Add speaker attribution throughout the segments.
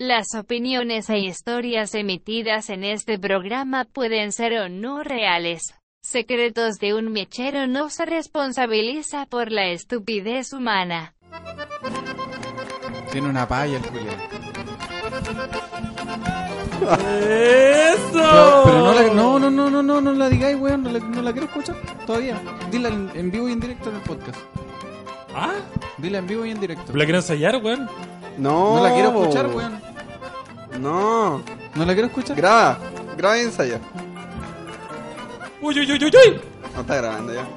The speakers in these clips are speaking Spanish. Speaker 1: Las opiniones e historias emitidas en este programa pueden ser o no reales. Secretos de un mechero no se responsabiliza por la estupidez humana.
Speaker 2: Tiene una palla el Julián.
Speaker 3: ¡Eso!
Speaker 2: Pero, pero no, la, no, no, no, no, no, no la digáis, weón. No la, no la quiero escuchar todavía. Dila en, en vivo y en directo en el podcast.
Speaker 3: ¿Ah?
Speaker 2: Dila en vivo y en directo.
Speaker 3: ¿La quiero ensayar, weón?
Speaker 4: No,
Speaker 2: No la quiero escuchar,
Speaker 4: po.
Speaker 2: weón.
Speaker 4: No,
Speaker 2: No la quiero escuchar.
Speaker 4: graba, graba y ensaya.
Speaker 3: ¡Uy, uy, uy, uy, uy!
Speaker 4: No está grabando ya.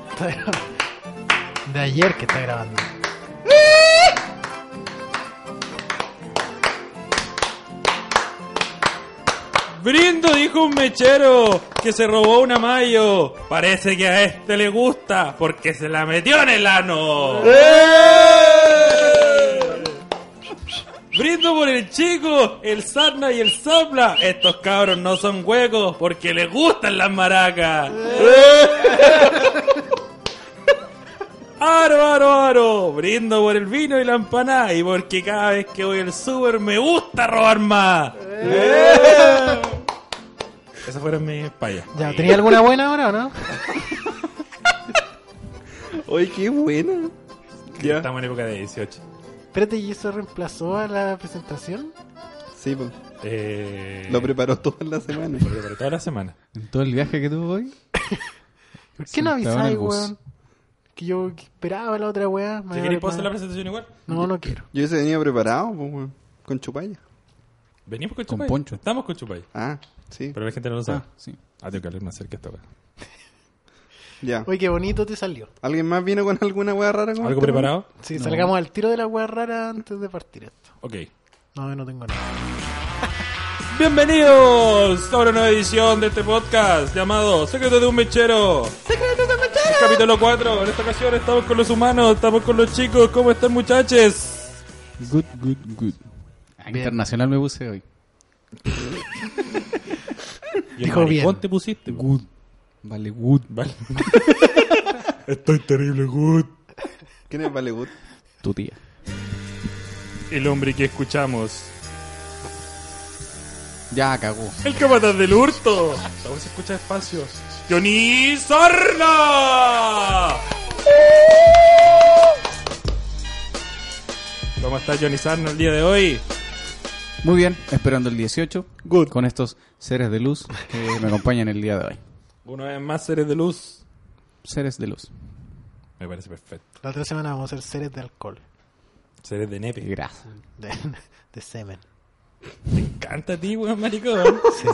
Speaker 5: De ayer que está grabando.
Speaker 3: Brindo, dijo un mechero que se robó una mayo. Parece que a este le gusta porque se la metió en el ano. Brindo por el chico, el sarna y el sapla. Estos cabros no son huecos porque les gustan las maracas. Aro, aro, aro. Brindo por el vino y la empanada y porque cada vez que voy al súper me gusta robar más. Eh. Esas fueron mis payas.
Speaker 5: Ya, ¿tenía alguna buena ahora o no?
Speaker 4: Oye, qué buena. Ya.
Speaker 3: Estamos en época de 18.
Speaker 5: Espérate, ¿y eso reemplazó a la presentación?
Speaker 4: Sí, po.
Speaker 3: Eh,
Speaker 4: lo preparó toda la semana.
Speaker 3: lo preparé toda la semana.
Speaker 2: En todo el viaje que tuvo hoy.
Speaker 5: ¿Por qué
Speaker 2: Sentado
Speaker 5: no
Speaker 2: en el
Speaker 5: avisáis,
Speaker 2: bus.
Speaker 5: weón? Que yo que esperaba la otra weá.
Speaker 3: ¿Te
Speaker 5: me vale
Speaker 3: queréis puedo hacer la
Speaker 5: madre.
Speaker 3: presentación igual?
Speaker 5: No, no quiero.
Speaker 4: Yo ese venía preparado, po, weón. Con chupalla.
Speaker 3: Venimos con
Speaker 2: Con
Speaker 3: Chupay.
Speaker 2: Poncho.
Speaker 3: Estamos con Chupay.
Speaker 4: Ah, sí,
Speaker 3: Pero la gente no lo sabe.
Speaker 2: Ah, sí.
Speaker 3: Ah, tengo que hablar más cerca esta hora.
Speaker 4: ya.
Speaker 5: Oye, qué bonito te salió.
Speaker 4: ¿Alguien más vino con alguna weá rara? con
Speaker 3: ¿Algo
Speaker 4: este, weón?
Speaker 3: preparado?
Speaker 5: Sí,
Speaker 2: No.
Speaker 5: salgamos al tiro de la weá rara antes de partir esto.
Speaker 3: Ok.
Speaker 5: No, yo no tengo nada.
Speaker 3: Bienvenidos a una nueva edición de este podcast llamado Secreto de un Mechero. ¡Secreto de un Mechero! Capítulo 4. En esta ocasión estamos con los humanos, estamos con los chicos. ¿Cómo están, muchachos?
Speaker 2: Good, good, good. Ah, Internacional me puse hoy.
Speaker 3: Y el
Speaker 5: Dijo bien.
Speaker 3: maricón te pusiste? po.
Speaker 2: Good. Vale, good.
Speaker 3: Vale. Estoy terrible, good.
Speaker 4: ¿Quién es Vale Good?
Speaker 2: Tu tía.
Speaker 3: El hombre que escuchamos.
Speaker 2: Ya cagó.
Speaker 3: El capataz del hurto. La voz se escucha despacio. Johnny Sarna. ¿Cómo está Johnny Sarna el día de hoy?
Speaker 2: Muy bien, esperando el 18.
Speaker 4: Good.
Speaker 2: Con estos seres de luz que me acompañan el día de hoy.
Speaker 3: Una vez más seres de luz.
Speaker 2: Seres de luz.
Speaker 3: Me parece perfecto.
Speaker 5: La otra semana vamos a hacer seres de alcohol.
Speaker 3: Seres de nepe.
Speaker 2: Gracias.
Speaker 5: De, de semen.
Speaker 3: Me encanta a ti, weón, maricón.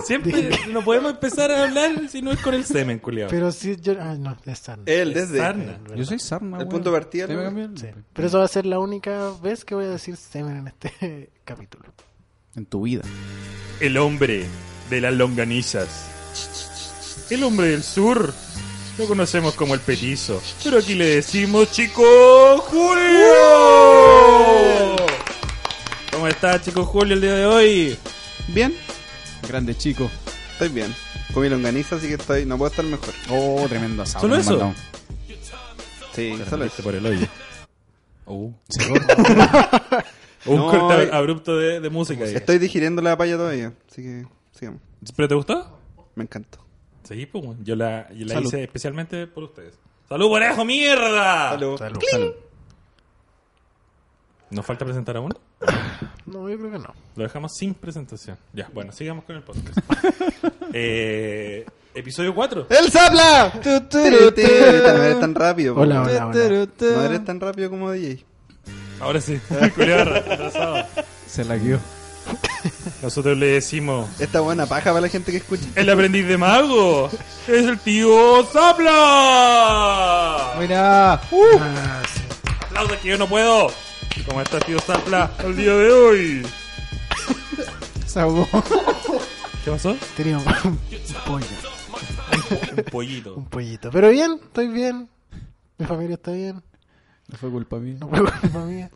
Speaker 3: Siempre no podemos empezar a hablar si no es con el semen, culiao.
Speaker 5: Pero sí, yo. Ah, no, de sarna.
Speaker 4: Él, desde.
Speaker 3: Sarna.
Speaker 2: Yo soy Sarna.
Speaker 4: El
Speaker 2: weón.
Speaker 4: punto de partida,
Speaker 2: ¿Te voy a
Speaker 4: ¿no?
Speaker 2: cambiar?
Speaker 5: Sí. Pero eso va a ser la única vez que voy a decir semen en este capítulo.
Speaker 2: En tu vida.
Speaker 3: El hombre de las longanizas. El hombre del sur. Lo conocemos como el petizo. Pero aquí le decimos, chico Julio. ¿Cómo está, chico Julio, el día de hoy?
Speaker 2: Bien. Grande chico.
Speaker 4: Estoy bien. Comí longaniza, así que estoy. No puedo estar mejor.
Speaker 2: Oh, tremendo asado.
Speaker 3: ¿Solo
Speaker 2: me
Speaker 3: eso?
Speaker 2: mandaron.
Speaker 4: Sí, solo eso.
Speaker 3: por el hoyo.
Speaker 2: Oh.
Speaker 3: Un
Speaker 4: No,
Speaker 3: Uh, corte
Speaker 4: eh.
Speaker 3: abrupto de, de música. ahí.
Speaker 4: Estoy digiriendo la palla todavía, así que sigamos.
Speaker 3: ¿Pero te gustó?
Speaker 4: Me encantó.
Speaker 3: Sí, pues. bueno, Yo la, yo la
Speaker 2: Salud.
Speaker 3: hice especialmente por ustedes. ¡Salud, conejo, mierda!
Speaker 4: Salud.
Speaker 5: Salud.
Speaker 2: Salud.
Speaker 3: ¿Nos falta presentar a uno?
Speaker 5: No, yo creo que no.
Speaker 3: Lo dejamos sin presentación. Ya, bueno, sigamos con el podcast. eh, episodio 4.
Speaker 4: ¡El Zapla! No eres tan rápido. po,
Speaker 5: Hola,
Speaker 4: weón.
Speaker 5: hola, hola.
Speaker 4: No eres tan rápido como DJ.
Speaker 3: Ahora sí, culiao retrasado.
Speaker 2: Se la guió.
Speaker 3: Nosotros le decimos:
Speaker 4: Esta buena paja para la gente que escucha.
Speaker 3: ¡El aprendiz de mago! ¡Es el tío Zapla!
Speaker 2: Mira.
Speaker 5: Ah, sí.
Speaker 3: ¡Aplausos que yo no puedo! ¿Cómo está tío Zapla al día de hoy?
Speaker 2: Se ahogó.
Speaker 3: ¿Qué pasó?
Speaker 5: Tenía un, un pollo,
Speaker 3: Un pollito.
Speaker 5: un pollito. Pero bien, estoy bien. Mi familia está bien.
Speaker 2: No fue culpa mía.
Speaker 5: No fue culpa mía.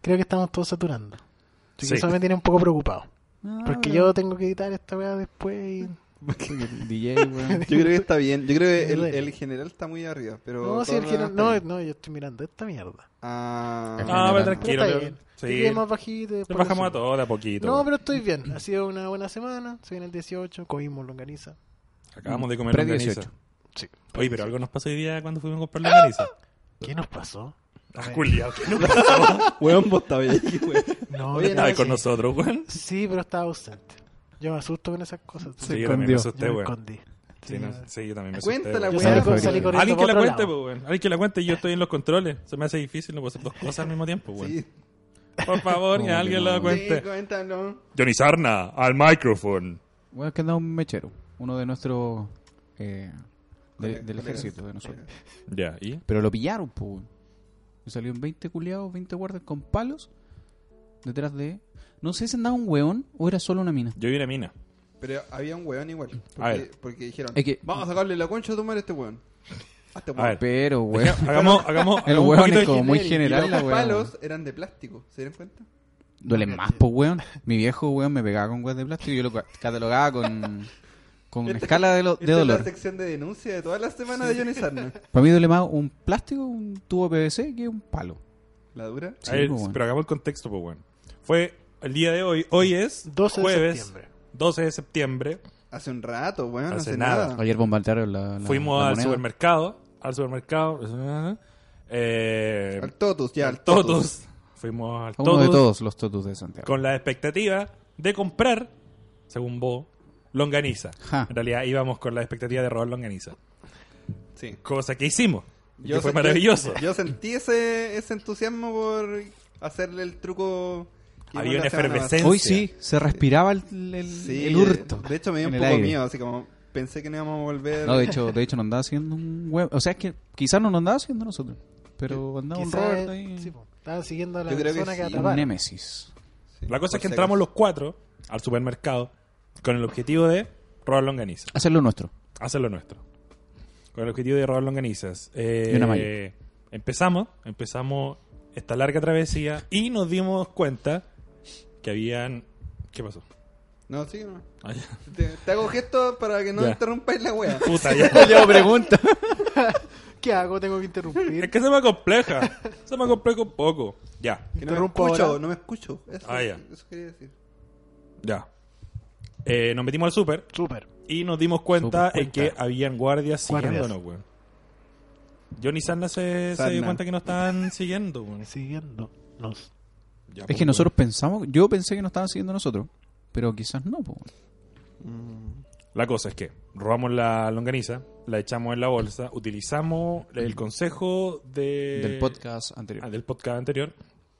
Speaker 5: Creo que estamos todos saturando. Así
Speaker 3: Sí.
Speaker 5: que eso me tiene un poco preocupado. Porque yo tengo que editar esta weá después y...
Speaker 2: DJ, weón.
Speaker 4: Yo creo que está bien. Yo creo que el,
Speaker 5: duele.
Speaker 4: el general está muy arriba, pero...
Speaker 5: No, si
Speaker 4: todo
Speaker 5: el
Speaker 4: lo
Speaker 5: general...
Speaker 4: demás
Speaker 5: No,
Speaker 4: está bien.
Speaker 5: no, yo estoy mirando esta mierda.
Speaker 4: Ah,
Speaker 3: Ah, pero
Speaker 5: Pero
Speaker 3: tranquilo.
Speaker 5: está
Speaker 3: pero-
Speaker 5: bien.
Speaker 3: Sí.
Speaker 5: Llegué más bajito y
Speaker 3: Te
Speaker 5: después
Speaker 3: bajamos
Speaker 5: lo
Speaker 3: a todo de a poquito.
Speaker 5: No, pero estoy bien. Ha sido una buena semana. Se viene el 18, comimos longaniza.
Speaker 3: Acabamos de comer
Speaker 2: Pre-18.
Speaker 3: longaniza.
Speaker 5: Sí.
Speaker 3: Oye, pero algo nos pasó hoy día cuando fuimos a comprar longaniza.
Speaker 5: ¿Qué nos pasó?
Speaker 3: Ah, culiao, ¿qué nos
Speaker 4: Weón, vos estabas ahí, weón.
Speaker 5: No,
Speaker 4: Oye,
Speaker 5: no,
Speaker 3: pasó
Speaker 5: sí.
Speaker 3: con nosotros, weón?
Speaker 5: Sí, pero estaba ausente. Yo me asusto con esas cosas.
Speaker 2: Se
Speaker 3: Sí, yo también
Speaker 2: escondió.
Speaker 3: me
Speaker 5: Yo
Speaker 3: asusté,
Speaker 5: me
Speaker 3: weón.
Speaker 5: escondí.
Speaker 3: Sí, no, sí, yo también me asusté.
Speaker 4: Cuéntala,
Speaker 3: weón.
Speaker 5: Yo
Speaker 4: weón.
Speaker 2: sabía
Speaker 5: salí, con-
Speaker 2: que-
Speaker 5: salí corriendo
Speaker 3: Alguien
Speaker 5: por
Speaker 3: que la
Speaker 5: otro
Speaker 3: cuente,
Speaker 5: lado.
Speaker 3: pues, weón. Alguien que la cuente. Yo estoy en los controles. Se me hace difícil, no puedo hacer dos cosas al mismo tiempo, weón. Por favor, que
Speaker 2: Oh,
Speaker 3: alguien
Speaker 2: no.
Speaker 3: la
Speaker 4: Sí,
Speaker 3: cuente.
Speaker 4: cuéntalo.
Speaker 3: Johnny Sarna, al micrófono.
Speaker 2: Bueno, es que andaba un mechero. Uno de nuestro. eh, de- del ejército, de nosotros.
Speaker 3: Ya, ¿y?
Speaker 2: Pero lo pillaron, pues. Y salieron 20 culiados, 20 guardias con palos. Detrás de. No sé si andaba un weón o era solo una mina.
Speaker 3: Yo vi una mina.
Speaker 4: Pero había un weón igual. Porque,
Speaker 3: A ver.
Speaker 4: porque dijeron,
Speaker 2: Es que-
Speaker 4: vamos a sacarle la concha a tomar a este weón. A este
Speaker 3: A ver.
Speaker 2: Pero, weón.
Speaker 3: Hagamos,
Speaker 2: El
Speaker 3: hagamos, hagamos un
Speaker 2: weón
Speaker 3: poquito
Speaker 2: es como muy
Speaker 4: Y
Speaker 2: general,
Speaker 4: los
Speaker 2: la weón.
Speaker 4: palos eran de plástico, ¿se dieron cuenta?
Speaker 2: Duele más, po, weón. Mi viejo, weón, me pegaba con weón de plástico y yo lo ca- catalogaba con, con una
Speaker 4: Esta-
Speaker 2: escala de, lo- de
Speaker 4: Esta este es
Speaker 2: dolor.
Speaker 4: la sección de denuncia de todas las semanas de Johnny Sarna.
Speaker 2: Para mí duele más un plástico, un tubo PVC que un palo.
Speaker 4: ¿La dura?
Speaker 3: A ver,
Speaker 2: Sí, po, weón.
Speaker 3: pero hagamos el contexto, pues, weón. Fue el día de hoy. Hoy es
Speaker 5: 12 de
Speaker 3: jueves,
Speaker 5: septiembre.
Speaker 3: 12 de septiembre.
Speaker 4: Hace un rato, weón,
Speaker 3: Hace
Speaker 4: hace
Speaker 3: nada.
Speaker 4: nada.
Speaker 2: Ayer bombardearon la, la-
Speaker 3: Fuimos
Speaker 2: la
Speaker 3: al
Speaker 2: moneda.
Speaker 3: supermercado. Al supermercado. Eh,
Speaker 4: Al Totus, ya, al
Speaker 3: todos.
Speaker 4: Totus.
Speaker 3: Fuimos al
Speaker 2: A Uno de
Speaker 3: todos.
Speaker 2: todos los totus de Santiago.
Speaker 3: con la expectativa de comprar, según vos, longaniza.
Speaker 2: Ja.
Speaker 3: En realidad íbamos con la expectativa de robar longaniza.
Speaker 4: Sí.
Speaker 3: Cosa que hicimos. y que fue
Speaker 4: sentí-
Speaker 3: maravilloso.
Speaker 4: Yo sentí ese, ese entusiasmo por hacerle el truco. que
Speaker 3: Había
Speaker 4: hicimos
Speaker 3: una
Speaker 4: la semana
Speaker 3: efervescencia.
Speaker 2: Hoy sí, se respiraba el, el-
Speaker 4: pasada. Sí,
Speaker 2: el hurto.
Speaker 4: De hecho, me dio un
Speaker 2: en el
Speaker 4: poco
Speaker 2: aire.
Speaker 4: miedo, así como pensé que no íbamos a volver.
Speaker 2: No, de hecho, de hecho no andaba haciendo un huevo. O sea, es que quizás no nos andaba haciendo nosotros. Pero andaba un
Speaker 5: Quizá-
Speaker 2: Robert ahí.
Speaker 5: sí, po, estaba siguiendo a la
Speaker 4: Yo creo que
Speaker 5: persona que,
Speaker 4: sí.
Speaker 2: un
Speaker 5: atraparon.
Speaker 2: némesis.
Speaker 4: Sí,
Speaker 3: La cosa es que
Speaker 4: por si
Speaker 3: entramos
Speaker 4: acaso.
Speaker 3: los cuatro al supermercado con el objetivo de robar longaniza.
Speaker 2: Hacerlo nuestro.
Speaker 3: Hacer lo nuestro. Con el objetivo de robar longanizas. Eh,
Speaker 2: Y una malla.
Speaker 3: Empezamos, empezamos esta larga travesía y nos dimos cuenta que habían... ¿Qué pasó?
Speaker 4: No, sí, no.
Speaker 3: Ah, ya.
Speaker 4: Te, te hago gestos para que no
Speaker 3: Ya.
Speaker 4: interrumpáis la wea.
Speaker 3: Puta, ya.
Speaker 2: Yo pregunto.
Speaker 5: ¿Qué hago? Tengo que interrumpir.
Speaker 3: Es que se me compleja. Se me compleja un poco. Ya,
Speaker 4: Que no me
Speaker 5: Interrumpo
Speaker 4: escucho,
Speaker 5: ahora.
Speaker 4: no me escucho. Eso,
Speaker 3: Ah, ya.
Speaker 4: eso quería decir.
Speaker 3: ya. Eh, nos metimos al súper
Speaker 5: Súper.
Speaker 3: y nos dimos cuenta
Speaker 2: Súper
Speaker 3: en que
Speaker 2: cuenta.
Speaker 3: habían guardias
Speaker 5: Guardias.
Speaker 3: siguiéndonos, weón. Johnny Sarna se, se
Speaker 4: Sarna.
Speaker 3: dio cuenta que nos estaban siguiendo, weón.
Speaker 5: Siguiendo. Nos.
Speaker 3: Ya,
Speaker 2: Es
Speaker 3: pues,
Speaker 2: que
Speaker 3: weón.
Speaker 2: nosotros pensamos, yo pensé que nos estaban siguiendo nosotros, pero quizás no. po.
Speaker 3: La cosa es que robamos la longaniza, la echamos en la bolsa, utilizamos el consejo de-
Speaker 2: Del podcast anterior.
Speaker 3: ah, del podcast anterior.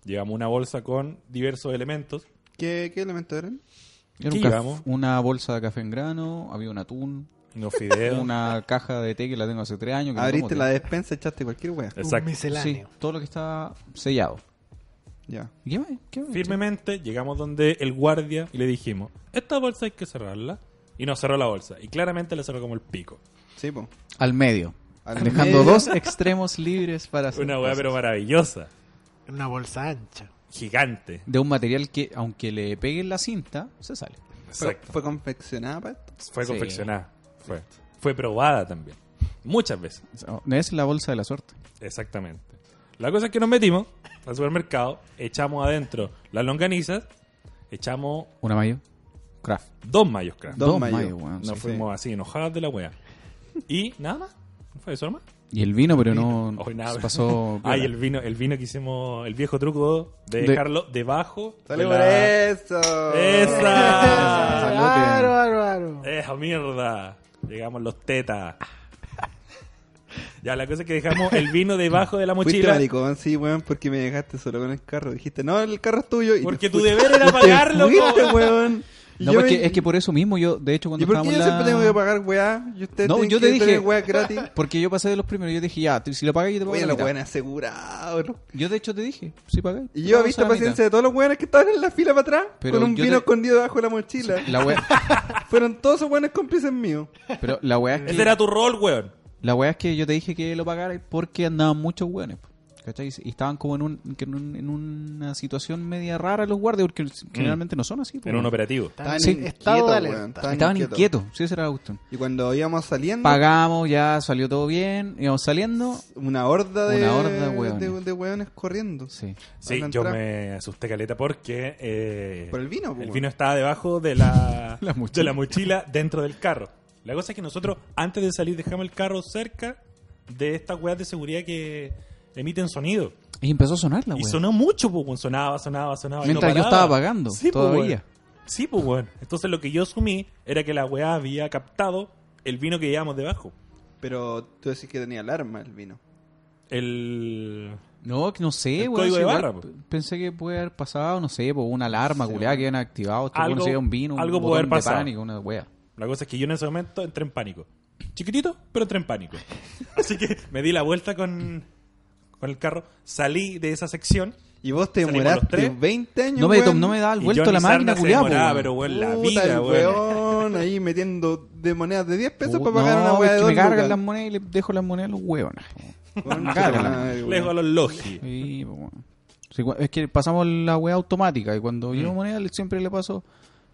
Speaker 3: Llevamos una bolsa con diversos elementos.
Speaker 4: ¿Qué, qué elementos eran?
Speaker 2: Era
Speaker 3: ¿qué
Speaker 2: un caf-
Speaker 3: llevamos?
Speaker 2: una bolsa de café en grano, había un atún,
Speaker 3: Unos fideos.
Speaker 2: una caja de té que la tengo hace tres años. que no
Speaker 4: Abriste
Speaker 2: tomo
Speaker 4: la
Speaker 2: té.
Speaker 4: despensa, echaste cualquier wea.
Speaker 5: Un
Speaker 3: Exacto.
Speaker 2: Sí,
Speaker 5: misceláneo.
Speaker 2: todo lo que está sellado.
Speaker 4: Ya.
Speaker 2: ¿Y ¿Qué más? ¿Qué más?
Speaker 3: Firmemente llegamos donde el guardia y le dijimos, esta bolsa hay que cerrarla. Y nos cerró la bolsa. Y claramente la cerró como el pico.
Speaker 4: Sí, po.
Speaker 2: Al medio.
Speaker 4: Al
Speaker 2: dejando
Speaker 4: medio.
Speaker 2: dos extremos libres para hacer
Speaker 3: Una weá
Speaker 2: cosas.
Speaker 3: pero maravillosa.
Speaker 5: Una bolsa ancha.
Speaker 3: Gigante.
Speaker 2: De un material que, aunque le peguen la cinta, se sale.
Speaker 4: Fue,
Speaker 3: Exacto.
Speaker 4: fue confeccionada para esto.
Speaker 3: Fue
Speaker 2: Sí.
Speaker 3: confeccionada. Fue. Fue probada también. Muchas veces.
Speaker 2: Es la bolsa de la suerte.
Speaker 3: Exactamente. La cosa es que nos metimos al supermercado, echamos adentro las longanizas, echamos
Speaker 2: Una mayo. Craft.
Speaker 3: dos mayos craft.
Speaker 4: Dos
Speaker 2: Dos
Speaker 4: mayo.
Speaker 2: mayo, weón,
Speaker 3: nos
Speaker 4: sí.
Speaker 3: fuimos así enojadas de la wea. Y nada más. ¿No fue eso nomás?
Speaker 2: Y el vino, pero no
Speaker 3: Hoy Pues Oh, nada.
Speaker 2: se pasó.
Speaker 3: Ay, el vino, el vino que hicimos, el viejo truco de
Speaker 2: De-
Speaker 3: dejarlo debajo.
Speaker 4: ¡Sale
Speaker 3: de
Speaker 4: por
Speaker 3: la-
Speaker 4: eso!
Speaker 3: ¡Esa!
Speaker 5: Claro, Álvaro.
Speaker 3: ¡Esa mierda! Llegamos los tetas. Ya, la cosa es que dejamos el vino debajo de la
Speaker 4: Fuiste
Speaker 3: mochila.
Speaker 4: maricón, sí, weón, porque me dejaste solo con el carro. Dijiste, no, el carro es tuyo. Y
Speaker 3: Porque
Speaker 4: te
Speaker 3: tu
Speaker 4: fuiste.
Speaker 3: deber era
Speaker 4: Y te
Speaker 3: pagarlo,
Speaker 4: fuiste,
Speaker 3: po.
Speaker 4: weón.
Speaker 2: No,
Speaker 4: Yo
Speaker 2: pues
Speaker 4: me-
Speaker 2: que- es que por eso mismo yo, de hecho, cuando
Speaker 4: ¿Y por qué
Speaker 2: estábamos
Speaker 4: yo
Speaker 2: en la-
Speaker 4: siempre tengo que pagar weá? Y ustedes
Speaker 2: No,
Speaker 4: tienen
Speaker 2: yo
Speaker 4: que
Speaker 2: te dije-
Speaker 4: tener weá gratis.
Speaker 2: Porque yo pasé de los primeros, yo dije, ya, tú- si lo pagas yo te pago
Speaker 4: Oye,
Speaker 2: la
Speaker 4: los
Speaker 2: mitad.
Speaker 4: weones asegurados. los-
Speaker 2: Yo de hecho te dije, si pagas.
Speaker 4: Y
Speaker 2: te
Speaker 4: yo he
Speaker 2: pago
Speaker 4: visto
Speaker 2: esa mitad.
Speaker 4: paciencia de todos los weones que estaban en la fila para atrás
Speaker 2: Pero
Speaker 4: con un
Speaker 2: yo
Speaker 4: vino
Speaker 2: te-
Speaker 4: escondido debajo de la mochila.
Speaker 2: La wea,
Speaker 4: Fueron todos esos weones cómplices míos.
Speaker 2: pero la wea es
Speaker 3: Ese
Speaker 2: que,
Speaker 3: era tu rol, weón.
Speaker 2: la wea es que yo te dije que lo pagara porque andaban muchos weones. po, ¿Cachai? Y estaban como en, un, que en, un- en una situación media rara los guardias, porque
Speaker 4: Mm.
Speaker 2: generalmente no son así. po,
Speaker 3: Era un
Speaker 2: weón.
Speaker 3: operativo.
Speaker 5: Está en
Speaker 2: Sí.
Speaker 5: estado de
Speaker 4: Quieto,
Speaker 5: alerta.
Speaker 4: weón, está-
Speaker 2: Estaban
Speaker 4: inquietos.
Speaker 2: inquietos, sí, ese era Austin.
Speaker 4: Y cuando íbamos saliendo,
Speaker 2: Pagamos, ya salió todo bien, íbamos saliendo.
Speaker 4: una horda de,
Speaker 2: Una horda de
Speaker 4: de-
Speaker 2: weones.
Speaker 4: de weones corriendo.
Speaker 2: Sí.
Speaker 3: Sí,
Speaker 4: A la
Speaker 3: yo
Speaker 4: entrada.
Speaker 3: me asusté caleta porque eh,
Speaker 4: Por el vino, po,
Speaker 3: el
Speaker 4: weón.
Speaker 3: vino estaba debajo de la,
Speaker 2: pues, La mochila.
Speaker 3: de la mochila dentro del carro. La cosa es que nosotros antes de salir dejamos el carro cerca de estas weas de seguridad que emiten sonido.
Speaker 2: Y empezó a sonar la wea.
Speaker 3: Y sonó mucho, pues, weón. sonaba, sonaba, sonaba. y no
Speaker 2: Ah, Mientras yo
Speaker 3: paraba.
Speaker 2: estaba pagando,
Speaker 3: pues, weón.
Speaker 2: todavía.
Speaker 3: sí, pues, weón. Entonces lo que yo asumí era que la weá había captado el vino que llevábamos debajo.
Speaker 4: Pero tú decís que tenía alarma el vino.
Speaker 3: El...
Speaker 2: No, que no sé,
Speaker 3: El
Speaker 2: weón.
Speaker 3: código
Speaker 2: si
Speaker 3: de
Speaker 2: igual
Speaker 3: barra, po.
Speaker 2: p- Pensé que puede haber pasado, no sé, por una alarma
Speaker 4: Sí,
Speaker 2: culeada
Speaker 4: weón.
Speaker 2: que habían activado. Este
Speaker 3: Algo-
Speaker 2: weón se dio un vino, un
Speaker 3: algo puede
Speaker 2: botón
Speaker 3: haber
Speaker 2: de
Speaker 3: pasado.
Speaker 2: pánico, una wea.
Speaker 3: La cosa es que yo en ese momento entré en pánico. Chiquitito, pero entré en pánico. Así que me di la vuelta con, con el carro, salí de esa sección.
Speaker 4: Y vos te
Speaker 3: Salimos los
Speaker 4: demoraste
Speaker 3: tres.
Speaker 4: 20 años.
Speaker 2: No me,
Speaker 4: weón.
Speaker 2: no me daba Ah, el
Speaker 3: y
Speaker 2: vuelto la
Speaker 3: Johnny
Speaker 2: máquina
Speaker 3: Sarna se
Speaker 2: culeada, po,
Speaker 3: demoraba,
Speaker 2: weón.
Speaker 3: pero weón, la
Speaker 4: Puta,
Speaker 3: vida,
Speaker 4: el
Speaker 3: weón.
Speaker 4: weón ahí metiendo de monedas de 10 pesos
Speaker 2: Pu-
Speaker 4: para pagar
Speaker 2: no,
Speaker 4: una
Speaker 2: es
Speaker 4: weá de
Speaker 2: que
Speaker 4: dos
Speaker 2: me cargan
Speaker 4: lucas.
Speaker 2: las monedas y le dejo las monedas a los huevones.
Speaker 4: Weón,
Speaker 2: Me cargan
Speaker 4: puta
Speaker 2: las
Speaker 4: madre, weón.
Speaker 3: Lejos a los logi.
Speaker 2: Sí, po, weón. Sí, cua- es que pasamos la wea automática y cuando
Speaker 3: Mm.
Speaker 2: llevo monedas le- siempre le paso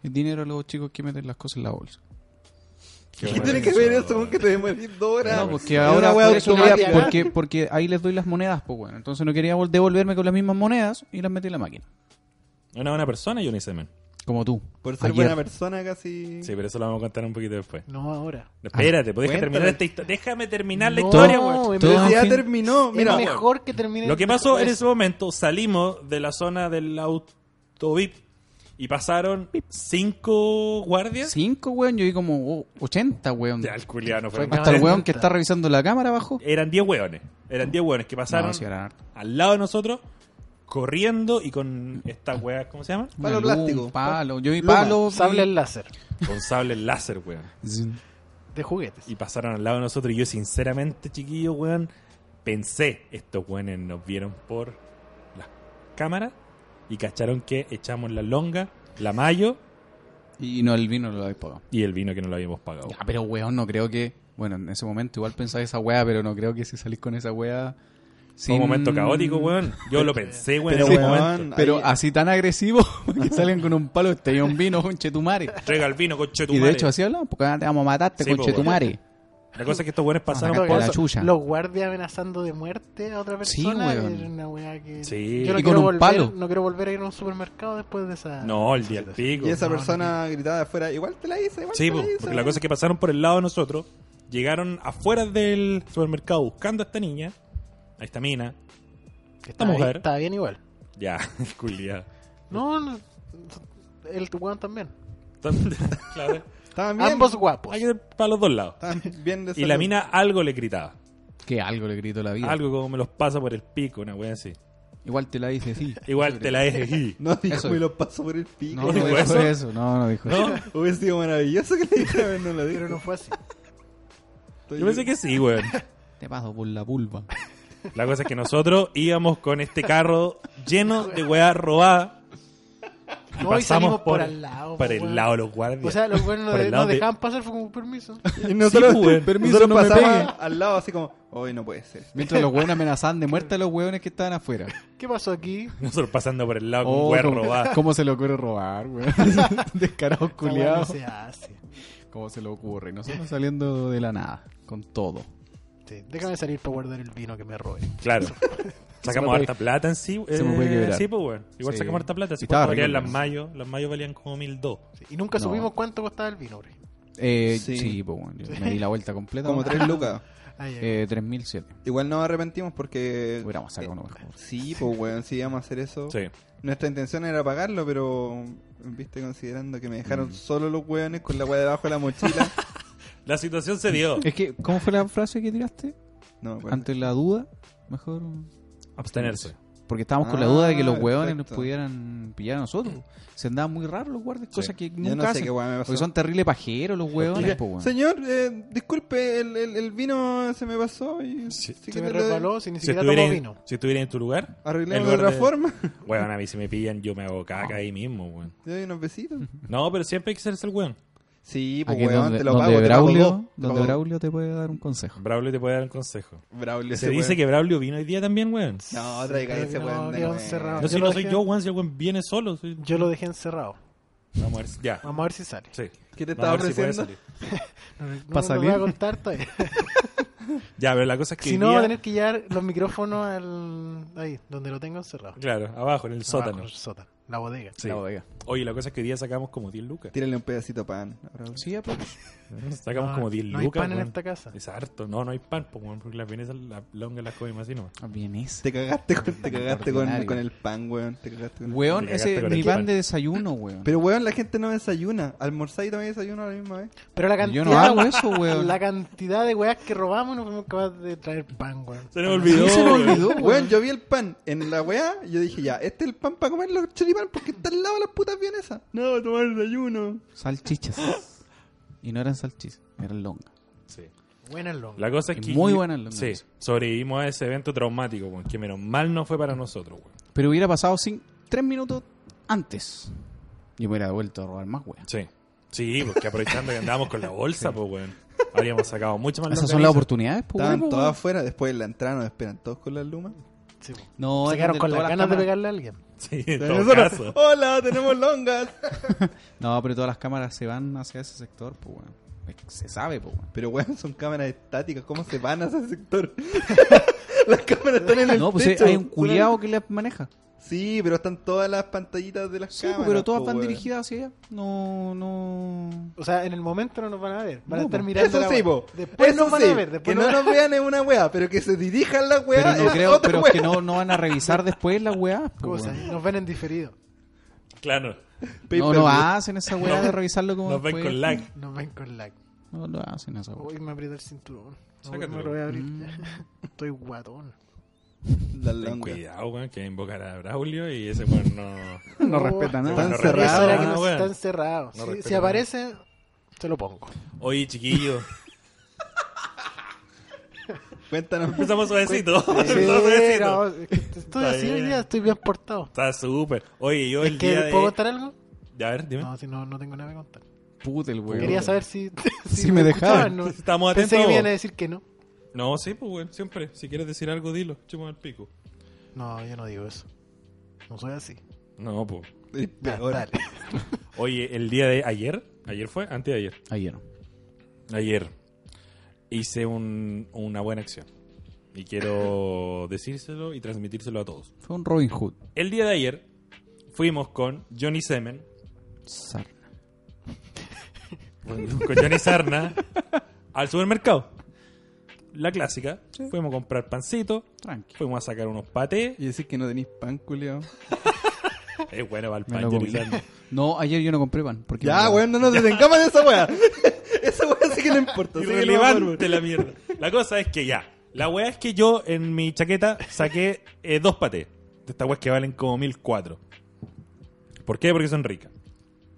Speaker 2: el dinero a los chicos que meten las cosas en la bolsa.
Speaker 3: Qué
Speaker 4: ¿Qué
Speaker 3: bueno
Speaker 4: tiene que
Speaker 3: eso,
Speaker 4: ver
Speaker 3: weón.
Speaker 4: eso con que te demorís dos horas?
Speaker 2: No, porque
Speaker 4: Es una
Speaker 2: ahora
Speaker 4: weá
Speaker 2: por eso
Speaker 4: automática.
Speaker 2: quería- porque, porque ahí les doy las monedas, pues bueno. Entonces no quería vol- devolverme con las mismas monedas y las metí en la máquina.
Speaker 3: Una buena persona, Johnny Semen.
Speaker 2: Como tú.
Speaker 4: Por ser
Speaker 2: Ayer.
Speaker 4: buena persona casi.
Speaker 3: Sí, pero eso lo vamos a contar un poquito después.
Speaker 5: No ahora.
Speaker 3: Espérate, pues déjame terminar
Speaker 4: Cuéntale.
Speaker 3: esta histo- Déjame terminar la
Speaker 5: No,
Speaker 3: historia,
Speaker 5: en
Speaker 3: weón.
Speaker 5: vez
Speaker 2: Todo
Speaker 4: Pero
Speaker 5: de-
Speaker 4: si ya
Speaker 2: fin-
Speaker 4: terminó, mira.
Speaker 5: es mejor que termine.
Speaker 3: Lo que pasó en
Speaker 5: después.
Speaker 3: ese momento, salimos de la zona del autovip y pasaron cinco guardias.
Speaker 2: Cinco, weón, yo vi como oh, 80, weón.
Speaker 3: Ya, el culiano fue
Speaker 5: Fue
Speaker 2: Hasta el
Speaker 5: no,
Speaker 2: weón que
Speaker 5: no.
Speaker 2: está revisando la cámara abajo.
Speaker 3: Eran 10 hueones. Eran 10 hueones que pasaron
Speaker 2: No, sí, eran hartos.
Speaker 3: al lado de nosotros, corriendo y con estas hueas, ¿cómo se llama?
Speaker 4: Palo
Speaker 2: Una luz,
Speaker 4: plástico.
Speaker 2: un Palo. Yo vi
Speaker 4: Luma.
Speaker 2: palo.
Speaker 5: Sable
Speaker 2: vi-
Speaker 5: al láser.
Speaker 3: Con sables láser, weón.
Speaker 2: Zin.
Speaker 5: De juguetes.
Speaker 3: Y pasaron al lado de nosotros. Y yo, sinceramente, chiquillo, weón, pensé, estos weones nos vieron por las cámaras y cacharon que echamos la longa, la mayo
Speaker 2: Y no, el vino lo habéis pagado.
Speaker 3: y el vino que no lo habíamos pagado.
Speaker 2: Ya, pero weón, no creo que. Bueno, en ese momento igual pensaba esa weá, pero no creo que si salís con esa weá.
Speaker 3: Fue
Speaker 2: sin-
Speaker 3: un
Speaker 4: Mm.
Speaker 3: momento caótico, weón. Yo lo pensé, weón,
Speaker 4: Pero,
Speaker 3: en ese
Speaker 4: weón,
Speaker 3: momento.
Speaker 2: Pero
Speaker 4: Ahí-
Speaker 2: así tan agresivo que salen con un palo este y un vino, conchetumare.
Speaker 3: Traiga el vino, con
Speaker 2: Y de hecho así hablamos, porque ahora te vamos a matarte,
Speaker 3: Sí, po,
Speaker 2: conchetumare.
Speaker 3: La cosa es que estos weones pasaron
Speaker 2: Acá
Speaker 3: por...
Speaker 2: está la chucha.
Speaker 5: Los guardias amenazando de muerte a otra
Speaker 2: Sí,
Speaker 5: persona.
Speaker 2: weón.
Speaker 5: era una weá que.
Speaker 3: Sí.
Speaker 5: Yo no
Speaker 2: Y con
Speaker 5: quiero
Speaker 2: un
Speaker 5: volver,
Speaker 2: palo.
Speaker 5: No quiero volver a ir a un supermercado después de esa.
Speaker 3: No, el día del pico.
Speaker 4: Y esa
Speaker 5: No, no,
Speaker 4: persona gritaba de afuera, igual te la hice, igual
Speaker 3: Sí,
Speaker 4: te
Speaker 3: po,
Speaker 4: la hice.
Speaker 3: porque la cosa es que pasaron por el lado de nosotros, llegaron afuera del supermercado buscando a esta niña, a esta mina.
Speaker 5: Que estaba,
Speaker 3: mujer.
Speaker 5: bien- estaba bien igual.
Speaker 3: Ya, culiado.
Speaker 5: No, no, el weón también.
Speaker 3: claro.
Speaker 4: Estaban bien.
Speaker 5: Ambos guapos.
Speaker 3: Hay que ir para los dos lados.
Speaker 4: Estaban bien de
Speaker 3: Y la
Speaker 4: salud.
Speaker 3: mina algo le gritaba.
Speaker 2: Que algo le gritó la vida.
Speaker 3: Algo como me los pasa por el pico, una wea así.
Speaker 2: Igual te la dice, sí.
Speaker 3: Igual te la dejé.
Speaker 4: No dijo,
Speaker 2: Eso.
Speaker 4: me lo paso por el pico.
Speaker 2: No, no
Speaker 3: ¿Dijo
Speaker 2: dijo
Speaker 3: eso?
Speaker 2: eso? No, no dijo
Speaker 3: ¿No?
Speaker 2: eso.
Speaker 4: Hubiese sido maravilloso que le dijera, pero no lo dijo.
Speaker 5: Pero no fue así.
Speaker 4: Estoy-
Speaker 3: Yo pensé que sí, weón.
Speaker 2: Te paso por la pulpa.
Speaker 3: La cosa es que nosotros íbamos con este carro lleno de weas robadas. Y
Speaker 5: No, y
Speaker 3: pasamos
Speaker 5: salimos
Speaker 3: por,
Speaker 5: por al lado,
Speaker 3: Por
Speaker 5: po,
Speaker 3: el
Speaker 5: weón.
Speaker 3: lado de los guardias.
Speaker 5: O sea, los weones no,
Speaker 3: Por el
Speaker 5: de-
Speaker 3: lado
Speaker 5: no
Speaker 3: de-
Speaker 5: dejaban pasar, fue como permiso.
Speaker 4: Y nosotros,
Speaker 3: Sí, pues,
Speaker 4: permiso,
Speaker 2: nosotros
Speaker 4: no
Speaker 2: pasamos
Speaker 4: pasamos al lado así como, hoy no puede ser.
Speaker 2: Mientras los hueones amenazaban de muerte a los hueones que estaban afuera.
Speaker 5: ¿Qué pasó aquí?
Speaker 3: Nosotros pasando por el lado con
Speaker 2: Oh,
Speaker 3: weas
Speaker 2: ¿cómo,
Speaker 3: robadas.
Speaker 2: cómo se le ocurre robar, weón? Descarados
Speaker 5: Esa weá no
Speaker 2: culiados.
Speaker 5: se hace.
Speaker 2: ¿Cómo se le ocurre? Nosotros saliendo de la nada, con todo.
Speaker 5: Sí, déjame salir para guardar el vino que me robé.
Speaker 3: Claro. Sacamos
Speaker 2: puede-
Speaker 3: harta plata en sí.
Speaker 2: se me puede
Speaker 3: eh,
Speaker 2: quebrar.
Speaker 3: Sí, pues, weón. Igual
Speaker 2: Sí.
Speaker 3: sacamos harta plata. Así
Speaker 2: Y estaba
Speaker 3: cuánto valían
Speaker 2: rico,
Speaker 3: las mayo. Las mayo valían como mil dos.
Speaker 5: Sí, Y nunca
Speaker 2: No.
Speaker 5: supimos cuánto costaba el vino, por ejemplo.
Speaker 2: Eh, sí,
Speaker 4: Sí.
Speaker 2: pues bueno, yo me di la vuelta completa.
Speaker 4: Como tres lucas.
Speaker 5: Ay, ay,
Speaker 2: Eh, 3007.
Speaker 4: Igual nos arrepentimos porque...
Speaker 2: Hubiéramos sacado uno mejor.
Speaker 4: Sí, pues weón, si íbamos a hacer eso.
Speaker 3: Sí.
Speaker 4: Nuestra intención era pagarlo, pero viste considerando que me dejaron solo los weones con la weá debajo de la mochila.
Speaker 3: La situación se dio.
Speaker 2: Es que, ¿cómo fue la frase que tiraste?
Speaker 4: pues, No me acuerdo.
Speaker 2: Ante la duda, mejor.
Speaker 3: Abstenerse.
Speaker 2: Porque estábamos con la duda de que los
Speaker 4: Ah,
Speaker 2: hueones nos
Speaker 4: perfecto.
Speaker 2: pudieran pillar a nosotros. Se andaban muy raros los guardias, cosa que
Speaker 4: Yo
Speaker 2: nunca
Speaker 4: no sé
Speaker 2: hacen.
Speaker 4: qué hueá me pasó.
Speaker 2: porque son terrible pajeros los hueones,
Speaker 4: Oiga,
Speaker 2: po, weón.
Speaker 4: Señor, eh, disculpe, el, el- el vino se me pasó y
Speaker 3: Sí.
Speaker 4: si
Speaker 5: Se me
Speaker 4: quiere lo-
Speaker 5: resbaló, si ni
Speaker 3: Si
Speaker 5: siquiera
Speaker 3: estuviera,
Speaker 5: tomó
Speaker 3: en,
Speaker 5: vino.
Speaker 3: si estuviera en tu lugar, en
Speaker 4: Arreglemos de
Speaker 3: lugar
Speaker 4: otra
Speaker 3: de-
Speaker 4: forma.
Speaker 3: Weón, a mí si me pillan, yo me hago caca ahí mismo, weón.
Speaker 4: Te doy unos besitos.
Speaker 3: No, pero siempre hay que hacerse el weón.
Speaker 4: Sí, pues
Speaker 2: Aquí
Speaker 4: weón,
Speaker 2: donde,
Speaker 4: te lo
Speaker 2: donde
Speaker 4: pago. te lo pago
Speaker 2: Braulio,
Speaker 4: dos, te
Speaker 2: donde
Speaker 4: pago dos.
Speaker 2: Braulio te puede dar un consejo.
Speaker 3: Braulio te puede dar un consejo.
Speaker 4: Braulio
Speaker 3: Se
Speaker 4: ese
Speaker 3: dice
Speaker 4: weón.
Speaker 3: que Braulio vino hoy día también, weón.
Speaker 4: No, traiga ese
Speaker 5: No,
Speaker 4: weón de
Speaker 5: quedó
Speaker 4: nuevo.
Speaker 5: encerrado.
Speaker 3: No, si
Speaker 5: Yo
Speaker 3: no
Speaker 5: lo
Speaker 3: soy
Speaker 5: dejé-
Speaker 3: yo, weón, si el weón viene solo. soy-
Speaker 5: Yo lo dejé encerrado.
Speaker 3: Vamos a ver si- Ya.
Speaker 5: Vamos a ver si sale.
Speaker 3: Sí.
Speaker 4: ¿Qué te
Speaker 3: Vamos a
Speaker 4: estaba
Speaker 3: ver si puede
Speaker 4: ofreciendo?
Speaker 3: salir.
Speaker 5: No, no,
Speaker 2: ¿Pasa
Speaker 5: no voy a
Speaker 2: bien?
Speaker 5: contar todavía.
Speaker 3: Ya, pero la cosa es que.
Speaker 5: si
Speaker 3: hoy
Speaker 5: no, va
Speaker 3: día-
Speaker 5: a tener que llevar los micrófonos al... ahí, donde lo tengo encerrado.
Speaker 3: Claro, abajo, en el
Speaker 5: Abajo,
Speaker 3: sótano.
Speaker 5: el sótano. La bodega.
Speaker 3: Sí. Oye, la cosa es que hoy día sacamos como 10 lucas.
Speaker 4: Tírale un pedacito de pan. a Braulio.
Speaker 2: Sí, ya, pues.
Speaker 3: Sacamos
Speaker 5: No,
Speaker 3: como 10
Speaker 5: no hay
Speaker 3: lucas.
Speaker 5: pan en
Speaker 3: weón.
Speaker 5: esta casa.
Speaker 3: Es harto. No, no hay pan, po, weón, porque las vienesas, las longas las comemos así nomás.
Speaker 2: Ah, Bien ese.
Speaker 4: Te cagaste, con, te cagaste con,
Speaker 2: Ordinario.
Speaker 4: con el pan, weón. Te cagaste con el-
Speaker 2: Weón,
Speaker 3: Te cagaste
Speaker 2: ese
Speaker 3: con
Speaker 2: mi
Speaker 3: el
Speaker 2: pan
Speaker 3: pan.
Speaker 2: de desayuno, weón.
Speaker 4: Pero weón, la gente no desayuna. Almorzáis y también desayuno a la misma vez.
Speaker 5: Pero la cantidad,
Speaker 2: Yo no hago eso, weón.
Speaker 5: la cantidad de weas que robamos no fuimos capaces de traer pan, weón.
Speaker 3: Se nos olvidó.
Speaker 2: se me
Speaker 3: weón.
Speaker 2: olvidó,
Speaker 4: Weón, yo vi el pan en la weá y yo dije, ya, este es el pan para comer los choripán porque está al lado de las putas vienesas. No, tomar el desayuno.
Speaker 2: Salchichas. Y no eran salchichas, eran longas.
Speaker 3: Sí.
Speaker 5: Buena longa.
Speaker 3: La cosa es que.
Speaker 2: Muy buenas las
Speaker 3: Sí,
Speaker 2: noticias.
Speaker 3: sobrevivimos a ese evento traumático, weón, que menos mal no fue para nosotros, weón.
Speaker 2: Pero hubiera pasado sin tres minutos antes. Yo me hubiera vuelto a robar más, weón.
Speaker 3: Sí. Sí, porque aprovechando que andábamos con la bolsa, pues, weón. Habríamos sacado mucho más
Speaker 2: Esas son las
Speaker 3: longaniza.
Speaker 2: oportunidades, pues,
Speaker 4: Estaban
Speaker 2: weón,
Speaker 4: todas
Speaker 2: weón.
Speaker 4: afuera, después la entrada nos esperan todos con las lumas.
Speaker 5: Sí, po.
Speaker 2: No,
Speaker 5: se
Speaker 2: eran
Speaker 5: quedaron
Speaker 2: de
Speaker 5: con las
Speaker 2: todas
Speaker 5: ganas de
Speaker 2: cámaras.
Speaker 5: pegarle a alguien.
Speaker 3: Sí, en
Speaker 4: Y
Speaker 3: todo
Speaker 4: nosotros,
Speaker 3: caso.
Speaker 4: Hola, tenemos longas.
Speaker 2: No, pero todas las cámaras se van hacia ese sector, pues, weón. Es que Se sabe, pues, weón.
Speaker 4: Pero weón, son cámaras estáticas, ¿cómo se van a ese sector? las cámaras están en el
Speaker 2: No, pues eh,
Speaker 4: techo.
Speaker 2: hay un culiado que las maneja.
Speaker 4: Sí, pero están todas las pantallitas de las
Speaker 2: Sí, pues,
Speaker 4: cámaras.
Speaker 2: pero todas
Speaker 4: po,
Speaker 2: van
Speaker 4: weón.
Speaker 2: dirigidas hacia allá. No, no.
Speaker 5: O sea, en el momento no nos van a ver. Van a
Speaker 2: No,
Speaker 5: estar
Speaker 2: po.
Speaker 5: mirando
Speaker 4: Eso
Speaker 5: la
Speaker 4: sí,
Speaker 5: wea.
Speaker 4: po.
Speaker 5: Después
Speaker 4: Eso
Speaker 5: nos van
Speaker 4: sí,
Speaker 5: a ver. Después
Speaker 4: que no
Speaker 5: nos
Speaker 4: nos vean es una weá, pero que se dirijan las weas.
Speaker 2: Pero no
Speaker 4: es
Speaker 2: creo,
Speaker 4: otra
Speaker 2: pero es
Speaker 4: weá.
Speaker 2: que no, no van a revisar después las weas, pues,
Speaker 5: Cosa,
Speaker 2: weón.
Speaker 5: Nos ven en diferido.
Speaker 3: Claro.
Speaker 2: No,
Speaker 4: Pay-per-view.
Speaker 2: no hacen esa weá de revisarlo como
Speaker 3: Nos ven
Speaker 2: después.
Speaker 3: con lag.
Speaker 5: Nos ven con lag.
Speaker 2: No lo hacen esa weá.
Speaker 5: Uy, me aprieta el cinturón. No,
Speaker 3: Sácatelo.
Speaker 5: me lo voy a abrir.
Speaker 2: Mm.
Speaker 5: Estoy guatón.
Speaker 4: Las
Speaker 3: Ten
Speaker 4: longas.
Speaker 3: cuidado, weón, que invocar a Braulio y ese weón no.
Speaker 2: No
Speaker 5: Oh,
Speaker 2: respeta nada.
Speaker 4: Están
Speaker 3: no
Speaker 5: Eso era
Speaker 4: cerradas.
Speaker 3: respeta.
Speaker 5: que
Speaker 3: Ah,
Speaker 5: no
Speaker 3: bueno.
Speaker 5: está encerrado.
Speaker 3: No
Speaker 5: Si- si,
Speaker 3: respeta nada.
Speaker 5: aparece, se lo pongo.
Speaker 3: Oye, chiquillo.
Speaker 4: Cuéntanos.
Speaker 3: Empezamos suavecito.
Speaker 5: Sí,
Speaker 3: Empezamos suavecito.
Speaker 5: no, es que estoy
Speaker 3: Está
Speaker 5: así hoy
Speaker 3: bien.
Speaker 5: día, estoy bien portado.
Speaker 3: Está súper. Oye, yo
Speaker 5: ¿Es
Speaker 3: el día
Speaker 5: que
Speaker 3: de... ¿Eh?
Speaker 5: puedo contar algo?
Speaker 3: A ver, dime.
Speaker 5: No, si no, no tengo nada que contar.
Speaker 2: Puta el weón.
Speaker 5: Quería saber si,
Speaker 2: Si me dejaban.
Speaker 5: escuchaban, ¿no?
Speaker 3: Estamos
Speaker 5: Pensé
Speaker 3: atentos.
Speaker 5: que me iban a decir que no.
Speaker 3: No, sí, pues, weón, siempre. Si quieres decir algo, dilo. Chuma al pico.
Speaker 5: No, yo no digo eso. No soy así.
Speaker 3: No, pues.
Speaker 5: Ya,
Speaker 4: Peor.
Speaker 5: dale.
Speaker 3: Oye, el día de ayer, ayer fue, antes de ayer,
Speaker 2: Ayer no.
Speaker 3: ayer hice un- una buena acción y quiero decírselo y transmitírselo a todos.
Speaker 2: Fue un Robin Hood.
Speaker 3: El día de ayer fuimos con Johnny Semen,
Speaker 2: Sarna.
Speaker 3: con Johnny Sarna al supermercado. La clásica, fuimos a comprar pancito,
Speaker 2: Tranqui.
Speaker 3: fuimos a sacar unos patés.
Speaker 4: Y decís que no tenéis pan, culiao.
Speaker 3: Es bueno para el
Speaker 2: Me
Speaker 3: pan,
Speaker 2: lo
Speaker 3: Johnny
Speaker 2: comí.
Speaker 3: Sarna.
Speaker 2: No, ayer yo no compré pan. Porque
Speaker 4: Ya,
Speaker 2: me-
Speaker 4: weón, no nos detengamos de esa weá. esa weá sí que no importa. sí que no va a volver.
Speaker 3: Irrelevante la mierda. La cosa es que ya. La weá es que yo en mi chaqueta saqué eh, dos patés. De estas weas que valen como mil cuatro. ¿Por qué? Porque son ricas.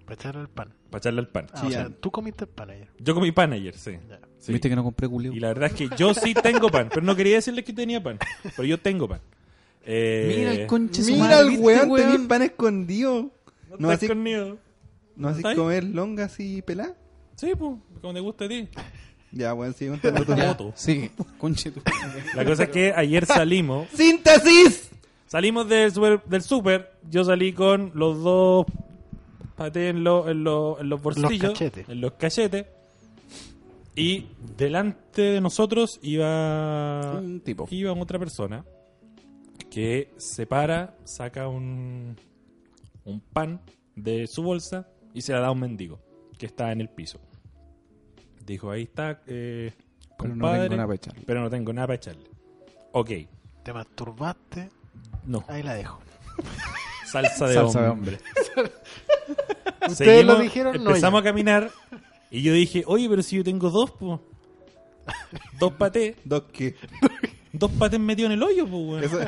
Speaker 5: Para echar el pan.
Speaker 3: Para echarle al pan.
Speaker 5: Ah,
Speaker 4: Sí,
Speaker 5: o
Speaker 4: ya.
Speaker 5: sea, tú comiste el pan ayer.
Speaker 3: Yo comí pan ayer, sí.
Speaker 5: Ya.
Speaker 3: Sí.
Speaker 2: Viste que no compré culio.
Speaker 3: Y la verdad es que yo sí tengo pan. Pero no quería decirles que tenía pan. Pero yo tengo pan. Eh,
Speaker 2: Mira el conche su
Speaker 4: Mira
Speaker 2: madre,
Speaker 4: al
Speaker 2: ¿viste,
Speaker 4: weón, tenéis pan escondido.
Speaker 3: No,
Speaker 4: No
Speaker 3: estás
Speaker 4: así,
Speaker 3: conmigo.
Speaker 4: no así
Speaker 3: ¿Estáis?
Speaker 4: comer longas y pelá.
Speaker 3: Sí, pues. Como te gusta a ti.
Speaker 4: Ya, weón, sigue contando tu
Speaker 2: Ya,
Speaker 3: Moto.
Speaker 2: sigue. Conche tu-
Speaker 3: La cosa es que ayer salimos.
Speaker 4: ¡Síntesis!
Speaker 3: Salimos del super, del super, yo salí con los dos patés en, lo- en, lo- en los bolsillos,
Speaker 5: cachetes.
Speaker 3: en los cachetes, y delante de nosotros iba,
Speaker 2: Un tipo.
Speaker 3: iba otra persona que se para, saca un, un pan de su bolsa y se la da a un mendigo que está en el piso. Dijo, ahí está, eh,
Speaker 2: Pero no tengo
Speaker 3: compadre,
Speaker 2: nada pa' echarle".
Speaker 3: pero no tengo nada para echarle. Ok,
Speaker 5: Te masturbaste,
Speaker 3: no.
Speaker 5: ahí la dejo.
Speaker 3: Salsa de
Speaker 2: Salsa de
Speaker 3: hombre.
Speaker 5: Ustedes
Speaker 3: Seguimos,
Speaker 5: lo dijeron, no
Speaker 3: empezamos
Speaker 5: yo.
Speaker 3: a caminar y yo dije, oye, pero si yo tengo dos, po. Dos patés,
Speaker 4: Dos que.
Speaker 3: dos pates metido en el hoyo, pues, weón.
Speaker 4: Eso,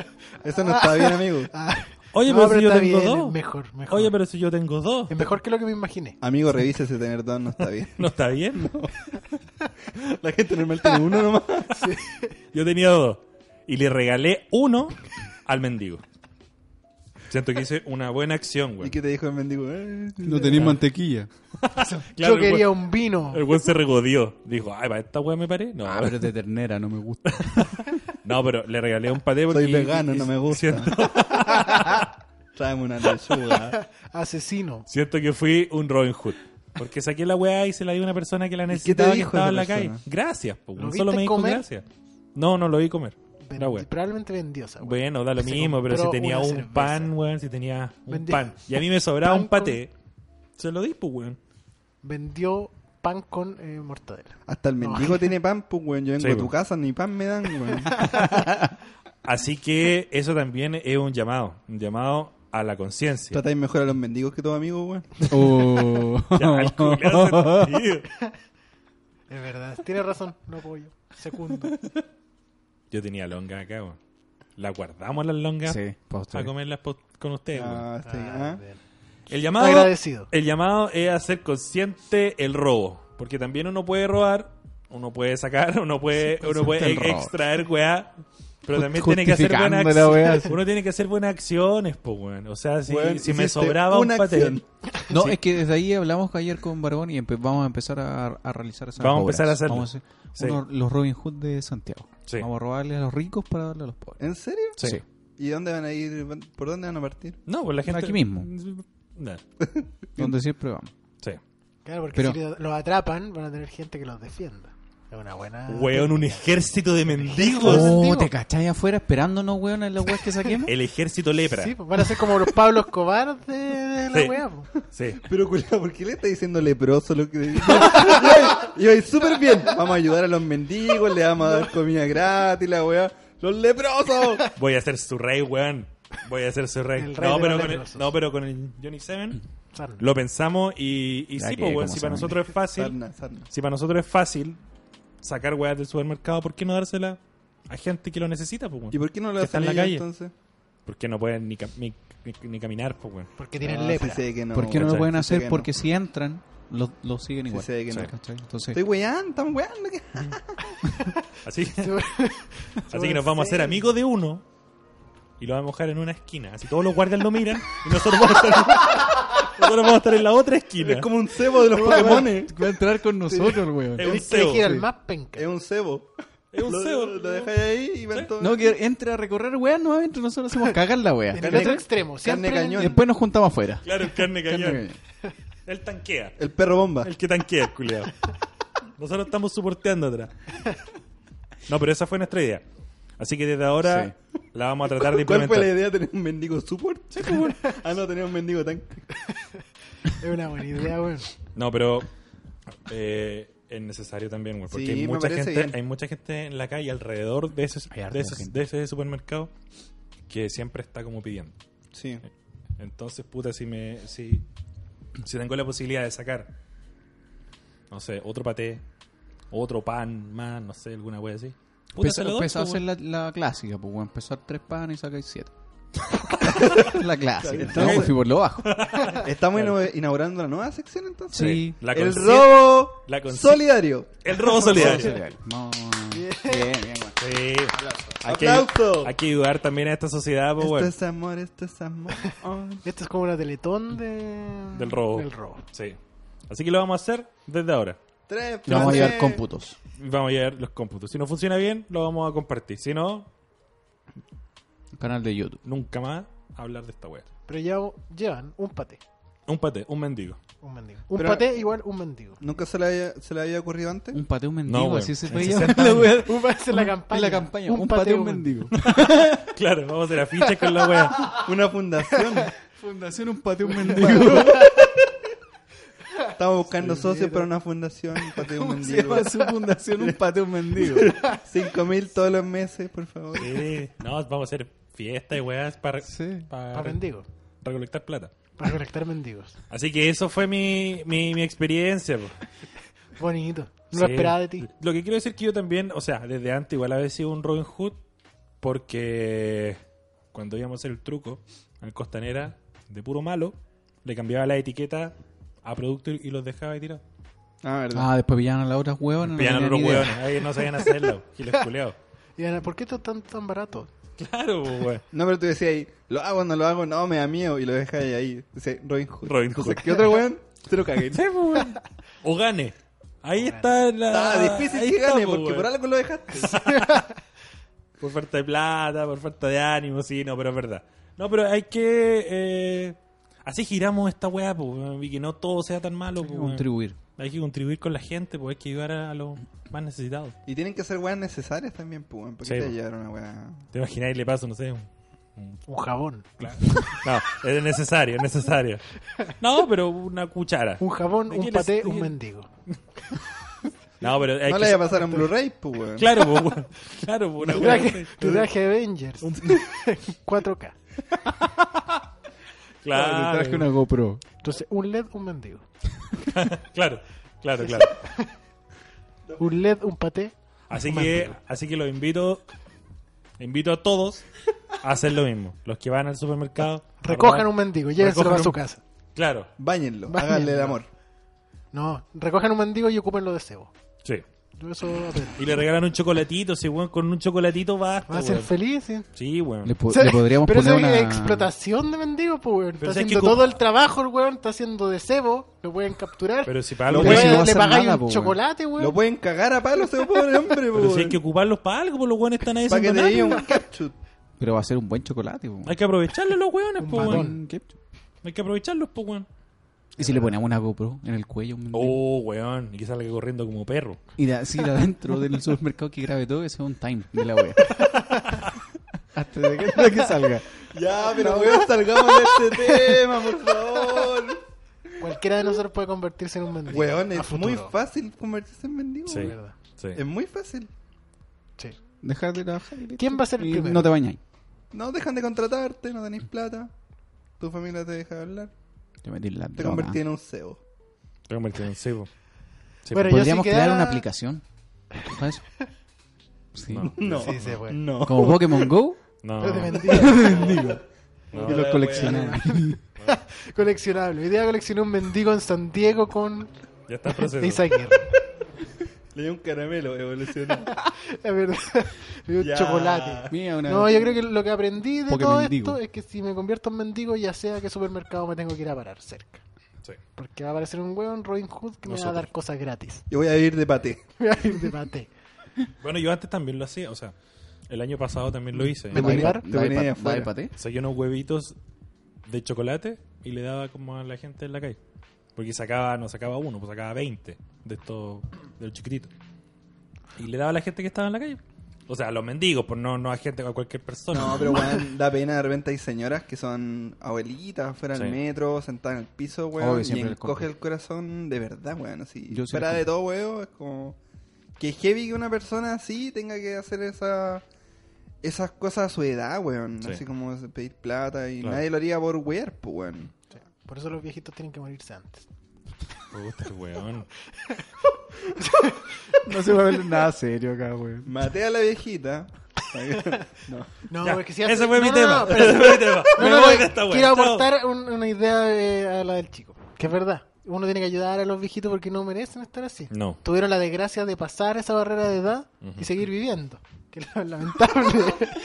Speaker 4: eso no está bien, amigo.
Speaker 5: Ah,
Speaker 3: Oye,
Speaker 5: no,
Speaker 3: pero, si yo
Speaker 5: está
Speaker 3: tengo
Speaker 5: bien,
Speaker 3: dos.
Speaker 5: es Mejor, mejor.
Speaker 3: Oye, pero si yo tengo dos.
Speaker 5: Es mejor que lo que me imaginé.
Speaker 4: Amigo, revísese tener dos, no está bien.
Speaker 3: No está bien.
Speaker 4: La gente normal tiene uno nomás.
Speaker 3: Yo tenía dos. Y le regalé uno al mendigo. Siento que hice una buena acción,
Speaker 4: ¿Y
Speaker 3: güey.
Speaker 4: qué te dijo el mendigo? Eh,
Speaker 2: No tenéis mantequilla.
Speaker 3: Claro,
Speaker 5: Yo
Speaker 3: el
Speaker 5: quería
Speaker 3: güey-
Speaker 5: un vino.
Speaker 3: El güey se regodeó. Dijo, ay, para esta weá me paré. No,
Speaker 2: Ah, pero es de ternera, no me gusta.
Speaker 3: no, pero le regalé un paté porque...
Speaker 4: Soy vegano,
Speaker 3: y-
Speaker 4: no me gusta.
Speaker 3: Siento,
Speaker 4: Tráeme una lechuga.
Speaker 5: Asesino.
Speaker 3: siento que fui un Robin Hood. Porque saqué la weá y se la di a una persona que la
Speaker 4: te
Speaker 3: necesitaba que
Speaker 4: dijo
Speaker 3: estaba
Speaker 4: esa
Speaker 3: en la calle.
Speaker 4: persona?
Speaker 3: Gracias, po, Solo
Speaker 5: ¿Lo viste
Speaker 3: me dijo
Speaker 5: comer?
Speaker 3: gracias. No, no lo vi comer.
Speaker 5: Ven-
Speaker 3: La weá.
Speaker 5: probablemente vendió esa weá.
Speaker 3: Bueno, da lo
Speaker 5: Se
Speaker 3: mismo, pero si
Speaker 5: compró
Speaker 3: tenía
Speaker 5: una
Speaker 3: un
Speaker 5: cerveza.
Speaker 3: pan, weón, si tenía un
Speaker 5: Vendí-
Speaker 3: pan. Y a mí me sobraba
Speaker 5: pan
Speaker 3: un paté, se lo di, pues, weón.
Speaker 5: Vendió pan con eh, mortadela.
Speaker 4: Hasta el mendigo
Speaker 5: No.
Speaker 4: tiene pan, pues, weón. Yo vengo
Speaker 3: Sí,
Speaker 4: a tu
Speaker 3: weón.
Speaker 4: casa, ni pan me dan, weón.
Speaker 3: Así que eso también es un llamado, un llamado a la conciencia.
Speaker 4: Tratáis mejor a los mendigos que a tus amigos, weón.
Speaker 2: Oh.
Speaker 3: Ya, el culiao se ríe.
Speaker 5: Es verdad. Tiene razón. No apoyo. Segundo.
Speaker 3: Yo tenía longa acá, weón. La guardamos las longas
Speaker 2: Sí, pa'
Speaker 3: para
Speaker 2: ustedes.
Speaker 3: comerlas po- con ustedes, weón.
Speaker 4: Ah, sí,
Speaker 5: Ah,
Speaker 4: ah.
Speaker 5: bien.
Speaker 3: El llamado,
Speaker 5: Agradecido.
Speaker 3: el llamado es hacer consciente el robo, porque también uno puede robar, uno puede sacar, uno puede, uno puede
Speaker 2: consciente el
Speaker 3: ex-
Speaker 2: robo.
Speaker 3: extraer weá, pero
Speaker 2: Ju-
Speaker 3: también tiene que hacer buenas
Speaker 2: justificando la weá,
Speaker 3: acciones.
Speaker 2: sí.
Speaker 3: Uno tiene que hacer buenas acciones, pues, weón. O sea, si,
Speaker 4: Weón,
Speaker 3: si me
Speaker 4: hiciste
Speaker 3: sobraba un
Speaker 4: una
Speaker 3: paté,
Speaker 4: acción.
Speaker 2: No, es que desde ahí hablamos ayer con Barbón y empe- vamos a empezar a, a realizar esas
Speaker 3: Vamos a
Speaker 2: obras.
Speaker 3: empezar a hacerlo.
Speaker 2: Vamos a hacer
Speaker 3: Sí.
Speaker 2: uno- los Robin Hood de Santiago.
Speaker 3: Sí.
Speaker 2: Vamos a robarle a los ricos para darle a los pobres.
Speaker 4: ¿En serio?
Speaker 3: Sí.
Speaker 4: ¿Y dónde van a ir? ¿Por dónde van a partir?
Speaker 3: no, pues la gente
Speaker 2: Aquí mismo.
Speaker 3: Nah,
Speaker 2: Donde siempre vamos.
Speaker 3: sí.
Speaker 5: Claro, porque
Speaker 2: Pero-
Speaker 5: si los atrapan, van a tener gente que los defienda. Es una buena.
Speaker 3: Weón, un
Speaker 5: técnica.
Speaker 3: ejército de mendigos.
Speaker 2: Oh,
Speaker 5: digo.
Speaker 2: ¿te cacháis afuera esperándonos, weón, en las weas que saquemos?
Speaker 3: El ejército lepra.
Speaker 5: Sí,
Speaker 3: Sí.
Speaker 5: pues van a ser como los Pablo Escobar de, de la
Speaker 3: Sí.
Speaker 5: weá. pues.
Speaker 4: Pero, culiao, ¿por qué le está diciendo leproso lo que Yo- Yo ahí súper bien. Vamos a ayudar a los mendigos, le vamos a dar comida gratis, la weá. ¡Los leprosos!
Speaker 3: Voy a ser su rey, weón. Voy a ser su rey.
Speaker 5: El rey
Speaker 3: no,
Speaker 5: de
Speaker 3: pero
Speaker 5: los
Speaker 3: con el,
Speaker 5: leprosos.
Speaker 3: no, pero con el Johnny Seven
Speaker 5: Sarna.
Speaker 3: lo pensamos y, y
Speaker 2: Ya
Speaker 3: sí,
Speaker 2: que,
Speaker 3: pues, weón.
Speaker 2: como
Speaker 3: Si
Speaker 2: se
Speaker 3: para
Speaker 2: llama.
Speaker 3: nosotros es fácil,
Speaker 4: Sarna, sarna.
Speaker 3: si para nosotros es fácil sacar weas del supermercado, ¿por qué no dársela a gente que lo necesita, pues,
Speaker 4: ¿Y
Speaker 3: weón?
Speaker 4: por qué no lo
Speaker 3: Que está
Speaker 4: hacen
Speaker 3: en la
Speaker 4: ellos,
Speaker 3: calle.
Speaker 4: entonces?
Speaker 3: Porque no pueden ni, cam- ni, ni- ni caminar, pues, weón.
Speaker 5: Porque tienen
Speaker 4: Ah,
Speaker 5: lepra.
Speaker 4: sí sé que no,
Speaker 2: ¿Por qué no
Speaker 4: weón.
Speaker 2: lo
Speaker 3: cachai,
Speaker 2: pueden
Speaker 4: sí sé
Speaker 2: hacer?
Speaker 4: que no.
Speaker 2: Porque si entran, lo, lo siguen igual.
Speaker 4: sé que no.
Speaker 2: ¿cachai? Entonces,
Speaker 4: Estoy weando, están weando. ¿qué?
Speaker 3: Así, así que nos vamos a hacer amigos de uno y lo vamos a mojar en una esquina. Así todos los guardias lo miran y nosotros vamos a estar, nosotros vamos a estar en la otra esquina.
Speaker 4: Es como un cebo de los Pokémon. Es
Speaker 2: Va a entrar con nosotros, weón.
Speaker 3: Es un
Speaker 5: Tienes que elegir
Speaker 3: cebo.
Speaker 5: al más penca.
Speaker 4: un cebo.
Speaker 3: Es un
Speaker 4: Lo-
Speaker 3: cebo.
Speaker 4: Lo dejáis ahí y ven todo.
Speaker 2: No, que entre a recorrer, weón, no adentro, nosotros hacemos cagar la wea.
Speaker 5: En el
Speaker 4: Carne-
Speaker 5: otro extremo.
Speaker 4: carne
Speaker 5: Siempre
Speaker 2: Y
Speaker 4: cañón.
Speaker 2: después nos juntamos afuera.
Speaker 3: Claro, el carne cañón.
Speaker 2: Carne
Speaker 3: Él tanquea.
Speaker 4: El perro bomba.
Speaker 3: El que tanquea, el culiao. Nosotros estamos soporteando atrás. No, pero esa fue nuestra idea. Así que desde ahora la vamos a tratar de
Speaker 4: ¿Cuál fue la
Speaker 3: implementar.
Speaker 4: idea de tener un mendigo support?
Speaker 3: pues,
Speaker 4: ah, no, tenía un mendigo tan...
Speaker 5: Es una buena idea, weón.
Speaker 3: No, pero eh, es necesario también, güey, porque
Speaker 4: Sí,
Speaker 3: hay,
Speaker 4: me
Speaker 3: mucha
Speaker 4: parece
Speaker 3: gente,
Speaker 4: bien.
Speaker 3: hay mucha gente en la calle alrededor de ese,
Speaker 2: Hay harta
Speaker 3: de ese-
Speaker 2: gente.
Speaker 3: de ese supermercado que siempre está como pidiendo.
Speaker 4: Sí.
Speaker 3: Entonces, puta, si me si, si tengo la posibilidad de sacar, no sé, otro paté, otro pan más, no sé, alguna wea así. Puta,
Speaker 2: Empezó,
Speaker 3: se lo doy, pues,
Speaker 2: empezó a
Speaker 3: po,
Speaker 2: hacer
Speaker 3: weón.
Speaker 2: la, la clásica, pues, weón. Empezó a dar tres panes y sacáis siete. la clásica.
Speaker 4: Entonces-
Speaker 2: no, fui por lo bajo.
Speaker 4: Estamos ino- inaugurando una nueva sección, entonces.
Speaker 2: Sí.
Speaker 3: La consci-
Speaker 4: el robo
Speaker 3: la consci-
Speaker 4: solidario.
Speaker 3: El robo solidario.
Speaker 2: Vamos. Bien, bien, weón.
Speaker 3: Sí. Hay que,
Speaker 4: ¡Aplauso!
Speaker 3: hay que ayudar también a esta sociedad, pues, po,
Speaker 4: Esto
Speaker 3: weón.
Speaker 4: es amor, esto es amor. Oh.
Speaker 5: Esto es como una teletón de...
Speaker 3: Del robo.
Speaker 5: Del robo.
Speaker 3: Sí. Así que lo vamos a hacer desde ahora.
Speaker 4: Tres
Speaker 2: Le Vamos a llevar
Speaker 4: planes.
Speaker 2: cómputos.
Speaker 3: Vamos a llevar los cómputos. Si no funciona bien, lo vamos a compartir. Si no,
Speaker 2: Un Canal de YouTube.
Speaker 3: nunca más hablar de esta wea.
Speaker 5: Pero llevo- llevan un paté.
Speaker 3: Un paté, un mendigo.
Speaker 5: Un mendigo. Un
Speaker 4: Pero-
Speaker 5: paté igual un mendigo.
Speaker 4: ¿Nunca se le había, se le había ocurrido antes?
Speaker 2: Un pateo, un mendigo,
Speaker 3: No, weón.
Speaker 2: así se
Speaker 3: En
Speaker 2: puede
Speaker 3: 60
Speaker 2: llamar la weá.
Speaker 5: Un paté en la campaña.
Speaker 2: En la campaña. Un, pateo, un mendigo.
Speaker 3: Claro, vamos a hacer afiches con la wea.
Speaker 4: Una fundación.
Speaker 2: Fundación Un pateo, un mendigo.
Speaker 4: Estamos buscando socios para una fundación. para tener un
Speaker 2: ¿Cómo se
Speaker 4: mendigo.
Speaker 2: llama su fundación? Un pateo, un mendigo.
Speaker 4: Cinco mil todos los meses, por favor.
Speaker 3: Sí. No, vamos a hacer fiesta y weas para,
Speaker 2: Sí.
Speaker 3: para
Speaker 5: Para mendigos.
Speaker 3: recolectar plata.
Speaker 5: Para conectar mendigos.
Speaker 3: Así que eso fue mi, mi, mi experiencia. pues. po.
Speaker 5: Bonito. No lo
Speaker 3: Sí.
Speaker 5: esperaba de ti.
Speaker 3: Lo que quiero decir que yo también, o sea, desde antes igual había sido un Robin Hood, Porque cuando íbamos a hacer el truco en Costanera, de puro malo, le cambiaba la etiqueta a producto y los dejaba ahí tirados.
Speaker 4: Ah, verdad.
Speaker 2: Ah, después pillaron a las otras huevas. no
Speaker 3: Pillan a
Speaker 2: tenían
Speaker 3: los
Speaker 2: ni idea.
Speaker 3: hueones, ahí no sabían hacerlo, giles culeados.
Speaker 5: Y Ana, ¿por qué esto es tan, tan barato?
Speaker 3: Claro, pues, weón.
Speaker 4: No, pero tú decías ahí, lo hago, no lo hago, no, me da miedo. Y lo dejas ahí, ahí. Dice, Robin Hood.
Speaker 3: Robin Hood.
Speaker 4: Entonces, ¿qué otro weón? Te lo cagué.
Speaker 3: Sí, pues, weón. O gane. Ahí está la.
Speaker 4: Ah, difícil
Speaker 3: ahí
Speaker 4: que
Speaker 3: está,
Speaker 4: gane,
Speaker 3: pues,
Speaker 4: porque
Speaker 3: weón.
Speaker 4: por algo lo dejaste.
Speaker 3: Por falta de plata, por falta de ánimo, sí, no, pero es verdad. No, pero hay que. eh, así giramos esta weá, pues, weón, y que no todo sea tan malo, pues, weón.
Speaker 2: Contribuir.
Speaker 3: Hay que contribuir con la gente, pues hay que ayudar a, a los más necesitados.
Speaker 4: Y tienen que ser weas necesarias también, pues, weón. ¿Por qué
Speaker 3: Sí,
Speaker 4: te
Speaker 3: po.
Speaker 4: llevaron a wea?
Speaker 3: ¿Te imaginas? Y le paso, no sé. un-
Speaker 5: Un jabón.
Speaker 3: No, es necesario, es necesario. No, pero una cuchara.
Speaker 5: Un jabón,
Speaker 3: ¿De
Speaker 5: un
Speaker 3: quién es?
Speaker 5: paté,
Speaker 3: ¿De
Speaker 5: un
Speaker 3: quién?
Speaker 5: mendigo.
Speaker 3: No, pero hay
Speaker 4: No
Speaker 3: que-
Speaker 4: le vaya a pasar a un Blu-ray, pues, weón.
Speaker 3: Claro, pues, weón. claro, pues, una
Speaker 5: Tu
Speaker 3: weá
Speaker 5: traje,
Speaker 3: así.
Speaker 5: tu traje Avengers. 4K.
Speaker 3: Ah,
Speaker 2: Le traje
Speaker 3: Claro,
Speaker 2: una GoPro.
Speaker 5: Entonces, un LED, un mendigo.
Speaker 3: claro, claro, claro.
Speaker 5: Un LED, un paté.
Speaker 3: Así que, así que los invito, invito a todos a hacer lo mismo. Los que van al supermercado, a
Speaker 5: Recojan
Speaker 3: robar-
Speaker 5: un mendigo, llévenselo
Speaker 3: recojan
Speaker 5: a su
Speaker 3: un-
Speaker 5: casa.
Speaker 3: Claro,
Speaker 4: Báñenlo,
Speaker 5: Báñenlo.
Speaker 4: háganle el amor.
Speaker 5: No, recojan un mendigo y ocupenlo de cebo.
Speaker 3: sí.
Speaker 5: Yo eso aprendí.
Speaker 3: Y le regalan un chocolatito, si weón, con un chocolatito basta.
Speaker 5: Va a ser
Speaker 3: weón.
Speaker 5: feliz, ¿sí?
Speaker 3: Sí, weón.
Speaker 2: Le, po-
Speaker 5: O sea,
Speaker 2: le podríamos
Speaker 5: pero
Speaker 2: poner
Speaker 5: eso
Speaker 2: una...
Speaker 5: es explotación de mendigos, pues, weón. Está
Speaker 3: Pero sabes
Speaker 5: haciendo
Speaker 3: que
Speaker 5: todo
Speaker 3: como-
Speaker 5: el trabajo, el weón. Está haciendo de cebo. Lo pueden capturar.
Speaker 3: Pero si para
Speaker 5: Le
Speaker 3: algo,
Speaker 2: Lo pueden- no
Speaker 3: weón,
Speaker 5: pagáis-
Speaker 2: va a
Speaker 5: le
Speaker 2: hacer
Speaker 5: pagáis
Speaker 2: nada,
Speaker 5: un
Speaker 2: po, weón.
Speaker 5: chocolate, weón.
Speaker 4: Lo pueden cagar a palos ese pobre hombre,
Speaker 3: pero si
Speaker 4: weón.
Speaker 3: hay que ocuparlos para algo, pues los weones están ahí
Speaker 4: Para que
Speaker 3: haciendo
Speaker 4: te
Speaker 3: nada.
Speaker 4: diga un
Speaker 3: weón.
Speaker 4: capture.
Speaker 2: Pero va a ser un buen chocolate. po.
Speaker 3: Hay que aprovecharlos los weones, pues,
Speaker 5: matón.
Speaker 3: weón.
Speaker 2: Un ketchup.
Speaker 3: Hay que aprovecharlos, pues, weón.
Speaker 2: Y si le ponemos una GoPro en el cuello. un mendigo.
Speaker 3: Oh, weón. Y que salga corriendo como perro.
Speaker 2: Y de, así de adentro del supermercado que grabe todo, ese es un time de la wea. Hasta de que, de que salga.
Speaker 4: Ya, pero weón, salgamos de este tema, por favor.
Speaker 5: Cualquiera de nosotros puede convertirse en un mendigo.
Speaker 4: Weón,
Speaker 5: a
Speaker 4: es
Speaker 5: futuro.
Speaker 4: muy fácil convertirse en mendigo.
Speaker 3: Sí.
Speaker 4: weón.
Speaker 5: verdad.
Speaker 3: Sí.
Speaker 4: Es muy fácil.
Speaker 5: Sí.
Speaker 2: Dejar de trabajar. y listo.
Speaker 5: ¿Quién va a ser el
Speaker 2: Y
Speaker 5: primero?
Speaker 2: No te bañáis.
Speaker 4: No dejan de contratarte, no tenéis plata. Tu familia te deja de hablar.
Speaker 2: Te metí en la
Speaker 4: Te
Speaker 2: droga.
Speaker 4: convertí en un CEO.
Speaker 3: Te convertí en un cebo. Sí, pues.
Speaker 5: Bueno, yo
Speaker 2: Podríamos
Speaker 5: sí que
Speaker 2: crear
Speaker 5: da-
Speaker 2: una aplicación. ¿Para eso? Sí.
Speaker 3: No.
Speaker 4: No.
Speaker 5: Sí, se puede.
Speaker 4: No.
Speaker 2: Como Pokémon Go.
Speaker 3: No,
Speaker 5: Pero de
Speaker 3: no,
Speaker 5: mendigo.
Speaker 3: no.
Speaker 2: y los coleccionamos.
Speaker 5: Coleccionable. Hoy día coleccioné un mendigo en San Diego con
Speaker 3: Ya está en proceso.
Speaker 5: Isaac Guerra.
Speaker 4: Le dio un caramelo, evolucionó.
Speaker 5: La verdad. Y un
Speaker 4: Ya.
Speaker 5: chocolate.
Speaker 2: Mira, una-
Speaker 5: No, yo creo que lo que aprendí de
Speaker 2: Porque
Speaker 5: todo
Speaker 2: mendigo.
Speaker 5: esto es que si me convierto en mendigo, ya sea que supermercado me tengo que ir a parar cerca.
Speaker 3: Sí.
Speaker 5: Porque va a aparecer un hueón Robin Hood que me va
Speaker 3: Nosotros.
Speaker 5: a dar cosas gratis.
Speaker 4: Yo voy a vivir de paté.
Speaker 5: Me va a ir de paté.
Speaker 3: Bueno, yo antes también lo hacía, o sea, el año pasado también lo hice.
Speaker 5: ¿Me
Speaker 3: O
Speaker 5: voy a
Speaker 2: ponía-
Speaker 5: llevar?
Speaker 4: Te ponía
Speaker 2: dai pa-
Speaker 4: afuera.
Speaker 2: dai paté.
Speaker 3: Saqué unos huevitos de chocolate y le daba como a la gente en la calle. Porque sacaba, no sacaba uno, pues sacaba 20 de estos, del chiquitito. Y le daba a la gente que estaba en la calle. O sea, a los mendigos, pues no, no a gente, a cualquier persona.
Speaker 4: No, pero weón, da pena de repente hay señoras que son abuelitas fuera del
Speaker 3: Sí.
Speaker 4: metro, sentadas en el piso,
Speaker 2: Obvio,
Speaker 4: weón, y
Speaker 2: siempre les
Speaker 4: encoge
Speaker 2: compro.
Speaker 4: el corazón de verdad, weón, así.
Speaker 2: Yo sí
Speaker 4: fuera
Speaker 2: les
Speaker 4: de todo, weón, es como que heavy que una persona así tenga que hacer esa esas cosas a su edad, weón,
Speaker 3: Sí.
Speaker 4: así como pedir plata y
Speaker 3: Claro.
Speaker 4: nadie lo haría por wear, pues, weón.
Speaker 5: Sí. Por eso los viejitos tienen que morirse antes.
Speaker 3: Puta, el weón.
Speaker 2: No se va a ver nada serio acá, weón.
Speaker 4: Maté a la viejita. no.
Speaker 5: No,
Speaker 3: Ya,
Speaker 5: porque si hace-
Speaker 3: Ese fue
Speaker 5: no,
Speaker 3: mi
Speaker 5: no,
Speaker 3: tema.
Speaker 5: no, pero-
Speaker 3: ese fue mi tema.
Speaker 5: No,
Speaker 3: Me
Speaker 5: no,
Speaker 3: voy
Speaker 5: no,
Speaker 3: de esta weá.
Speaker 5: quiero
Speaker 3: Chao.
Speaker 5: aportar un- una idea eh, a la del chico, que es verdad. Uno tiene que ayudar a los viejitos porque no merecen estar así.
Speaker 3: No.
Speaker 5: Tuvieron la desgracia de pasar esa barrera de edad y seguir viviendo. Que es lo lamentable.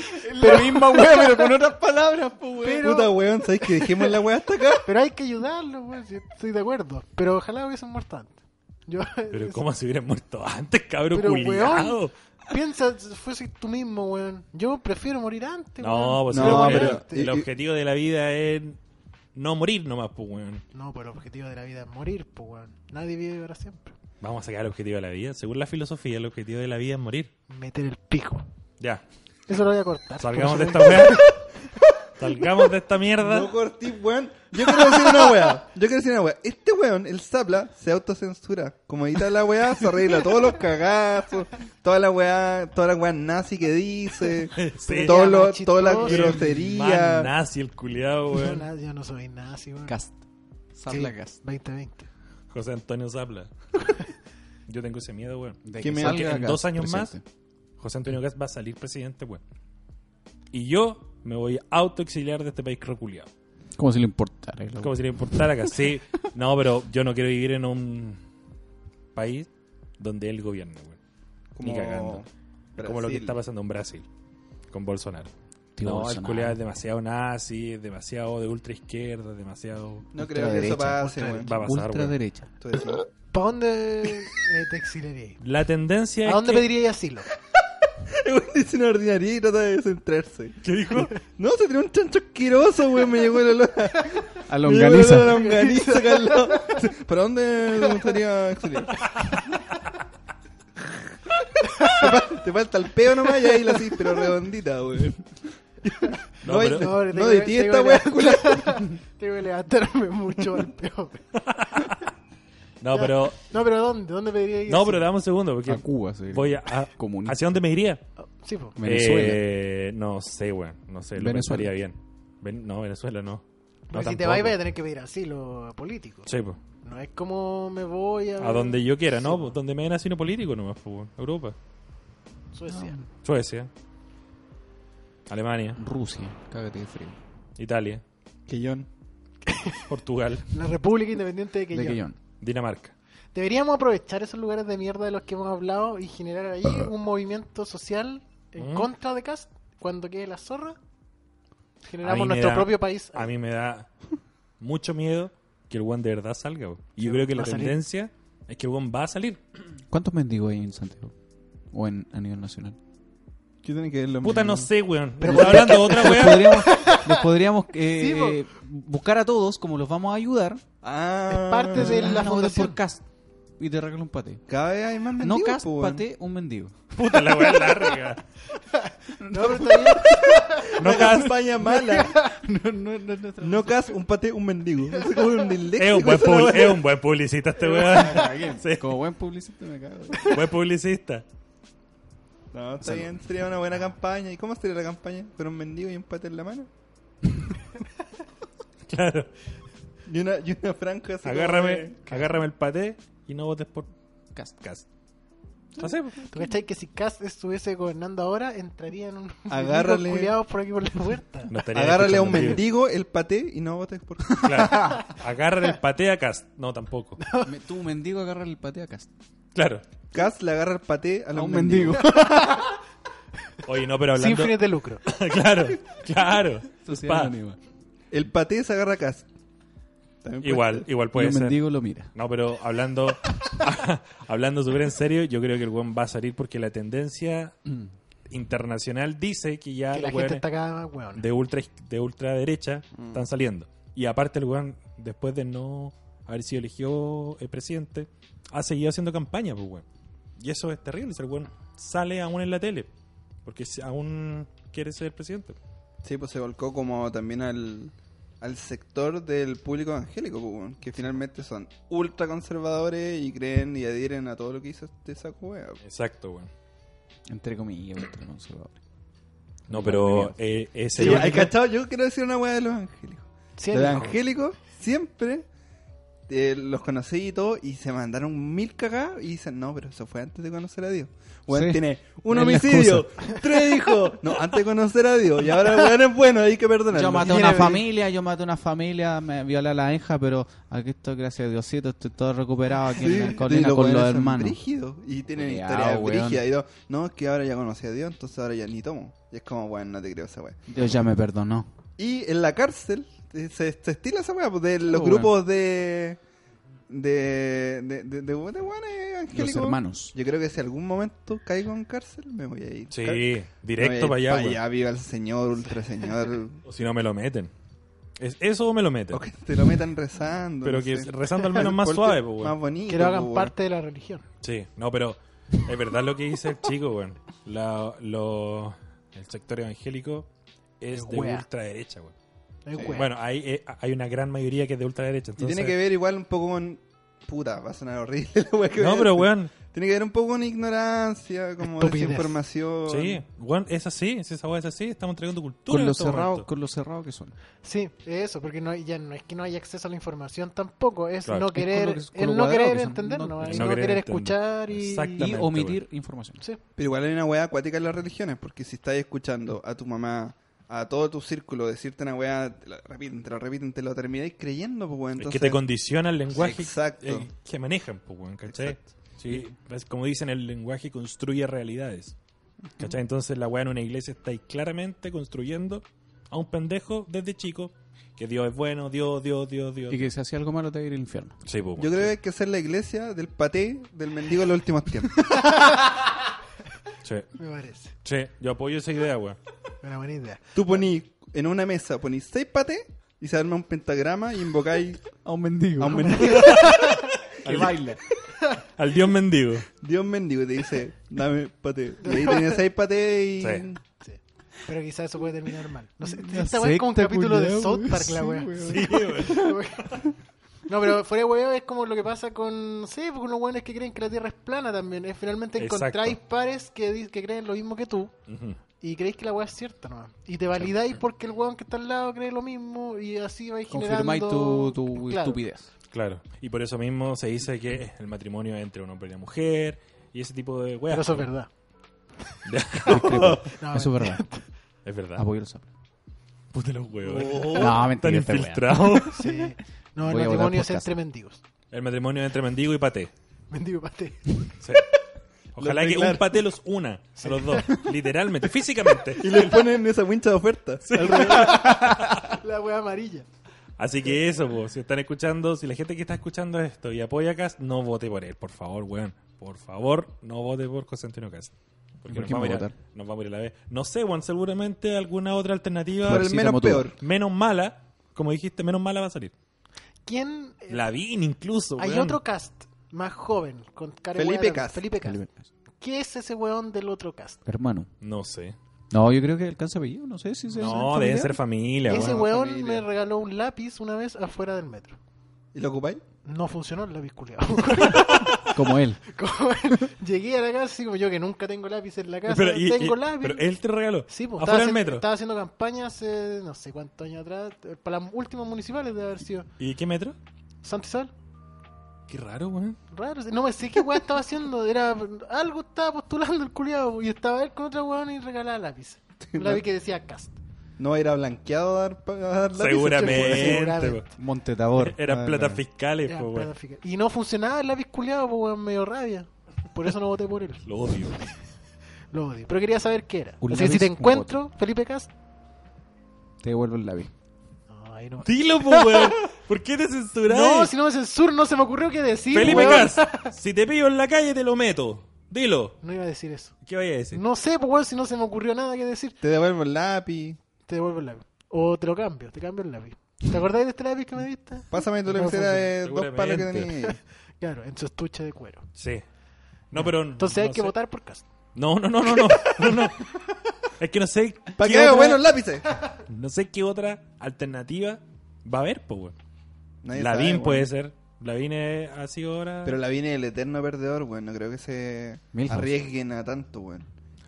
Speaker 2: La misma wea, pero con otras palabras, po, weón.
Speaker 5: pero,
Speaker 4: Puta, weón, ¿sabes que dejemos la weá hasta acá?
Speaker 5: pero hay que ayudarlos, weón, si estoy de acuerdo. Pero ojalá hubiesen muerto antes. Yo,
Speaker 3: Pero cómo se hubieran muerto antes, cabrón,
Speaker 5: Pero,
Speaker 3: culiado.
Speaker 5: weón, este piensa, fuese tú mismo, weón. Yo prefiero morir antes,
Speaker 3: No,
Speaker 5: weón.
Speaker 3: pues
Speaker 4: No,
Speaker 3: sí, weón.
Speaker 4: pero-
Speaker 3: el objetivo de la vida es no morir nomás, pues, weón.
Speaker 5: No, pues el objetivo de la vida es morir, pues, weón. Nadie vive para siempre.
Speaker 3: Vamos a sacar el objetivo de la vida. Según la filosofía, el objetivo de la vida es morir. Ah,
Speaker 5: Meter el pico.
Speaker 3: Ya,
Speaker 5: Eso lo voy a cortar.
Speaker 3: salgamos
Speaker 5: Por
Speaker 3: de
Speaker 5: eso
Speaker 3: esta weá. Salgamos de esta mierda.
Speaker 4: No cortí, weón. Yo quiero decir una weá. Yo quiero decir una weá. Este weón, el Zapla, se autocensura. Como edita la weá, se arregla todos los cagazos, toda la weá, toda la weá nazi que dice,
Speaker 3: Sí.
Speaker 4: todo lo-
Speaker 5: Machistoso.
Speaker 4: toda la
Speaker 3: El
Speaker 4: grosería.
Speaker 3: man nazi el culiado,
Speaker 5: Yo,
Speaker 3: weón.
Speaker 5: na- yo no soy nazi, weón.
Speaker 2: Cast.
Speaker 5: Sí,
Speaker 2: Sabla cast.
Speaker 5: 2020.
Speaker 3: José Antonio Zapla. Yo tengo ese miedo, weón.
Speaker 2: De
Speaker 4: Que me-
Speaker 2: salga
Speaker 3: que en
Speaker 2: cast
Speaker 3: dos años más-
Speaker 2: presente.
Speaker 3: José Antonio Gas va a salir presidente, weón. Y yo me voy a autoexiliar de este país reculeado.
Speaker 2: Como si le importara. el-
Speaker 3: Como si le importara acá. Sí, no, pero yo no quiero vivir en un país donde él gobierna, güey. Ni cagando. Como lo que
Speaker 4: Brasil.
Speaker 3: está pasando en Brasil con Bolsonaro.
Speaker 2: Tío
Speaker 3: no, el
Speaker 2: Bolsonaro.
Speaker 3: culiao es demasiado nazi, es demasiado de ultra izquierda, es demasiado.
Speaker 4: No creo que
Speaker 2: Ultraderecha,
Speaker 4: eso pase, weón.
Speaker 3: Va a pasar, güey.
Speaker 2: Ultraderecha.
Speaker 4: Tú decís.
Speaker 5: ¿Para dónde eh, te exiliarías?
Speaker 3: La tendencia
Speaker 5: ¿A
Speaker 3: es.
Speaker 5: dónde
Speaker 3: que-
Speaker 5: pedirías asilo?
Speaker 4: Dice una ordinaria y trata de centrarse. ¿Qué dijo? No, se tiró un chancho asqueroso, güey. Me llegó el olor.
Speaker 2: A
Speaker 4: Me llegó el olor
Speaker 2: longaniza.
Speaker 4: a longaniza, Carlos. ¿Para dónde te gustaría exiliar? te, fal- te falta el peo nomás y ahí la así, pero redondita, güey. No,
Speaker 3: No,
Speaker 4: hay-
Speaker 3: pero-
Speaker 4: no,
Speaker 5: pero
Speaker 4: no
Speaker 5: tengo-
Speaker 4: de ti
Speaker 5: tengo
Speaker 4: esta
Speaker 5: que-
Speaker 4: weá, culiao.
Speaker 5: Tengo que levantarme mucho al peor.
Speaker 3: No, pero.
Speaker 5: No, pero ¿dónde? ¿Dónde pedirías
Speaker 3: No,
Speaker 5: asilo?
Speaker 3: pero dame un segundo, porque.
Speaker 2: A Cuba, sí.
Speaker 3: Voy a. a-
Speaker 2: Comunista.
Speaker 3: ¿Hacia dónde me iría?
Speaker 5: Sí, po.
Speaker 2: Venezuela.
Speaker 3: Eh, no sé, güey. No sé, lo
Speaker 2: Venezuela.
Speaker 3: pensaría bien. Ven- no, Venezuela no. no
Speaker 5: Porque si te
Speaker 3: tampoco.
Speaker 5: vas, vas a tener que pedir asilo político.
Speaker 3: Sí, po.
Speaker 5: No es como me voy a...
Speaker 3: A donde yo quiera, ¿no? Po, Donde me den asino político nomás, po, weón. Europa.
Speaker 5: Suecia.
Speaker 3: Suecia. Alemania.
Speaker 2: Rusia. Cágate de frío.
Speaker 3: Italia.
Speaker 4: Quillón.
Speaker 3: Portugal.
Speaker 5: La República Independiente de
Speaker 2: De
Speaker 5: Quillón.
Speaker 2: Quillón.
Speaker 3: Dinamarca.
Speaker 5: Deberíamos aprovechar esos lugares de mierda de los que hemos hablado y generar ahí un movimiento social en
Speaker 3: ¿Mm?
Speaker 5: contra de Cast cuando quede la zorra. Generamos
Speaker 3: me
Speaker 5: nuestro
Speaker 3: da-
Speaker 5: propio país.
Speaker 3: A mí me da mucho miedo que el one de verdad salga. po. Y yo creo que
Speaker 5: va
Speaker 3: la
Speaker 5: a salir.
Speaker 3: tendencia es que el one va a salir.
Speaker 2: ¿Cuántos mendigos hay en Santiago? O en, a nivel nacional.
Speaker 4: ¿Qué tiene que ver lo
Speaker 3: Puta,
Speaker 4: mismo?
Speaker 3: no sé, weón.
Speaker 5: Pero
Speaker 3: Está hablando de otra
Speaker 2: Los
Speaker 3: weá.
Speaker 2: podríamos, los podríamos eh,
Speaker 5: Sí,
Speaker 2: buscar a todos, como los vamos a ayudar.
Speaker 4: Ah,
Speaker 5: Es parte de- la
Speaker 2: Ah, no,
Speaker 5: fundación.
Speaker 2: por cast. Y te regalo un pate.
Speaker 4: Cada vez hay más
Speaker 2: No
Speaker 4: mendigos,
Speaker 2: cast,
Speaker 4: po, weón.
Speaker 2: pate, un mendigo.
Speaker 3: Puta, la weá larga.
Speaker 5: No, pero está bien.
Speaker 3: No
Speaker 4: Una
Speaker 3: cas-
Speaker 4: campaña mala. No cas, un pate, un mendigo. Es como un disléxico
Speaker 3: Es un buen,
Speaker 4: esa
Speaker 3: publi-
Speaker 4: weá.
Speaker 3: es un buen publicista este weón. Sí,
Speaker 2: Como buen publicista me cago.
Speaker 3: buen publicista.
Speaker 4: No, está bien, sería una buena campaña. ¿Y cómo sería la campaña? ¿Con un mendigo y un pate en la mano?
Speaker 3: Claro.
Speaker 4: Y una, y una franja así. como
Speaker 3: Agárrame,
Speaker 4: de-
Speaker 3: agárrame el paté y no votes por
Speaker 2: Cast.
Speaker 3: Cas. No sé, pues, po.
Speaker 5: ¿Tú cachai que si Cast estuviese gobernando ahora, entrarían unos
Speaker 4: Agárrale.
Speaker 5: mendigos culiados por aquí por la puerta?
Speaker 3: No estaría
Speaker 4: Agárrale a un
Speaker 3: escuchando el video.
Speaker 4: mendigo el paté y no votes por.
Speaker 3: Claro. Agárrale el paté a Cas. No, tampoco.
Speaker 2: Me- Tú, mendigo, agarra el pate a cast.
Speaker 3: Claro.
Speaker 4: Cas le agarra el paté a,
Speaker 2: A
Speaker 4: los
Speaker 2: un
Speaker 4: mendigos.
Speaker 2: mendigo.
Speaker 3: Oye, no, pero
Speaker 5: Sin
Speaker 3: hablando.
Speaker 5: fines de lucro.
Speaker 3: claro, claro. Pa.
Speaker 2: Sociedad anónima.
Speaker 4: El paté se agarra a Cas.
Speaker 2: Pues,
Speaker 4: También puede
Speaker 3: Igual,
Speaker 4: ser.
Speaker 3: igual puede
Speaker 2: Los
Speaker 3: ser.
Speaker 2: mendigos lo mira.
Speaker 3: No, pero hablando hablando súper en serio, yo creo que el weón va a salir porque la tendencia internacional dice que ya
Speaker 5: que la
Speaker 3: los Ah, weones
Speaker 5: gente está Mm. cada más weón.
Speaker 3: de ultra de ultraderecha están saliendo. Y aparte el weón, después de no haber sido elegido eh, presidente, ha seguido haciendo campaña, pues weón. Y eso es terrible, si el weón sale aún en la tele, porque si- aún quiere ser presidente.
Speaker 4: Sí, pues se volcó como también al, al sector del público evangélico, pues, weón, que finalmente son ultra conservadores y creen y adhieren a todo lo que hizo este saco wea.
Speaker 3: Exacto, weón.
Speaker 2: Entre comillas, ultra conservadores.
Speaker 3: No, pero eh, ese
Speaker 4: Sí,
Speaker 3: weón-
Speaker 4: hay cachado, yo quiero decir una wea de los evangélicos.
Speaker 5: Sí,
Speaker 4: los
Speaker 5: amigo.
Speaker 4: evangélicos siempre eh, los conocí y todo y se mandaron mil cagadas y dicen, no, pero eso fue antes de conocer a Dios. Weón
Speaker 2: Sí.
Speaker 4: tiene un
Speaker 2: Es la
Speaker 4: homicidio, tres hijos, no, antes de conocer a Dios y ahora el weón es bueno, hay que perdonarlo.
Speaker 2: Yo maté
Speaker 4: Y
Speaker 2: una
Speaker 4: tiene-
Speaker 2: familia, yo maté una familia, me violé a la hija, pero aquí estoy, gracias a Diosito, estoy todo recuperado aquí en
Speaker 4: Sí,
Speaker 2: la colina
Speaker 4: los
Speaker 2: con los
Speaker 4: weones son
Speaker 2: hermanos.
Speaker 4: brígidos, y tienen
Speaker 2: Culeao,
Speaker 4: historias
Speaker 2: weón.
Speaker 4: brígidas. Y no, no, es que ahora ya conocí a Dios, entonces ahora ya ni tomo. Y es como, bueno, no te creo esa weá.
Speaker 2: Dios ya me perdonó.
Speaker 4: Y en la cárcel eh, se, se estila esa weá, pues, de los
Speaker 2: weón.
Speaker 4: grupos de. de. de. de, de weones
Speaker 2: Los
Speaker 4: evangélicos.
Speaker 2: hermanos.
Speaker 4: Yo creo que si algún momento caigo en cárcel, me voy a ir. Car- me voy
Speaker 3: Sí,
Speaker 4: a ir
Speaker 3: directo para allá,
Speaker 4: Para
Speaker 3: weón.
Speaker 4: allá, viva el Señor, ultra Señor.
Speaker 3: O si no me lo meten. Es, eso o me lo meten.
Speaker 4: o que te lo metan rezando.
Speaker 3: Pero
Speaker 4: no
Speaker 3: que
Speaker 4: sé.
Speaker 3: rezando al menos más
Speaker 4: Porque
Speaker 3: suave, pues, weón.
Speaker 4: Más bonito.
Speaker 5: Que lo hagan
Speaker 4: pues, weón.
Speaker 5: parte de la religión.
Speaker 3: Sí, no, pero es verdad lo que dice el chico, weón. La- lo- el sector evangélico es
Speaker 5: Es
Speaker 3: de
Speaker 5: wea.
Speaker 3: ultraderecha, weón.
Speaker 5: No hay
Speaker 4: Sí.
Speaker 5: weón.
Speaker 3: Bueno, hay, eh, hay una gran mayoría que es de ultraderecha.
Speaker 4: Y
Speaker 3: Entonces...
Speaker 4: tiene que ver igual un poco con. Puta, va a sonar horrible la weá que voy
Speaker 3: No,
Speaker 4: a
Speaker 3: pero
Speaker 4: decir.
Speaker 3: weón,
Speaker 4: Tiene que ver un poco con ignorancia, como
Speaker 5: Estupidez.
Speaker 4: desinformación.
Speaker 3: sí, weón, es así, si esa weá es así, estamos entregando cultura.
Speaker 2: Con
Speaker 3: en
Speaker 2: lo,
Speaker 3: este
Speaker 2: cerrado,
Speaker 3: momento.
Speaker 2: con lo cerrado que son.
Speaker 5: Sí, eso, porque no, hay- ya no es que no haya acceso a la información tampoco, es
Speaker 3: Claro.
Speaker 5: no
Speaker 3: Es
Speaker 2: con lo
Speaker 5: querer,
Speaker 2: que-
Speaker 5: es
Speaker 2: con lo
Speaker 5: no
Speaker 2: cuadrado
Speaker 5: querer
Speaker 2: que son,
Speaker 5: entender,
Speaker 2: no-
Speaker 5: no,
Speaker 2: no
Speaker 5: es no,
Speaker 3: querer
Speaker 5: querer
Speaker 3: entender.
Speaker 5: escuchar y...
Speaker 3: Exactamente.
Speaker 2: Y
Speaker 3: Exactamente,
Speaker 2: omitir información.
Speaker 5: Sí,
Speaker 4: Pero igual hay una weá acuática en las religiones, porque si estáis escuchando a tu mamá a todo tu círculo decirte una weá, te la repiten, te la repiten, te lo termináis creyendo, pues weón.
Speaker 3: es
Speaker 4: Entonces,
Speaker 3: que te condiciona el lenguaje
Speaker 4: Exacto.
Speaker 3: eh, que manejan, pues, weón, ¿cachai? Sí, es como dicen, el lenguaje construye realidades. ¿Cachai? Entonces la weá en una iglesia estáis claramente construyendo a un pendejo desde chico que Dios es bueno, Dios, Dios, Dios, Dios.
Speaker 2: Y que si hacía algo malo te iba a ir al infierno.
Speaker 3: Sí, pues,
Speaker 4: Yo
Speaker 3: weón.
Speaker 4: creo que hay que hacer la iglesia del paté del mendigo en los últimos tiempos.
Speaker 3: Sí,
Speaker 5: Me parece.
Speaker 3: sí, yo apoyo esa idea, weón.
Speaker 5: Una buena idea.
Speaker 4: Tú poní en una mesa, ponís seis patés y se arma un pentagrama y invocáis
Speaker 2: A un mendigo.
Speaker 4: a un mendigo.
Speaker 2: Que baila.
Speaker 3: Al Dios mendigo.
Speaker 4: Dios mendigo y te dice, dame paté. Y ahí tenés seis patés y...
Speaker 3: Sí.
Speaker 5: Sí. Pero quizás eso puede terminar mal. No sé,
Speaker 2: Una
Speaker 5: esta weá es como un
Speaker 2: secta,
Speaker 5: capítulo de
Speaker 2: Mm, culiao,
Speaker 5: South
Speaker 2: weón.
Speaker 5: Park, la
Speaker 2: Sí,
Speaker 5: weá.
Speaker 2: weón.
Speaker 5: No, pero fuera de weón es como lo que pasa con. Sí, porque unos weones que creen que la tierra es plana también. Es finalmente
Speaker 3: Exacto.
Speaker 5: encontráis pares que, di- que creen lo mismo que tú
Speaker 3: Ujú.
Speaker 5: y creéis que la weá es cierta nomás. Y te validáis porque el weón que está al lado cree lo mismo y así vais generando.
Speaker 2: Confirmáis tu, tu
Speaker 5: Claro.
Speaker 2: estupidez.
Speaker 3: Claro. Y por eso mismo se dice que el matrimonio es entre un hombre y una mujer y ese tipo de weas.
Speaker 5: Pero eso es verdad. No,
Speaker 2: Eso es verdad.
Speaker 3: Es verdad.
Speaker 2: Apoyo el sable.
Speaker 3: Puta los huevos.
Speaker 2: Ah, No,
Speaker 3: Están
Speaker 2: mentira. esta wea.
Speaker 3: infiltrados.
Speaker 5: Sí. No, el
Speaker 2: Voy a votar
Speaker 5: matrimonio
Speaker 2: por
Speaker 5: es entre
Speaker 2: casa.
Speaker 5: mendigos.
Speaker 3: El matrimonio entre mendigo y paté.
Speaker 5: Mendigo pate.
Speaker 3: Sí. Ojalá
Speaker 4: Los
Speaker 3: que
Speaker 4: claro.
Speaker 3: un paté los una a los dos. Literalmente, físicamente.
Speaker 4: Y les ponen esa wincha de oferta. Al revés.
Speaker 5: La weá amarilla.
Speaker 3: Así que eso, po, si están escuchando, si la gente que está escuchando esto y apoya a Cast, no vote por él, por favor, weón. Por favor, no vote por Constantino Cast.
Speaker 2: ¿Por
Speaker 3: Porque nos
Speaker 2: quién
Speaker 3: vamos, a
Speaker 2: va a
Speaker 3: ir a- nos vamos a ir a la vez. No sé, weón, seguramente alguna otra alternativa
Speaker 4: Por el
Speaker 2: Pobrecita
Speaker 4: menos
Speaker 2: Motuda.
Speaker 4: peor.
Speaker 3: menos mala, como dijiste, menos mala va a salir.
Speaker 5: ¿Quién? eh,
Speaker 3: Lavín incluso,
Speaker 5: Hay
Speaker 3: weón.
Speaker 5: otro cast más joven con cara de
Speaker 4: Felipe
Speaker 5: weá,
Speaker 4: Cast.
Speaker 5: Felipe Cast. ¿Qué es ese weón del otro cast?
Speaker 2: Hermano.
Speaker 3: No sé.
Speaker 2: No, yo creo que alcanza apellido. No sé si se
Speaker 3: No, deben ser familia,
Speaker 5: ese
Speaker 3: weón.
Speaker 5: weón
Speaker 4: familia.
Speaker 5: me regaló un lápiz una vez afuera del metro.
Speaker 4: ¿Y lo ocupáis?
Speaker 5: No funcionó el lápiz culiado.
Speaker 2: Como él.
Speaker 5: Llegué a la casa, así como yo que nunca tengo lápiz en la casa.
Speaker 3: Pero, y-
Speaker 5: tengo
Speaker 3: y-
Speaker 5: lápiz.
Speaker 3: pero él te regaló.
Speaker 5: Sí, pues, estaba,
Speaker 3: afuera del
Speaker 5: haciendo,
Speaker 3: metro.
Speaker 5: estaba haciendo campaña hace no sé cuántos años atrás, eh, para las últimas municipales de haber sido.
Speaker 3: ¿Y qué metro?
Speaker 5: Santisal,
Speaker 3: Qué raro, weón.
Speaker 5: raro, no me sé qué weón estaba haciendo, era algo estaba postulando el culiado y estaba él con otra weón y regalaba lápiz. Un lápiz que decía cast.
Speaker 4: No va a ir a blanqueado a dar, a dar lápices,
Speaker 3: Seguramente.
Speaker 5: Seguramente.
Speaker 3: weón.
Speaker 2: Montetador.
Speaker 3: Eran
Speaker 4: Ah,
Speaker 3: platas
Speaker 4: claro.
Speaker 3: fiscales,
Speaker 5: Era
Speaker 3: po,
Speaker 5: plata
Speaker 3: weón.
Speaker 5: fija. Y no funcionaba el lápiz culiado, pues weón, me dio rabia. Por eso no voté por él.
Speaker 3: Lo odio.
Speaker 5: Lo odio. Pero quería saber qué era.
Speaker 2: Un
Speaker 5: Así que si
Speaker 2: lápiz,
Speaker 5: te
Speaker 2: un
Speaker 5: encuentro, Felipe Cast.
Speaker 2: Te devuelvo el lápiz.
Speaker 3: Eh,
Speaker 5: No, ahí no.
Speaker 3: Dilo, po, weón. ¿Por qué te censuras?
Speaker 5: No, si no me censuro, no se me ocurrió qué decir.
Speaker 3: Felipe
Speaker 5: weón.
Speaker 3: Cas, si te pillo en la calle te lo meto. Dilo.
Speaker 5: No iba a decir eso.
Speaker 3: ¿Qué vaya a decir?
Speaker 5: No sé, pues weón, si no se me ocurrió nada que decir.
Speaker 4: Te devuelvo el lápiz.
Speaker 5: Te devuelvo el lápiz. O te lo cambio, te cambio el lápiz. ¿Te acordáis de este lápiz que me diste?
Speaker 4: Pásame tu
Speaker 5: No
Speaker 4: lapicera de dos
Speaker 3: funciona.
Speaker 4: palos que
Speaker 3: Seguramente.
Speaker 4: tenías.
Speaker 5: Claro, en su estuche de cuero.
Speaker 3: Sí. No, pero...
Speaker 5: Entonces hay
Speaker 3: no
Speaker 5: que
Speaker 3: sé.
Speaker 5: votar por Cast.
Speaker 3: No, no, no, no, no. no, no. Es que no sé...
Speaker 4: Para
Speaker 3: qué
Speaker 4: que haga
Speaker 3: otra-
Speaker 4: buenos lápices.
Speaker 3: No sé qué otra alternativa va a haber, po, weón.
Speaker 4: Nadie
Speaker 3: Lavín
Speaker 4: sabe, weón.
Speaker 3: puede ser. Lavín es- ha sido ahora...
Speaker 4: Pero Lavín es el eterno perdedor, weón. No creo que se
Speaker 2: Milhouse.
Speaker 4: arriesguen a tanto, weón.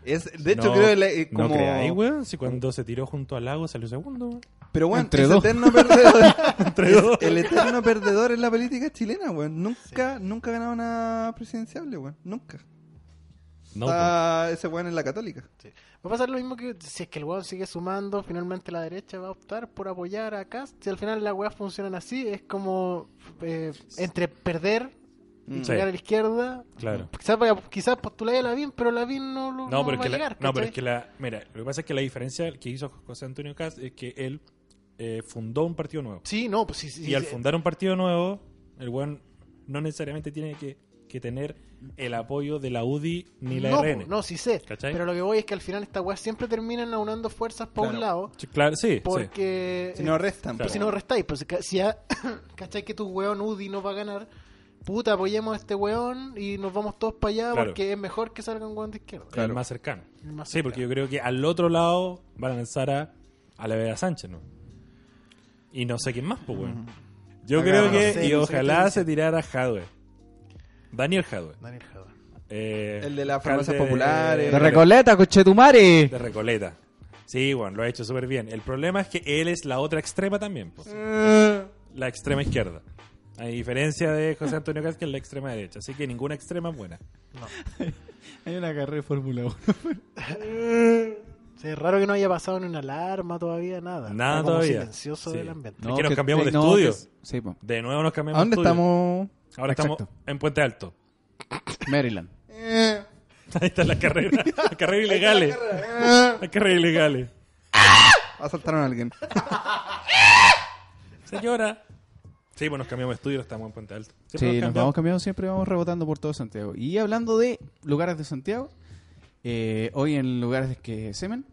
Speaker 4: Es, de hecho,
Speaker 3: No,
Speaker 4: creo que le- eh,
Speaker 3: No
Speaker 4: como...
Speaker 3: creáis, weón. Si cuando se tiró junto al lago salió segundo, weón.
Speaker 4: Pero bueno,
Speaker 2: Entre
Speaker 4: es
Speaker 2: dos.
Speaker 4: eterno perdedor.
Speaker 3: Entre
Speaker 4: Es
Speaker 3: dos.
Speaker 4: el eterno perdedor en la política chilena, weón. Nunca, nunca ha ganado una presidenciable, weón. Nunca.
Speaker 3: No,
Speaker 4: Está ese weón en la católica.
Speaker 5: Sí. Va a pasar lo mismo que si es que el weón sigue sumando, finalmente la derecha va a optar por apoyar a Cast. Si al final las weas funcionan así, es como eh, entre perder y
Speaker 4: Mm.
Speaker 3: Sí.
Speaker 5: llegar a la izquierda.
Speaker 3: Claro.
Speaker 5: Quizás vaya- quizás postuláis a Lavín, pero Lavín no lo
Speaker 3: No, pero es
Speaker 5: va
Speaker 3: que
Speaker 5: a
Speaker 3: la,
Speaker 5: llegar.
Speaker 3: no, pero es
Speaker 5: ¿cachai?
Speaker 3: que la- Mira, lo que pasa es que la diferencia que hizo José Antonio Cast es que él eh, fundó un partido nuevo.
Speaker 5: Sí, no, pues sí, sí,
Speaker 3: y al
Speaker 5: sí.
Speaker 3: fundar un partido nuevo, el weón no necesariamente tiene que, que tener el apoyo de la UDI ni la
Speaker 5: no,
Speaker 3: RN.
Speaker 5: po, no, sí sé.
Speaker 3: ¿Cachai?
Speaker 5: Pero lo que voy es que al final estas weas siempre terminan aunando fuerzas para un
Speaker 4: Claro.
Speaker 5: lado.
Speaker 3: Sí, Claro, sí, sí.
Speaker 5: Porque.
Speaker 4: Si no
Speaker 3: Claro.
Speaker 4: restan, po,
Speaker 5: Pues si no restáis, pues ca- si ya cacháis que tu weón UDI no va a ganar, puta, apoyemos a este weón y nos vamos todos para allá
Speaker 3: Claro.
Speaker 5: porque es mejor que salga un weón de izquierda.
Speaker 3: El más cercano.
Speaker 5: El más
Speaker 3: Sí, porque
Speaker 5: cercano.
Speaker 3: yo creo que al otro lado van a lanzar a, a la Vega Sánchez, ¿no? Y no sé quién más, pues, weón. Yo
Speaker 4: Acá,
Speaker 3: creo
Speaker 4: no
Speaker 3: que,
Speaker 5: sé,
Speaker 3: y
Speaker 5: no sé qué
Speaker 3: ojalá
Speaker 5: te
Speaker 3: se tirara Hadwe. Daniel Hadwe.
Speaker 5: Daniel Jadot.
Speaker 3: Eh,
Speaker 4: El de las
Speaker 3: alcalde
Speaker 4: farmacias
Speaker 3: de-
Speaker 4: populares.
Speaker 2: De Recoleta, cochetumare.
Speaker 3: De Recoleta. Sí, bueno, lo ha hecho súper bien. El problema es que él es la otra extrema también. pues. La extrema izquierda. A diferencia de José Antonio Caz, que es la extrema derecha. Así que ninguna extrema es buena.
Speaker 2: Hay una carrera de Fórmula 1.
Speaker 5: Sí, es raro que no haya pasado ni una alarma todavía, nada.
Speaker 3: Nada
Speaker 5: Está como
Speaker 3: todavía.
Speaker 5: silencioso
Speaker 3: Sí.
Speaker 5: del ambiente.
Speaker 3: No. que nos cambiamos de
Speaker 2: no,
Speaker 3: estudio.
Speaker 2: que- sí, pues, po.
Speaker 3: De nuevo nos
Speaker 4: ¿A
Speaker 3: cambiamos.
Speaker 4: dónde
Speaker 3: de estudio.
Speaker 4: estamos?
Speaker 3: Ahora estamos
Speaker 2: Exacto.
Speaker 3: en Puente Alto.
Speaker 2: Maryland.
Speaker 4: Eh,
Speaker 3: Ahí están las carreras. Las carreras ilegales.
Speaker 4: eh.
Speaker 3: Las carreras ilegales.
Speaker 4: Asaltaron a alguien.
Speaker 3: Señora. Sí, bueno, nos cambiamos de estudio, ahora estamos en Puente Alto.
Speaker 2: Sí,
Speaker 3: Siempre
Speaker 2: nos vamos
Speaker 3: cambiamos.
Speaker 2: cambiando siempre, vamos rebotando por todo Santiago. Y hablando de lugares de Santiago, eh, hoy en lugares de que semen,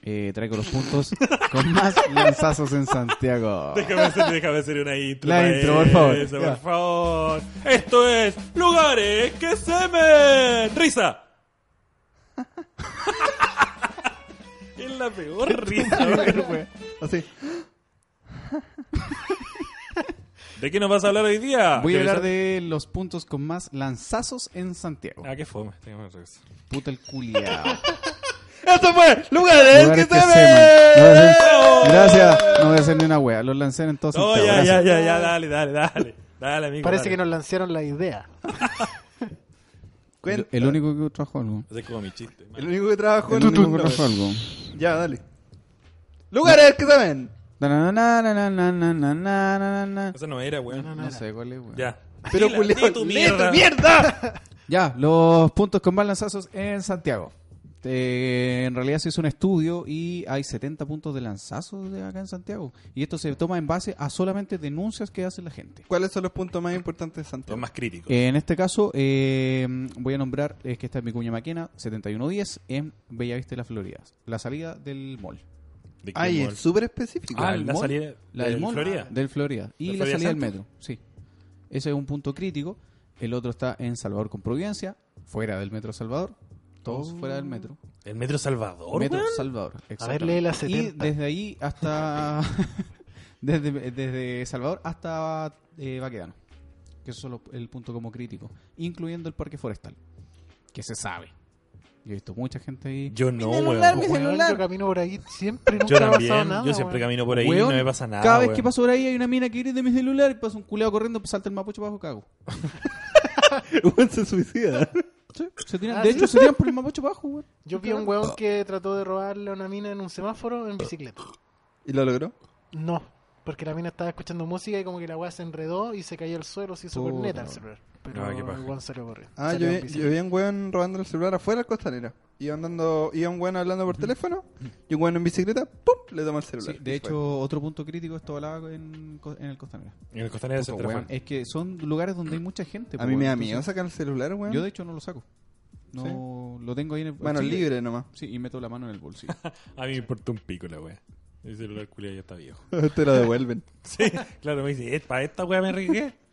Speaker 2: eh, traigo los puntos con más lanzazos en Santiago.
Speaker 3: Déjame hacer, déjame hacer una intro.
Speaker 2: La
Speaker 3: para
Speaker 2: intro, por favor.
Speaker 3: eso,
Speaker 2: Ya.
Speaker 3: por favor. Esto es Lugares que semen. Risa. es la peor risa. güey.
Speaker 4: Así.
Speaker 3: ¿De qué nos vas a hablar hoy día?
Speaker 2: Voy a hablar de
Speaker 3: Teresa?
Speaker 2: los puntos con más lanzazos en Santiago.
Speaker 3: Ah, qué fome. Tengo que regresar.
Speaker 2: Puta el culiao.
Speaker 4: ¡Eso fue! ¡Lugares que
Speaker 2: Lugares que semen.
Speaker 4: se
Speaker 2: No voy a hacer-
Speaker 3: ¡Bravo!
Speaker 2: Gracias. No voy a hacer ni una wea. Los lancé en todo
Speaker 3: No,
Speaker 2: Santiago.
Speaker 3: ya,
Speaker 2: Gracias.
Speaker 3: ya, ya, ya, dale, dale, dale. Dale, amigo.
Speaker 5: Parece
Speaker 3: dale.
Speaker 5: que nos lanzaron la idea.
Speaker 4: ven!
Speaker 2: El único que trajo algo.
Speaker 3: Ese es como mi chiste. man.
Speaker 4: El único que trabajó en
Speaker 2: El único que
Speaker 4: mundo.
Speaker 2: trajo algo.
Speaker 4: Ya, dale. ¡Lugares que se ven!
Speaker 2: Na, na, na, na, na, na, na, na, na, na.
Speaker 3: Esa no era, weón.
Speaker 2: No sé cuál es, weón.
Speaker 3: Ya.
Speaker 4: Pero
Speaker 3: Dila,
Speaker 4: culiao,
Speaker 3: di tu
Speaker 4: lee tu
Speaker 3: mierda.
Speaker 4: mierda!
Speaker 2: Ya, los puntos con más lanzazos en Santiago. Eh, en realidad se hizo un estudio y hay 70 puntos de lanzazos de acá en Santiago. Y esto se toma en base a solamente denuncias que hace la gente.
Speaker 4: ¿Cuáles son los puntos más importantes de
Speaker 3: Los
Speaker 4: Santiago?
Speaker 3: más críticos.
Speaker 2: Eh, en este caso, eh, voy a nombrar, es que está en Vicuña Maquena, 7110, en Bellavista de la Florida. La salida del mall.
Speaker 3: ¿De qué
Speaker 4: Ay,
Speaker 3: mall?
Speaker 4: es súper específico.
Speaker 3: Ah,
Speaker 2: del
Speaker 3: la
Speaker 2: mall.
Speaker 3: salida
Speaker 2: La
Speaker 3: del
Speaker 2: del mall,
Speaker 3: Florida.
Speaker 2: Del Florida. Y
Speaker 3: ¿Del
Speaker 2: la
Speaker 3: Florida
Speaker 2: salida del
Speaker 3: Centro?
Speaker 2: metro, sí. Ese es un punto crítico. El otro está en Salvador con Providencia, fuera del Metro Salvador. Todos
Speaker 3: Oh.
Speaker 2: fuera del metro.
Speaker 3: El Metro Salvador,
Speaker 2: Metro
Speaker 3: weón.
Speaker 2: Salvador.
Speaker 5: ver, lee la
Speaker 2: Y
Speaker 5: 70.
Speaker 2: desde ahí hasta. desde, desde Salvador hasta eh, Baquedano. Que eso es lo- el punto como crítico. Incluyendo el Parque Forestal. Que se sabe. Yo he visto mucha gente ahí.
Speaker 3: Yo no,
Speaker 2: Mi
Speaker 3: weón.
Speaker 2: celular, mi
Speaker 5: Weón,
Speaker 2: celular.
Speaker 5: yo camino por ahí siempre, nunca
Speaker 3: Yo
Speaker 5: me ha pasado
Speaker 3: también.
Speaker 5: nada.
Speaker 3: Yo siempre
Speaker 5: weón.
Speaker 3: camino por ahí y no
Speaker 2: Weón,
Speaker 3: me pasa nada.
Speaker 2: Cada vez
Speaker 3: weón.
Speaker 2: que paso por ahí hay una mina que grita de mi celular y pasa un culeado corriendo, pues salta el mapuche para abajo, cago.
Speaker 4: Weón se suicida.
Speaker 2: Sí, se tiran-
Speaker 5: Ah,
Speaker 2: de
Speaker 5: sí.
Speaker 2: hecho, se tiran por el mapuche para abajo, weón.
Speaker 5: Yo vi a un weón que trató de robarle a una mina en un semáforo en bicicleta.
Speaker 4: ¿Y lo logró?
Speaker 5: No, porque la mina estaba escuchando música y como que la weá se enredó y se cayó al suelo, se hizo
Speaker 2: Puta,
Speaker 5: corneta al
Speaker 2: weón.
Speaker 5: celular. Pero
Speaker 3: Ah, qué
Speaker 5: el
Speaker 3: paja.
Speaker 5: weón salió corriendo.
Speaker 4: Ah,
Speaker 5: Salió
Speaker 4: yo
Speaker 5: en
Speaker 4: vi,
Speaker 5: bicicleta.
Speaker 4: yo vi a un weón robando el celular afuera del costanera. Iba andando, iba un weón hablando por teléfono, y un weón en bicicleta, ¡pum! le toma el celular.
Speaker 2: Sí, de
Speaker 4: Y
Speaker 2: hecho, otro punto crítico, esto hablaba en, co- en el Costanera.
Speaker 3: En el costanero de
Speaker 2: Puta,
Speaker 3: Centro
Speaker 2: weón, Es que son lugares donde hay mucha gente.
Speaker 4: fue.
Speaker 2: po,
Speaker 4: a mí me
Speaker 2: este
Speaker 4: da
Speaker 2: weón.
Speaker 4: miedo
Speaker 2: Entonces,
Speaker 4: sacar el celular, weón.
Speaker 2: Yo, de hecho, no lo saco. No, lo tengo ahí en el
Speaker 4: Manos
Speaker 2: sí,
Speaker 4: libres nomás.
Speaker 2: Sí, y meto la mano en el bolsillo.
Speaker 3: A mí me importa un pico la wea. El celular culiao ya está viejo.
Speaker 4: Te lo devuelven.
Speaker 3: Sí, claro, me dice, ¿para esta wea me arriesgué?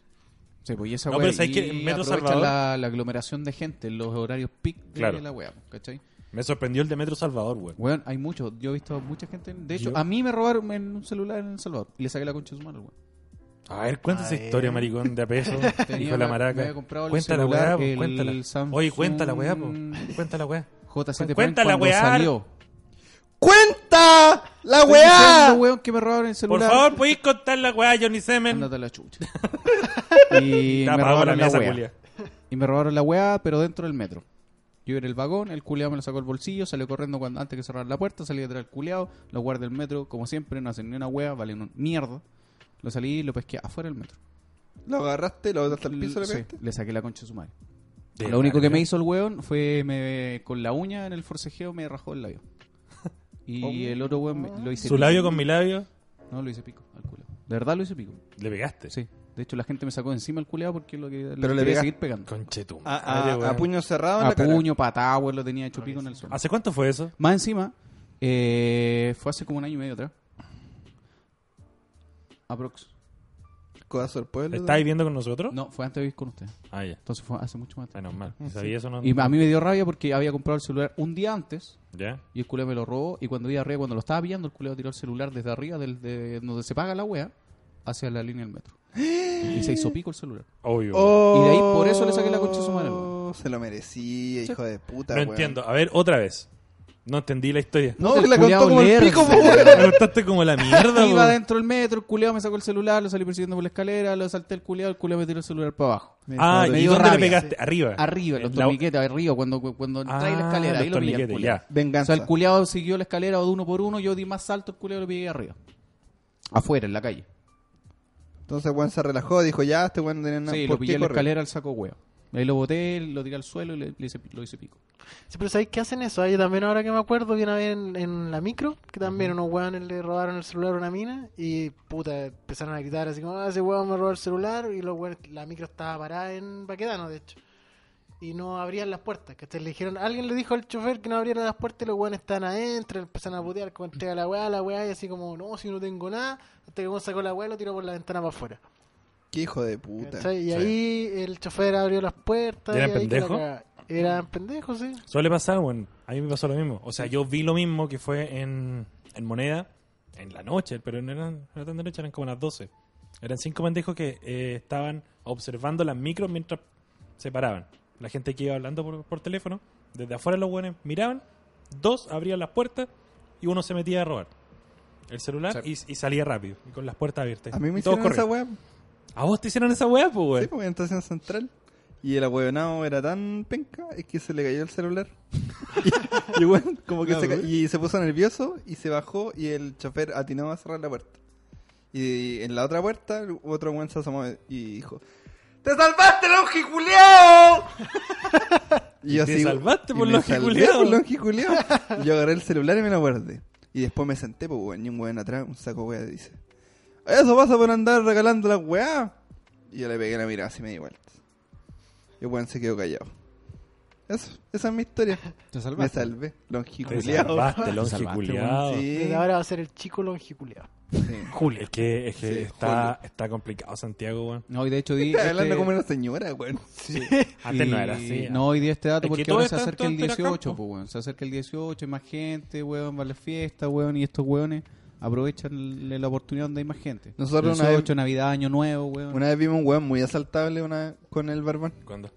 Speaker 2: Sí, pues y esa
Speaker 3: No,
Speaker 2: wea
Speaker 3: pero ¿sabes
Speaker 2: ahí
Speaker 3: qué? En Metro
Speaker 2: aprovecha
Speaker 3: Salvador-
Speaker 2: la, la aglomeración de gente, los horarios peak de
Speaker 3: Claro.
Speaker 2: la wea, po, ¿cachai?
Speaker 3: Me sorprendió el de Metro Salvador, weón.
Speaker 2: Weón, hay mucho. Yo he visto mucha gente. De hecho,
Speaker 3: Yo-
Speaker 2: a mí me robaron en un celular en El Salvador y le saqué la concha de su mano, al weón.
Speaker 3: A ver, cuenta
Speaker 5: A
Speaker 3: esa
Speaker 5: ver.
Speaker 3: historia, maricón, de a peso.
Speaker 2: Tenía
Speaker 3: hijo de la
Speaker 2: la- me
Speaker 3: maraca.
Speaker 2: había comprado el
Speaker 3: Cuenta la
Speaker 2: celular,
Speaker 3: weá, po,
Speaker 2: el
Speaker 3: cuéntala.
Speaker 2: Samsung-
Speaker 3: Oye, cuenta la weá, po. Cuenta la weá.
Speaker 2: J7 Prime
Speaker 3: Cuenta la
Speaker 2: cuando
Speaker 3: Pues weá.
Speaker 2: salió.
Speaker 4: ¡Cuenta! ¡La
Speaker 2: Estoy
Speaker 4: weá!
Speaker 2: diciendo, weón, que me robaron el
Speaker 3: Por
Speaker 2: celular.
Speaker 3: favor, podéis contar la weá, Johnny Semen.
Speaker 2: Ándate a la chucha. y,
Speaker 3: Está
Speaker 2: me
Speaker 3: apagado la
Speaker 2: robaron la
Speaker 3: mesa,
Speaker 2: weá.
Speaker 3: culia.
Speaker 2: y me robaron la weá, pero dentro del metro. Yo iba en el vagón, el culeado me lo sacó el bolsillo, salió corriendo cuando, antes que cerrar la puerta, salí detrás del culeado, lo guardé del metro, como siempre, no hacen ni una weá, valen un mierda. Lo salí y lo pesqué afuera del metro.
Speaker 4: Lo agarraste, lo botaste al piso, le
Speaker 2: Sí,
Speaker 4: pegaste.
Speaker 2: le saqué la concha de su madre.
Speaker 3: De
Speaker 2: Lo único
Speaker 3: madre.
Speaker 2: que me hizo el weón fue me, con la uña en el forcejeo me rajó el labio. Y
Speaker 4: Oh.
Speaker 2: el otro weón me- lo hice
Speaker 3: Su
Speaker 2: pico.
Speaker 3: labio con mi labio,
Speaker 2: No, lo hice pico al culo. De verdad lo hice pico.
Speaker 3: le pegaste.
Speaker 2: Sí. De hecho, la gente me sacó encima el culeado porque lo que
Speaker 4: Pero le
Speaker 2: quería
Speaker 4: pegaste.
Speaker 2: seguir pegando.
Speaker 3: Conchetum.
Speaker 2: Ah,
Speaker 4: A, a-
Speaker 3: Madre,
Speaker 4: a
Speaker 3: weón.
Speaker 4: puño cerrado en
Speaker 2: A
Speaker 4: la cara.
Speaker 2: puño, patada, weón, lo tenía hecho pico en el suelo.
Speaker 3: ¿Hace cuánto fue eso?
Speaker 2: Más encima, eh, fue hace como un año y medio atrás. Aprox.
Speaker 4: Codazo al pueblo.
Speaker 3: ¿Estás viviendo con nosotros?
Speaker 2: No, fue antes de vivir con usted.
Speaker 3: Ah, ya.
Speaker 2: Entonces fue hace mucho más atrás.
Speaker 3: Menos mal. ¿Sabía eso? No?
Speaker 2: Y a mí me dio rabia porque había comprado el celular un día antes
Speaker 3: ¿Ya?
Speaker 2: Y el culeo me lo robó. Y cuando iba arriba, cuando lo estaba pillando, el culeo tiró el celular desde arriba, del, de donde se paga la wea, hacia la línea del metro. y se hizo pico el celular.
Speaker 3: Obvio.
Speaker 4: Oh,
Speaker 2: Y de ahí por eso le saqué la concha a su madre, weón.
Speaker 4: Se lo Oh, merecía, hijo de puta,
Speaker 3: no
Speaker 4: weón.
Speaker 3: entiendo. A ver, otra vez. No entendí la historia.
Speaker 4: No,
Speaker 2: el
Speaker 4: que la
Speaker 2: culiao
Speaker 4: contó como el
Speaker 2: lerdo.
Speaker 4: pico, po,
Speaker 3: Me
Speaker 4: weón.
Speaker 3: contaste como la mierda,
Speaker 2: Iba
Speaker 3: weón.
Speaker 2: dentro del metro, el culiao me sacó el celular, lo salí persiguiendo por la escalera, lo salté el culiao, el culiao me tiró el celular para abajo.
Speaker 3: Ah,
Speaker 2: Me
Speaker 3: ¿y
Speaker 2: dio
Speaker 3: dónde le
Speaker 2: rabia.
Speaker 3: pegaste? Arriba.
Speaker 2: Arriba, los
Speaker 3: Eh, La-
Speaker 2: torniquetes, arriba, cuando, cuando
Speaker 3: Ah,
Speaker 2: trae la escalera, ahí
Speaker 3: los
Speaker 2: lo pillé al
Speaker 3: torniquetes,
Speaker 2: culiao.
Speaker 3: ya.
Speaker 2: O sea,
Speaker 4: Venganza.
Speaker 2: el culiao siguió la escalera de uno por uno, yo di más salto, el culiao lo pegué arriba. Afuera, en la calle.
Speaker 4: Entonces, weón se relajó, dijo, ya, este weón no tiene nada.
Speaker 2: sí,
Speaker 4: ¿por
Speaker 2: lo
Speaker 4: qué
Speaker 2: pillé en la
Speaker 4: corre?
Speaker 2: escalera al saco huevo. Ahí lo boté, lo tiré al suelo y le, le hice, lo hice pico.
Speaker 5: Sí, pero ¿sabéis qué hacen eso? Ahí también ahora que me acuerdo que una vez en, en la micro, que también unos weones le robaron el celular a una mina y puta, empezaron a gritar así como, ah, ese weón me robó el celular y los weones- la micro estaba parada en Baquedano, de hecho. Y no abrían las puertas, que le dijeron, alguien le dijo al chofer que no abriera las puertas y los weones están adentro, empezaron a putear, con entrega la weá, la weá, y así como, no, si no tengo nada, hasta que uno sacó la weá y lo tiró por la ventana para afuera.
Speaker 4: Qué hijo de puta.
Speaker 5: ¿Cachai? Y ahí el chofer abrió las puertas.
Speaker 3: ¿Y eran
Speaker 5: y ahí que la
Speaker 3: pendejos?
Speaker 5: cagada. Eran pendejos, sí.
Speaker 3: Suele pasar, bueno, a mí me pasó lo mismo. O sea, yo vi lo mismo que fue en, en Moneda, en la noche, pero no eran, no era tan de noche, eran como las 12. Eran cinco pendejos que eh, estaban observando las micros mientras se paraban. La gente que iba hablando por, por teléfono, desde afuera los buenos miraban, dos abrían las puertas y uno se metía a robar el celular y, y salía rápido, y con las puertas abiertas.
Speaker 4: A mí me
Speaker 3: Y todos
Speaker 4: hicieron esa
Speaker 3: corrían.
Speaker 4: weá.
Speaker 3: ¿A vos te hicieron esa weá, pues,
Speaker 4: Sí,
Speaker 3: weón?
Speaker 4: porque en estación central. Y el ahueonado era tan penca, es que se le cayó el celular. y, y bueno, como que
Speaker 2: No, pues.
Speaker 4: se ca-
Speaker 2: güey.
Speaker 4: y se puso nervioso y se bajó y el chofer atinó a cerrar la puerta. Y en la otra puerta, otro buen se asomó y dijo: ¡Te salvaste, longiculeado! y yo
Speaker 3: Te
Speaker 4: así,
Speaker 3: salvaste pues,
Speaker 4: y
Speaker 3: por
Speaker 4: me
Speaker 3: longiculeado.
Speaker 4: salvé por longiculeado. Y yo agarré el celular y me lo guardé. Y después me senté, pues, weón, y un weón atrás, un saco weón, dice: Eso pasa por andar regalando las weá. Y yo le pegué la mirada así me di vuelta. Y el weón se quedó callado. Eso, esa es mi historia.
Speaker 2: ¿Te
Speaker 4: Me
Speaker 2: salvaste?
Speaker 4: salvé.
Speaker 3: Te
Speaker 4: Longiculeado.
Speaker 3: salvaste, longiculeado.
Speaker 4: pues, Sí,
Speaker 5: Desde ahora va a ser el chico longiculeado.
Speaker 4: sí.
Speaker 3: Es que, es que
Speaker 4: Sí,
Speaker 3: está, está complicado Santiago, weón.
Speaker 2: No, y de hecho di...
Speaker 4: Estás hablando
Speaker 2: este-
Speaker 4: como una señora, weón.
Speaker 3: Antes no
Speaker 2: Y-
Speaker 3: era así.
Speaker 2: No, hoy día este dato
Speaker 3: Es que
Speaker 2: porque
Speaker 3: todo
Speaker 2: ahora
Speaker 3: es
Speaker 2: se
Speaker 3: tanto
Speaker 2: acerca el
Speaker 3: antes era
Speaker 2: 18,
Speaker 3: campo.
Speaker 2: pues, weón. Se acerca el 18, hay más gente, weón, va a la fiesta, weón, y estos weones aprovechan la la oportunidad donde hay más gente.
Speaker 4: Nosotros
Speaker 2: el
Speaker 4: una vez-
Speaker 2: 18, Navidad, Año Nuevo, weón.
Speaker 4: Una vez vimos un weón muy asaltable una, con el barbón.
Speaker 3: ¿Cuándo?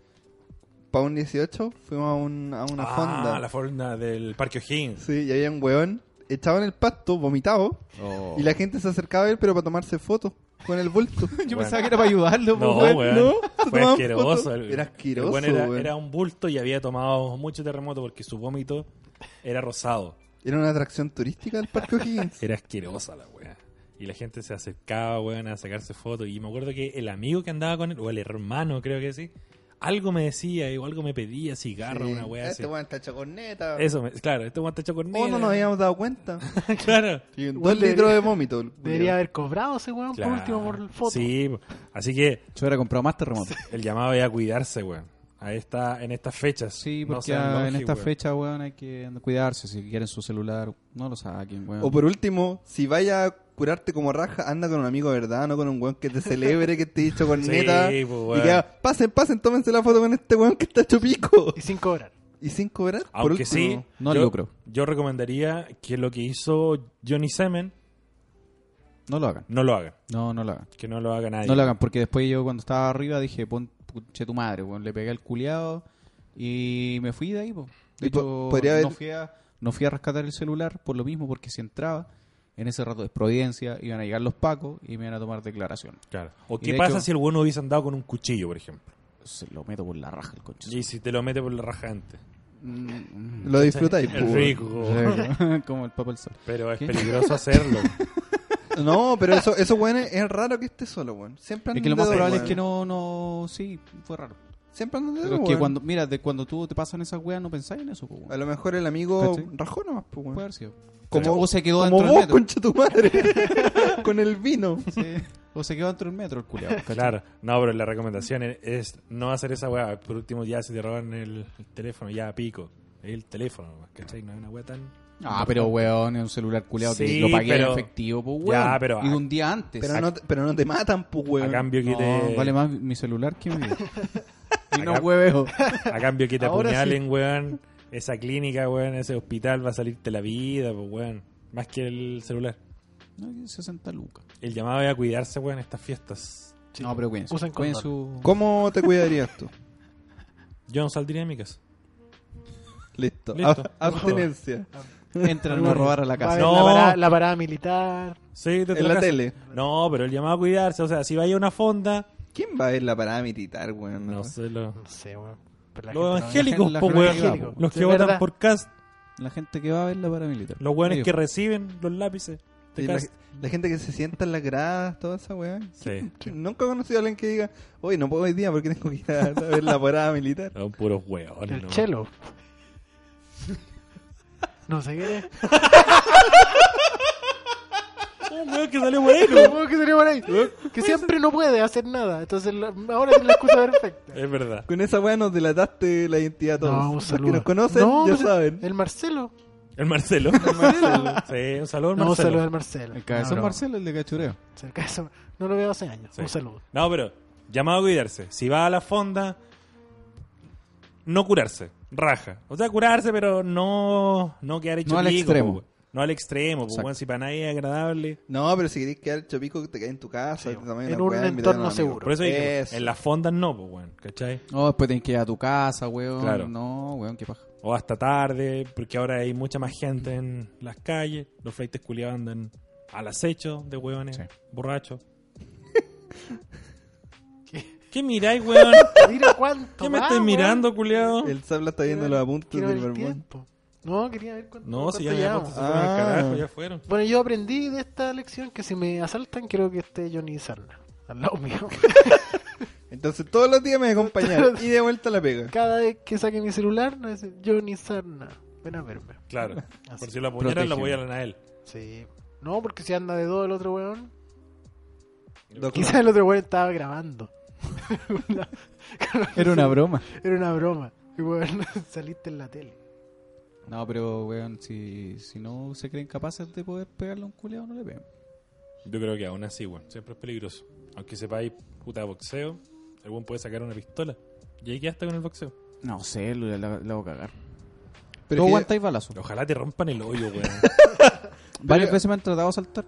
Speaker 4: Para un 18 fuimos a, un- a una
Speaker 3: ah,
Speaker 4: fonda.
Speaker 3: la fonda del Parque O'Higgins.
Speaker 4: Sí, y había un weón echado en el pasto, vomitado.
Speaker 2: Oh.
Speaker 4: Y la gente se acercaba a él, pero para tomarse fotos con el bulto.
Speaker 2: Yo
Speaker 3: Bueno.
Speaker 2: pensaba que era para ayudarlo, pues,
Speaker 3: No,
Speaker 2: weón.
Speaker 3: weón.
Speaker 4: no, se
Speaker 3: Fue
Speaker 4: tomaban
Speaker 3: asqueroso.
Speaker 4: fotos.
Speaker 3: el-
Speaker 4: Era
Speaker 3: el
Speaker 4: asqueroso,
Speaker 3: weón era,
Speaker 4: weón.
Speaker 3: era un bulto y había tomado mucho terremoto porque su vómito era rosado.
Speaker 4: Era una atracción turística del Parque O'Higgins.
Speaker 3: Era asquerosa la weá. Y la gente se acercaba, weón, a sacarse fotos. Y me acuerdo que el amigo que andaba con él, o el hermano, creo que sí, algo me decía o algo me pedía, cigarro,
Speaker 4: Sí.
Speaker 3: una weá así.
Speaker 4: Este weón está hecho corneta.
Speaker 3: Eso, me- claro, este weón está hecho corneta.
Speaker 4: Oh, no nos habíamos dado cuenta.
Speaker 3: Claro.
Speaker 4: Y un
Speaker 5: Weón,
Speaker 4: dos
Speaker 5: debería-
Speaker 4: litros de vómito. el
Speaker 5: Debería haber cobrado ese weón
Speaker 3: Claro.
Speaker 5: por último por foto.
Speaker 3: Sí, así que
Speaker 2: Yo hubiera comprado más terremotos.
Speaker 3: El llamado es a cuidarse, weón. A esta, en estas fechas.
Speaker 2: Sí,
Speaker 3: No
Speaker 2: porque
Speaker 3: sean
Speaker 2: ah, en
Speaker 3: longi,
Speaker 2: esta
Speaker 3: weón.
Speaker 2: fecha, weón, hay que cuidarse. Si quieren su celular, no lo saquen, weón.
Speaker 4: O por último, si vaya a curarte como raja, anda con un amigo de verdad, no con un weón que te celebre, que te he dicho con
Speaker 3: Sí,
Speaker 4: neta.
Speaker 3: pues,
Speaker 4: y
Speaker 3: weón.
Speaker 4: que haga, pasen, pasen, tómense la foto con este weón que está hecho pico.
Speaker 5: Y sin cobrar.
Speaker 4: Y sin cobrar, por
Speaker 3: Aunque
Speaker 4: último.
Speaker 3: sí,
Speaker 2: no
Speaker 3: yo,
Speaker 2: lucro.
Speaker 3: Yo recomendaría que lo que hizo Johnny Semen
Speaker 2: No lo hagan.
Speaker 3: no lo hagan.
Speaker 2: No, no lo hagan.
Speaker 3: Que no lo haga nadie.
Speaker 2: No lo hagan, porque después yo cuando estaba arriba dije, pon che tu madre, weón. Le pegué al culiado y me fui de ahí, po. De
Speaker 4: Y po-
Speaker 2: hecho,
Speaker 4: podría haber-
Speaker 2: no, fui a, no fui a rescatar el celular por lo mismo, porque si entraba en ese rato de Providencia iban a llegar los pacos y me iban a tomar declaración.
Speaker 3: Claro. O
Speaker 2: Y
Speaker 3: qué
Speaker 2: de
Speaker 3: pasa
Speaker 2: hecho-
Speaker 3: si el bueno hubiese andado con un cuchillo, por ejemplo.
Speaker 2: Se lo meto por la raja el concho.
Speaker 3: Y si te lo mete por la raja antes.
Speaker 2: Mm, mm,
Speaker 4: Lo disfrutáis,
Speaker 3: Es
Speaker 4: pues, weón.
Speaker 3: rico.
Speaker 2: Como el papa al sol.
Speaker 3: Pero es
Speaker 2: ¿Qué?
Speaker 3: peligroso hacerlo.
Speaker 4: No, pero eso, eso weón, es es raro que esté solo, weón. Siempre
Speaker 2: Es
Speaker 4: andan
Speaker 2: que lo
Speaker 4: de
Speaker 2: más
Speaker 4: dos,
Speaker 2: probable es
Speaker 4: weón.
Speaker 2: que no, no, sí, fue raro.
Speaker 4: Siempre andan de
Speaker 2: Pero
Speaker 4: dos,
Speaker 2: es que
Speaker 4: weón.
Speaker 2: cuando, mira, de cuando tú te pasan esas weas no pensáis en eso, po,
Speaker 4: A
Speaker 2: weón.
Speaker 4: lo mejor el amigo
Speaker 2: ¿Cachai?
Speaker 4: rajó nomás, pues, weón.
Speaker 2: Puede haber sido.
Speaker 4: Como-
Speaker 2: o se quedó
Speaker 4: Como
Speaker 2: dentro del
Speaker 4: vos,
Speaker 2: metro.
Speaker 4: concha tu madre. con el vino.
Speaker 2: Sí. O se quedó dentro del metro el culiado.
Speaker 3: claro. No, pero la recomendación es, es no hacer esa weá. Por último, ya si te roban el, el teléfono, ya pico. El teléfono, ¿cachai? No es una weá tan.
Speaker 2: Ah, pero weón, es un celular culiado
Speaker 3: Sí,
Speaker 2: que lo pagué
Speaker 3: pero-
Speaker 2: en efectivo, pues
Speaker 3: Ya,
Speaker 2: weón.
Speaker 3: pero- ah,
Speaker 2: y de un día antes. Ah,
Speaker 4: Pero no, te- pero no te matan, pues,
Speaker 3: A
Speaker 4: weón.
Speaker 3: cambio que
Speaker 2: No,
Speaker 3: te.
Speaker 2: vale más mi celular que mi vida. y no
Speaker 3: Acá-
Speaker 2: hueveo.
Speaker 3: A cambio que te
Speaker 4: Ahora
Speaker 3: apuñalen, weón. Esa clínica, weón, ese hospital va a salirte la vida, pues, weón. Más que el celular.
Speaker 2: No, 60 lucas.
Speaker 3: El llamado es a cuidarse, weón, en estas fiestas.
Speaker 2: No, pero cuídense.
Speaker 5: Usen
Speaker 2: Cuiden
Speaker 5: condón.
Speaker 2: su-
Speaker 4: ¿Cómo te cuidarías tú?
Speaker 3: Yo no saldría de mi casa.
Speaker 4: Listo.
Speaker 3: Listo.
Speaker 4: Ab- abstenencia.
Speaker 2: Entran a robar a la
Speaker 5: Va a
Speaker 2: casa.
Speaker 5: haber
Speaker 3: No.
Speaker 5: la, parada, la parada militar.
Speaker 3: Sí, desde
Speaker 4: En la
Speaker 3: casa.
Speaker 4: tele.
Speaker 3: No, pero el llamado a cuidarse. O sea, si vaya a una fonda.
Speaker 4: ¿Quién va a ir la parada militar, weón?
Speaker 3: No sé, lo-
Speaker 5: No sé, weón. Pero la
Speaker 3: los
Speaker 5: gente no-
Speaker 3: evangélicos,
Speaker 2: la
Speaker 3: po,
Speaker 2: gente
Speaker 3: weón.
Speaker 2: que va,
Speaker 5: po.
Speaker 3: Los que
Speaker 5: Sí,
Speaker 3: votan
Speaker 5: verdad.
Speaker 3: por cast.
Speaker 2: La gente que va a ver la paramilitar.
Speaker 3: Los weones
Speaker 2: Ellos.
Speaker 3: que reciben los lápices de
Speaker 4: Y la,
Speaker 3: cast.
Speaker 4: la gente que se sienta en las gradas, toda esa weá.
Speaker 3: Sí.
Speaker 4: Nunca he conocido a alguien que diga, hoy no puedo hoy día porque tengo que ir a, a ver la parada militar.
Speaker 3: Son puros weones.
Speaker 5: El
Speaker 3: ¿no?
Speaker 5: chelo. No sé quién es.
Speaker 3: Ah, Un weón que salió hueco.
Speaker 5: ¿Cómo que sería por ahí? Que siempre no puede hacer nada. Entonces la- ahora tiene la excusa perfecta.
Speaker 3: Es verdad.
Speaker 4: Con esa weá nos delataste la identidad a todos.
Speaker 5: No, un
Speaker 4: Los
Speaker 5: saludo.
Speaker 4: que nos conocen
Speaker 5: No,
Speaker 4: ya
Speaker 5: pues,
Speaker 4: saben.
Speaker 5: El Marcelo.
Speaker 3: El Marcelo. Sí, un saludo al
Speaker 5: No, un
Speaker 3: Marcelo.
Speaker 5: saludo al Marcelo.
Speaker 2: El cabezón
Speaker 5: no, no.
Speaker 2: Marcelo, el de cachureo.
Speaker 5: El cabezón- No lo veo hace años.
Speaker 3: Sí.
Speaker 5: Un saludo.
Speaker 3: No, pero llamado a cuidarse. Si va a la fonda, no curarse, raja. O sea, curarse, pero no, no quedar hecho
Speaker 2: No al
Speaker 3: pico,
Speaker 2: extremo.
Speaker 3: po, weón. no al extremo, po,
Speaker 2: Exacto.
Speaker 3: weón, si para nadie es agradable.
Speaker 4: No, pero si querés quedar chopico, te quedas en tu casa.
Speaker 5: Sí,
Speaker 4: te tomas
Speaker 5: en
Speaker 4: una
Speaker 5: un
Speaker 4: weá, invitar a
Speaker 5: entorno
Speaker 4: unos amigos.
Speaker 5: seguro.
Speaker 3: Por eso, digo,
Speaker 4: Eso.
Speaker 3: en las fondas no, pues, weón, ¿cachai?
Speaker 2: No, después tienes que ir a tu casa, weón.
Speaker 3: Claro.
Speaker 2: No, weón, qué paja.
Speaker 3: O hasta tarde, porque ahora hay mucha más gente en las calles. Los fleites culiados andan al acecho de weones,
Speaker 2: Sí.
Speaker 3: borrachos.
Speaker 5: ¿Qué?
Speaker 3: ¿Qué miráis, weón?
Speaker 5: Mira cuánto.
Speaker 3: ¿Qué me
Speaker 5: va,
Speaker 3: estáis
Speaker 5: weón.
Speaker 3: mirando, culiado?
Speaker 4: El Sabla está viendo
Speaker 5: Quiero-
Speaker 4: los apuntes
Speaker 5: quiero
Speaker 4: del
Speaker 5: ver el
Speaker 4: Bermón.
Speaker 5: tiempo. No, quería ver cuánto.
Speaker 3: No,
Speaker 5: cuánto
Speaker 3: si ya, ya,
Speaker 5: llevamos.
Speaker 3: se fueron al
Speaker 4: Ah.
Speaker 3: carajo, ya fueron.
Speaker 5: Bueno, yo aprendí de esta lección que si me asaltan, creo que esté Johnny Sarna. Al lado mío.
Speaker 4: Entonces todos los días me acompañaron y de vuelta a la pega.
Speaker 5: Cada vez que saque mi celular, me dice Johnny Sarna. Ven a verme.
Speaker 3: Claro.
Speaker 5: Así.
Speaker 4: Ah,
Speaker 3: Por si lo apoyaran, lo apoyaran a él.
Speaker 5: Sí. No, porque si anda de dos el otro weón.
Speaker 4: Dos
Speaker 5: Quizás el otro weón estaba grabando. Una-
Speaker 2: Era una broma.
Speaker 5: Era una broma. Y weón, saliste en la tele.
Speaker 2: No, pero, weón, si, si no se creen capaces de poder pegarle a un culeado, no le peguen.
Speaker 3: Yo creo que aún así, weón. Siempre es peligroso. Aunque sepáis, puta, boxeo, el weón puede sacar una pistola. Y ahí quedaste con el boxeo.
Speaker 2: No sé, lo, la, la voy a cagar.
Speaker 4: Pero
Speaker 2: Pero
Speaker 4: que-
Speaker 2: aguantáis balazos.
Speaker 3: Ojalá te rompan el hoyo, weón.
Speaker 2: Varias veces me han tratado de saltar.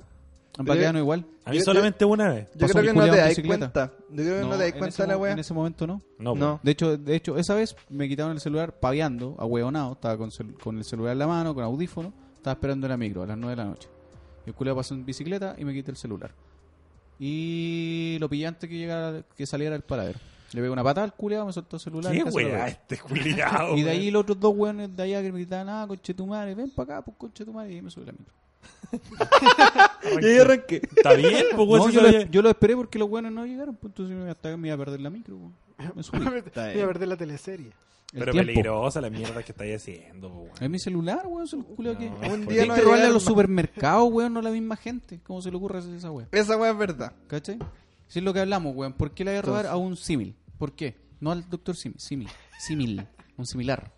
Speaker 2: En
Speaker 4: Pero-
Speaker 2: Baquedano igual.
Speaker 3: A mí
Speaker 4: Yo-
Speaker 3: solamente una vez.
Speaker 4: Yo
Speaker 2: Pasó
Speaker 4: creo
Speaker 2: mi
Speaker 4: que no
Speaker 2: culiao
Speaker 4: te
Speaker 2: en
Speaker 4: dais
Speaker 2: bicicleta.
Speaker 4: cuenta. Yo creo que no, te dais
Speaker 2: en
Speaker 4: cuenta
Speaker 2: ese
Speaker 4: de la
Speaker 2: mo-
Speaker 4: weá.
Speaker 2: En ese momento no.
Speaker 3: No,
Speaker 4: No.
Speaker 3: weón.
Speaker 2: De hecho, de hecho, esa vez me quitaron el celular paviando, ahueonado, estaba con, cel- con el celular en la mano, con audífono, estaba esperando la micro a las 9 de la noche. Y el culiao pasó en bicicleta y me quité el celular. Y lo pillé antes que llegara, que saliera el paradero. Le pegué una patada al culiao, me soltó el celular.
Speaker 3: Qué
Speaker 2: y casi lo
Speaker 3: weá
Speaker 2: pego.
Speaker 3: este culiado.
Speaker 2: Y de ahí los otros dos weones de allá que me gritaban, ah, conche tu madre, ven para acá, pues conche tu madre, y me subí la micro.
Speaker 4: Y ahí arranqué.
Speaker 3: Está bien, pues, weón.
Speaker 2: No,
Speaker 3: si
Speaker 2: yo,
Speaker 3: yo
Speaker 2: lo,
Speaker 3: había-
Speaker 2: yo lo esperé porque los weones no llegaron, pues entonces me, hasta me iba a perder la micro, weón. Me subí.
Speaker 5: Voy
Speaker 4: bien.
Speaker 5: a perder la teleserie.
Speaker 2: El
Speaker 3: Pero
Speaker 2: tiempo.
Speaker 3: peligrosa la mierda que estáis haciendo, po, weón.
Speaker 2: Es mi celular, weón, es el culo que...
Speaker 3: No,
Speaker 4: Un
Speaker 3: por
Speaker 4: día
Speaker 3: Dios.
Speaker 4: no
Speaker 2: que robarle a
Speaker 4: llegaron
Speaker 2: los
Speaker 4: más.
Speaker 2: supermercados, weón, no a la misma gente. ¿Cómo se le ocurre hacer esa weón?
Speaker 4: Esa weá es verdad.
Speaker 2: ¿Cachai? Si es lo que hablamos, weón. ¿Por qué le voy a robar a un símil? ¿Por qué? No al doctor símil. Símil. Símil. Un similar.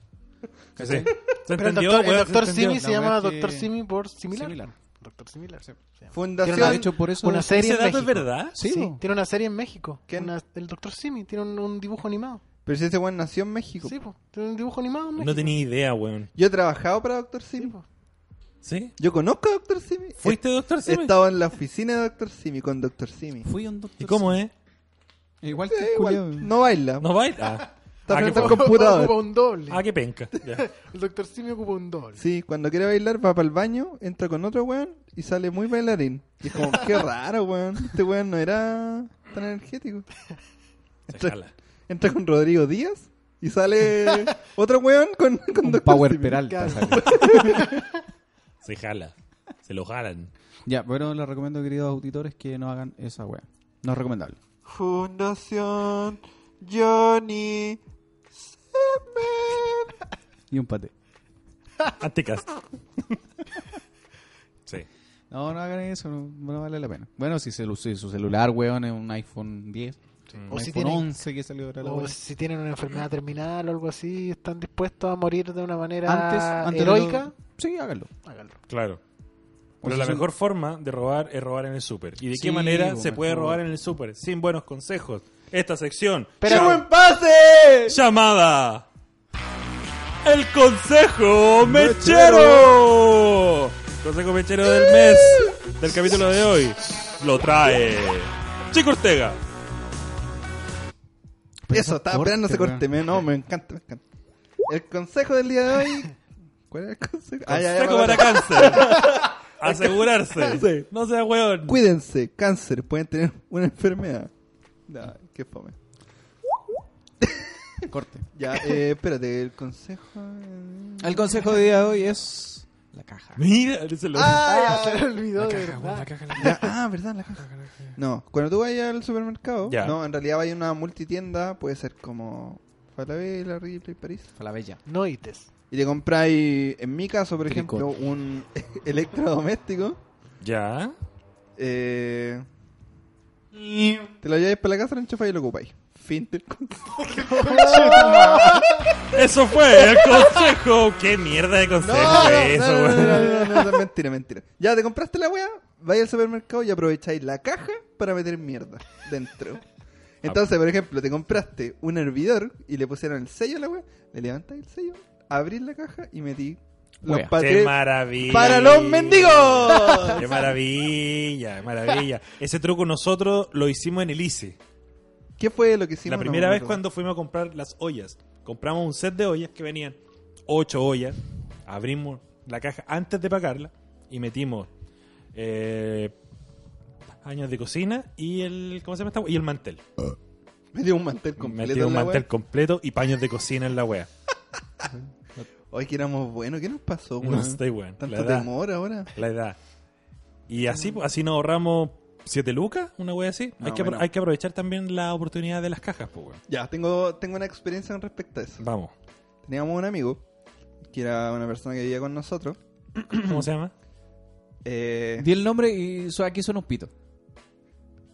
Speaker 3: Sí, sí. Se
Speaker 5: Pero el
Speaker 3: entendió,
Speaker 5: doctor, el
Speaker 3: weón, se
Speaker 5: doctor
Speaker 3: entendió.
Speaker 5: Simi se
Speaker 2: La
Speaker 5: llama
Speaker 2: weá que-
Speaker 5: Doctor Simi por similar.
Speaker 2: Similar.
Speaker 5: Doctor Similar. se llama.
Speaker 4: Fundación.
Speaker 5: Tiene
Speaker 2: De
Speaker 5: una-
Speaker 2: hecho, por eso...
Speaker 5: Una
Speaker 3: ¿Ese
Speaker 5: serie en
Speaker 3: dato
Speaker 5: México.
Speaker 3: es verdad?
Speaker 2: Sí,
Speaker 5: Sí,
Speaker 2: weón.
Speaker 5: tiene una serie en México.
Speaker 4: ¿Quién?
Speaker 5: Una- el Doctor Simi tiene un, un dibujo animado.
Speaker 4: Pero si ese weón nació en México.
Speaker 5: Sí, po. tiene un dibujo animado. en
Speaker 3: No
Speaker 5: México.
Speaker 3: tenía idea, weón.
Speaker 4: Yo he trabajado para Doctor
Speaker 5: Sí,
Speaker 4: Simi.
Speaker 5: po.
Speaker 3: ¿Sí?
Speaker 4: Yo conozco a Doctor Simi.
Speaker 3: ¿Fuiste doctor
Speaker 4: He
Speaker 3: Simi?
Speaker 4: estado en la oficina de Doctor Simi con Doctor Simi.
Speaker 2: Fui un doctor
Speaker 3: ¿Y cómo es?
Speaker 2: Simi. Igual que
Speaker 4: Eh,
Speaker 2: el
Speaker 4: igual,
Speaker 2: culiao.
Speaker 4: no baila.
Speaker 3: ¿No baila? Ah.
Speaker 4: Está
Speaker 3: Ah, qué
Speaker 4: frente al
Speaker 3: po-
Speaker 4: computador.
Speaker 5: Ocupa un doble.
Speaker 3: ah, qué penca. Ya.
Speaker 5: El Doctor Simi ocupa un doble.
Speaker 4: Sí, cuando quiere bailar va para el baño, entra con otro weón y sale muy bailarín. Y es como, qué raro, weón. Este weón no era tan energético.
Speaker 3: Se jala.
Speaker 4: Entra con Rodrigo Díaz y sale otro weón con, con
Speaker 2: Un
Speaker 4: Dr.
Speaker 2: power
Speaker 4: Simi.
Speaker 2: peralta.
Speaker 5: Claro.
Speaker 2: sale.
Speaker 3: Se jala. Se lo jalan.
Speaker 2: ya, pero les recomiendo, queridos auditores, que no hagan esa weón. No es recomendable.
Speaker 4: Fundación Johnny Semen.
Speaker 2: Y un pate.
Speaker 3: Anticast. sí.
Speaker 2: No, no hagan eso, no, no vale la pena. Bueno, si, celu- si su celular, weón, es un iPhone 10, un
Speaker 5: O si
Speaker 2: iPhone
Speaker 5: tienen-
Speaker 2: 11 que salió ahora la
Speaker 5: O
Speaker 2: weá.
Speaker 5: si tienen una enfermedad terminal o algo así, están dispuestos a morir de una manera
Speaker 2: Antes, antes de lo-
Speaker 5: heroica,
Speaker 2: Sí, háganlo.
Speaker 5: háganlo.
Speaker 3: Claro.
Speaker 2: O
Speaker 3: Pero
Speaker 2: si
Speaker 3: la
Speaker 2: son-
Speaker 3: mejor forma de robar es robar en el súper. ¿Y de
Speaker 2: Sí,
Speaker 3: qué manera
Speaker 2: po,
Speaker 3: se puede
Speaker 2: mejor.
Speaker 3: robar en el súper? Sin buenos consejos. Esta sección.
Speaker 5: Pero-
Speaker 3: llam-
Speaker 4: ¡Buen pase!
Speaker 3: Llamada. El consejo mechero. Consejo mechero del mes. Del capítulo de hoy. Lo trae. Chico Ortega.
Speaker 4: Eso, estaba esperando ese corte.
Speaker 2: weón.
Speaker 4: me- No, me encanta, me encanta. El consejo del día de hoy. ¿Cuál era el consejo? Ah, ya, ya,
Speaker 3: Saco
Speaker 4: me
Speaker 3: para
Speaker 4: acordé.
Speaker 3: cáncer. Asegurarse.
Speaker 4: Sí.
Speaker 3: No sea weón.
Speaker 4: Cuídense, cáncer, pueden tener una enfermedad. No, qué fome.
Speaker 2: Corte.
Speaker 4: Ya, eh, espérate, el consejo. eh,
Speaker 2: El consejo de día de hoy es la caja.
Speaker 3: Mira, se lo
Speaker 5: Ah, se me olvidó, de verdad.
Speaker 4: ya, ah, verdad, la caja. No, cuando tú vayas al supermercado,
Speaker 3: Ya.
Speaker 4: no, en realidad vayas a una multitienda, puede ser como Falabella, Ripley, París.
Speaker 2: La bella.
Speaker 5: Noites.
Speaker 4: Y te compráis, en mi caso, por
Speaker 2: Tricot.
Speaker 4: ejemplo, un electrodoméstico.
Speaker 3: Ya.
Speaker 4: Eh,
Speaker 2: Mm.
Speaker 4: te lo lleváis para la casa, lo enchufáis y lo ocupáis. Fin del consejo.
Speaker 3: Eso fue el consejo. ¿Qué mierda de consejo es eso,
Speaker 4: no, no,
Speaker 3: weón?
Speaker 4: no, no, no, no, mentira, mentira. Ya te compraste la weá, vais al supermercado y aprovecháis la caja para meter mierda dentro. Entonces, por ejemplo, te compraste un hervidor y le pusieron el sello a la weá, le levantáis el sello, abrís la caja y metí los
Speaker 2: Wea.
Speaker 3: ¡Qué
Speaker 4: patres
Speaker 3: maravilla!
Speaker 4: para los mendigos.
Speaker 3: ¡Qué maravilla! ¡Maravilla! Ese truco nosotros lo hicimos en el ICE.
Speaker 4: ¿Qué fue lo que hicimos?
Speaker 3: la primera
Speaker 4: No,
Speaker 3: vez
Speaker 4: no, no.
Speaker 3: cuando fuimos a comprar las ollas. Compramos un set de ollas que venían ocho ollas. Abrimos la caja antes de pagarla y metimos eh, años de cocina y el ¿cómo se llama esta wea? Y el mantel.
Speaker 4: Metí un mantel completo.
Speaker 3: Metimos
Speaker 4: en
Speaker 3: un
Speaker 4: la
Speaker 3: mantel
Speaker 4: wea.
Speaker 3: completo y paños de cocina en la wea.
Speaker 4: Hoy que éramos buenos, ¿qué nos pasó, weón?
Speaker 3: No estoy weón. La
Speaker 4: Tanto
Speaker 3: edad.
Speaker 4: temor ahora.
Speaker 3: La edad. Y así, pues, así nos ahorramos siete lucas, una wea así. hay,
Speaker 4: No,
Speaker 3: que, apro-
Speaker 4: bueno.
Speaker 3: hay que aprovechar también la oportunidad de las cajas, pues weón.
Speaker 4: Ya, tengo, tengo una experiencia con respecto a eso.
Speaker 3: Vamos.
Speaker 4: Teníamos un amigo, que era una persona que vivía con nosotros.
Speaker 3: ¿Cómo se llama?
Speaker 4: Eh,
Speaker 2: Di el nombre y su- aquí suena un pito.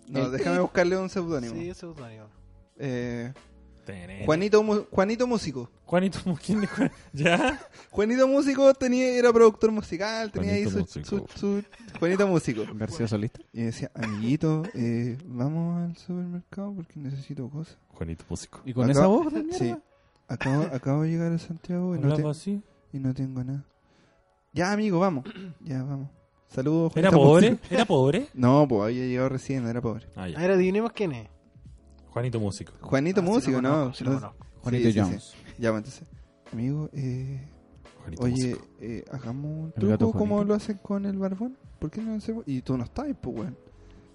Speaker 4: no, déjame buscarle un seudónimo.
Speaker 5: Este- Sí, ese es Daniel.
Speaker 4: Eh, Juanito, Mu- Juanito Músico.
Speaker 3: Juanito Mosquín. Juan- ¿Ya?
Speaker 4: Juanito Músico tenía, era productor musical, tenía ahí su,
Speaker 3: Juanito Músico.
Speaker 4: su- su- Juanito Músico.
Speaker 2: García Solista.
Speaker 4: Y decía, amiguito, eh, vamos al supermercado porque necesito cosas.
Speaker 3: Juanito Músico.
Speaker 2: Y con
Speaker 4: Acá-
Speaker 2: esa voz de mierda.
Speaker 4: Sí. Acabo, acabo de llegar a Santiago y no, te-
Speaker 3: Hablaba así.
Speaker 4: y no tengo nada. Ya, amigo, vamos. Ya, vamos. Saludos.
Speaker 3: ¿Era
Speaker 4: Juanito
Speaker 3: pobre?
Speaker 4: Músico.
Speaker 3: ¿Era pobre?
Speaker 4: No, pues había llegado recién, era pobre.
Speaker 3: Ah, ya.
Speaker 5: Ahora adivinemos quién es.
Speaker 3: Juanito Músico.
Speaker 4: Juanito
Speaker 5: Ah, sí lo
Speaker 4: Músico,
Speaker 5: conozco,
Speaker 4: ¿no?
Speaker 5: sí lo
Speaker 4: Entonces-
Speaker 5: conozco.
Speaker 2: Juanito
Speaker 4: Sí, sí,
Speaker 2: Jones.
Speaker 4: sí. Ya, pues, entonces, amigo, eh,
Speaker 3: Juanito
Speaker 4: oye,
Speaker 3: Músico.
Speaker 4: eh, hagamos un
Speaker 2: El gato
Speaker 4: truco como
Speaker 2: Juanito.
Speaker 4: lo hacen con el barbón. ¿Por qué no hacemos? Y tú no estás, pues, weón.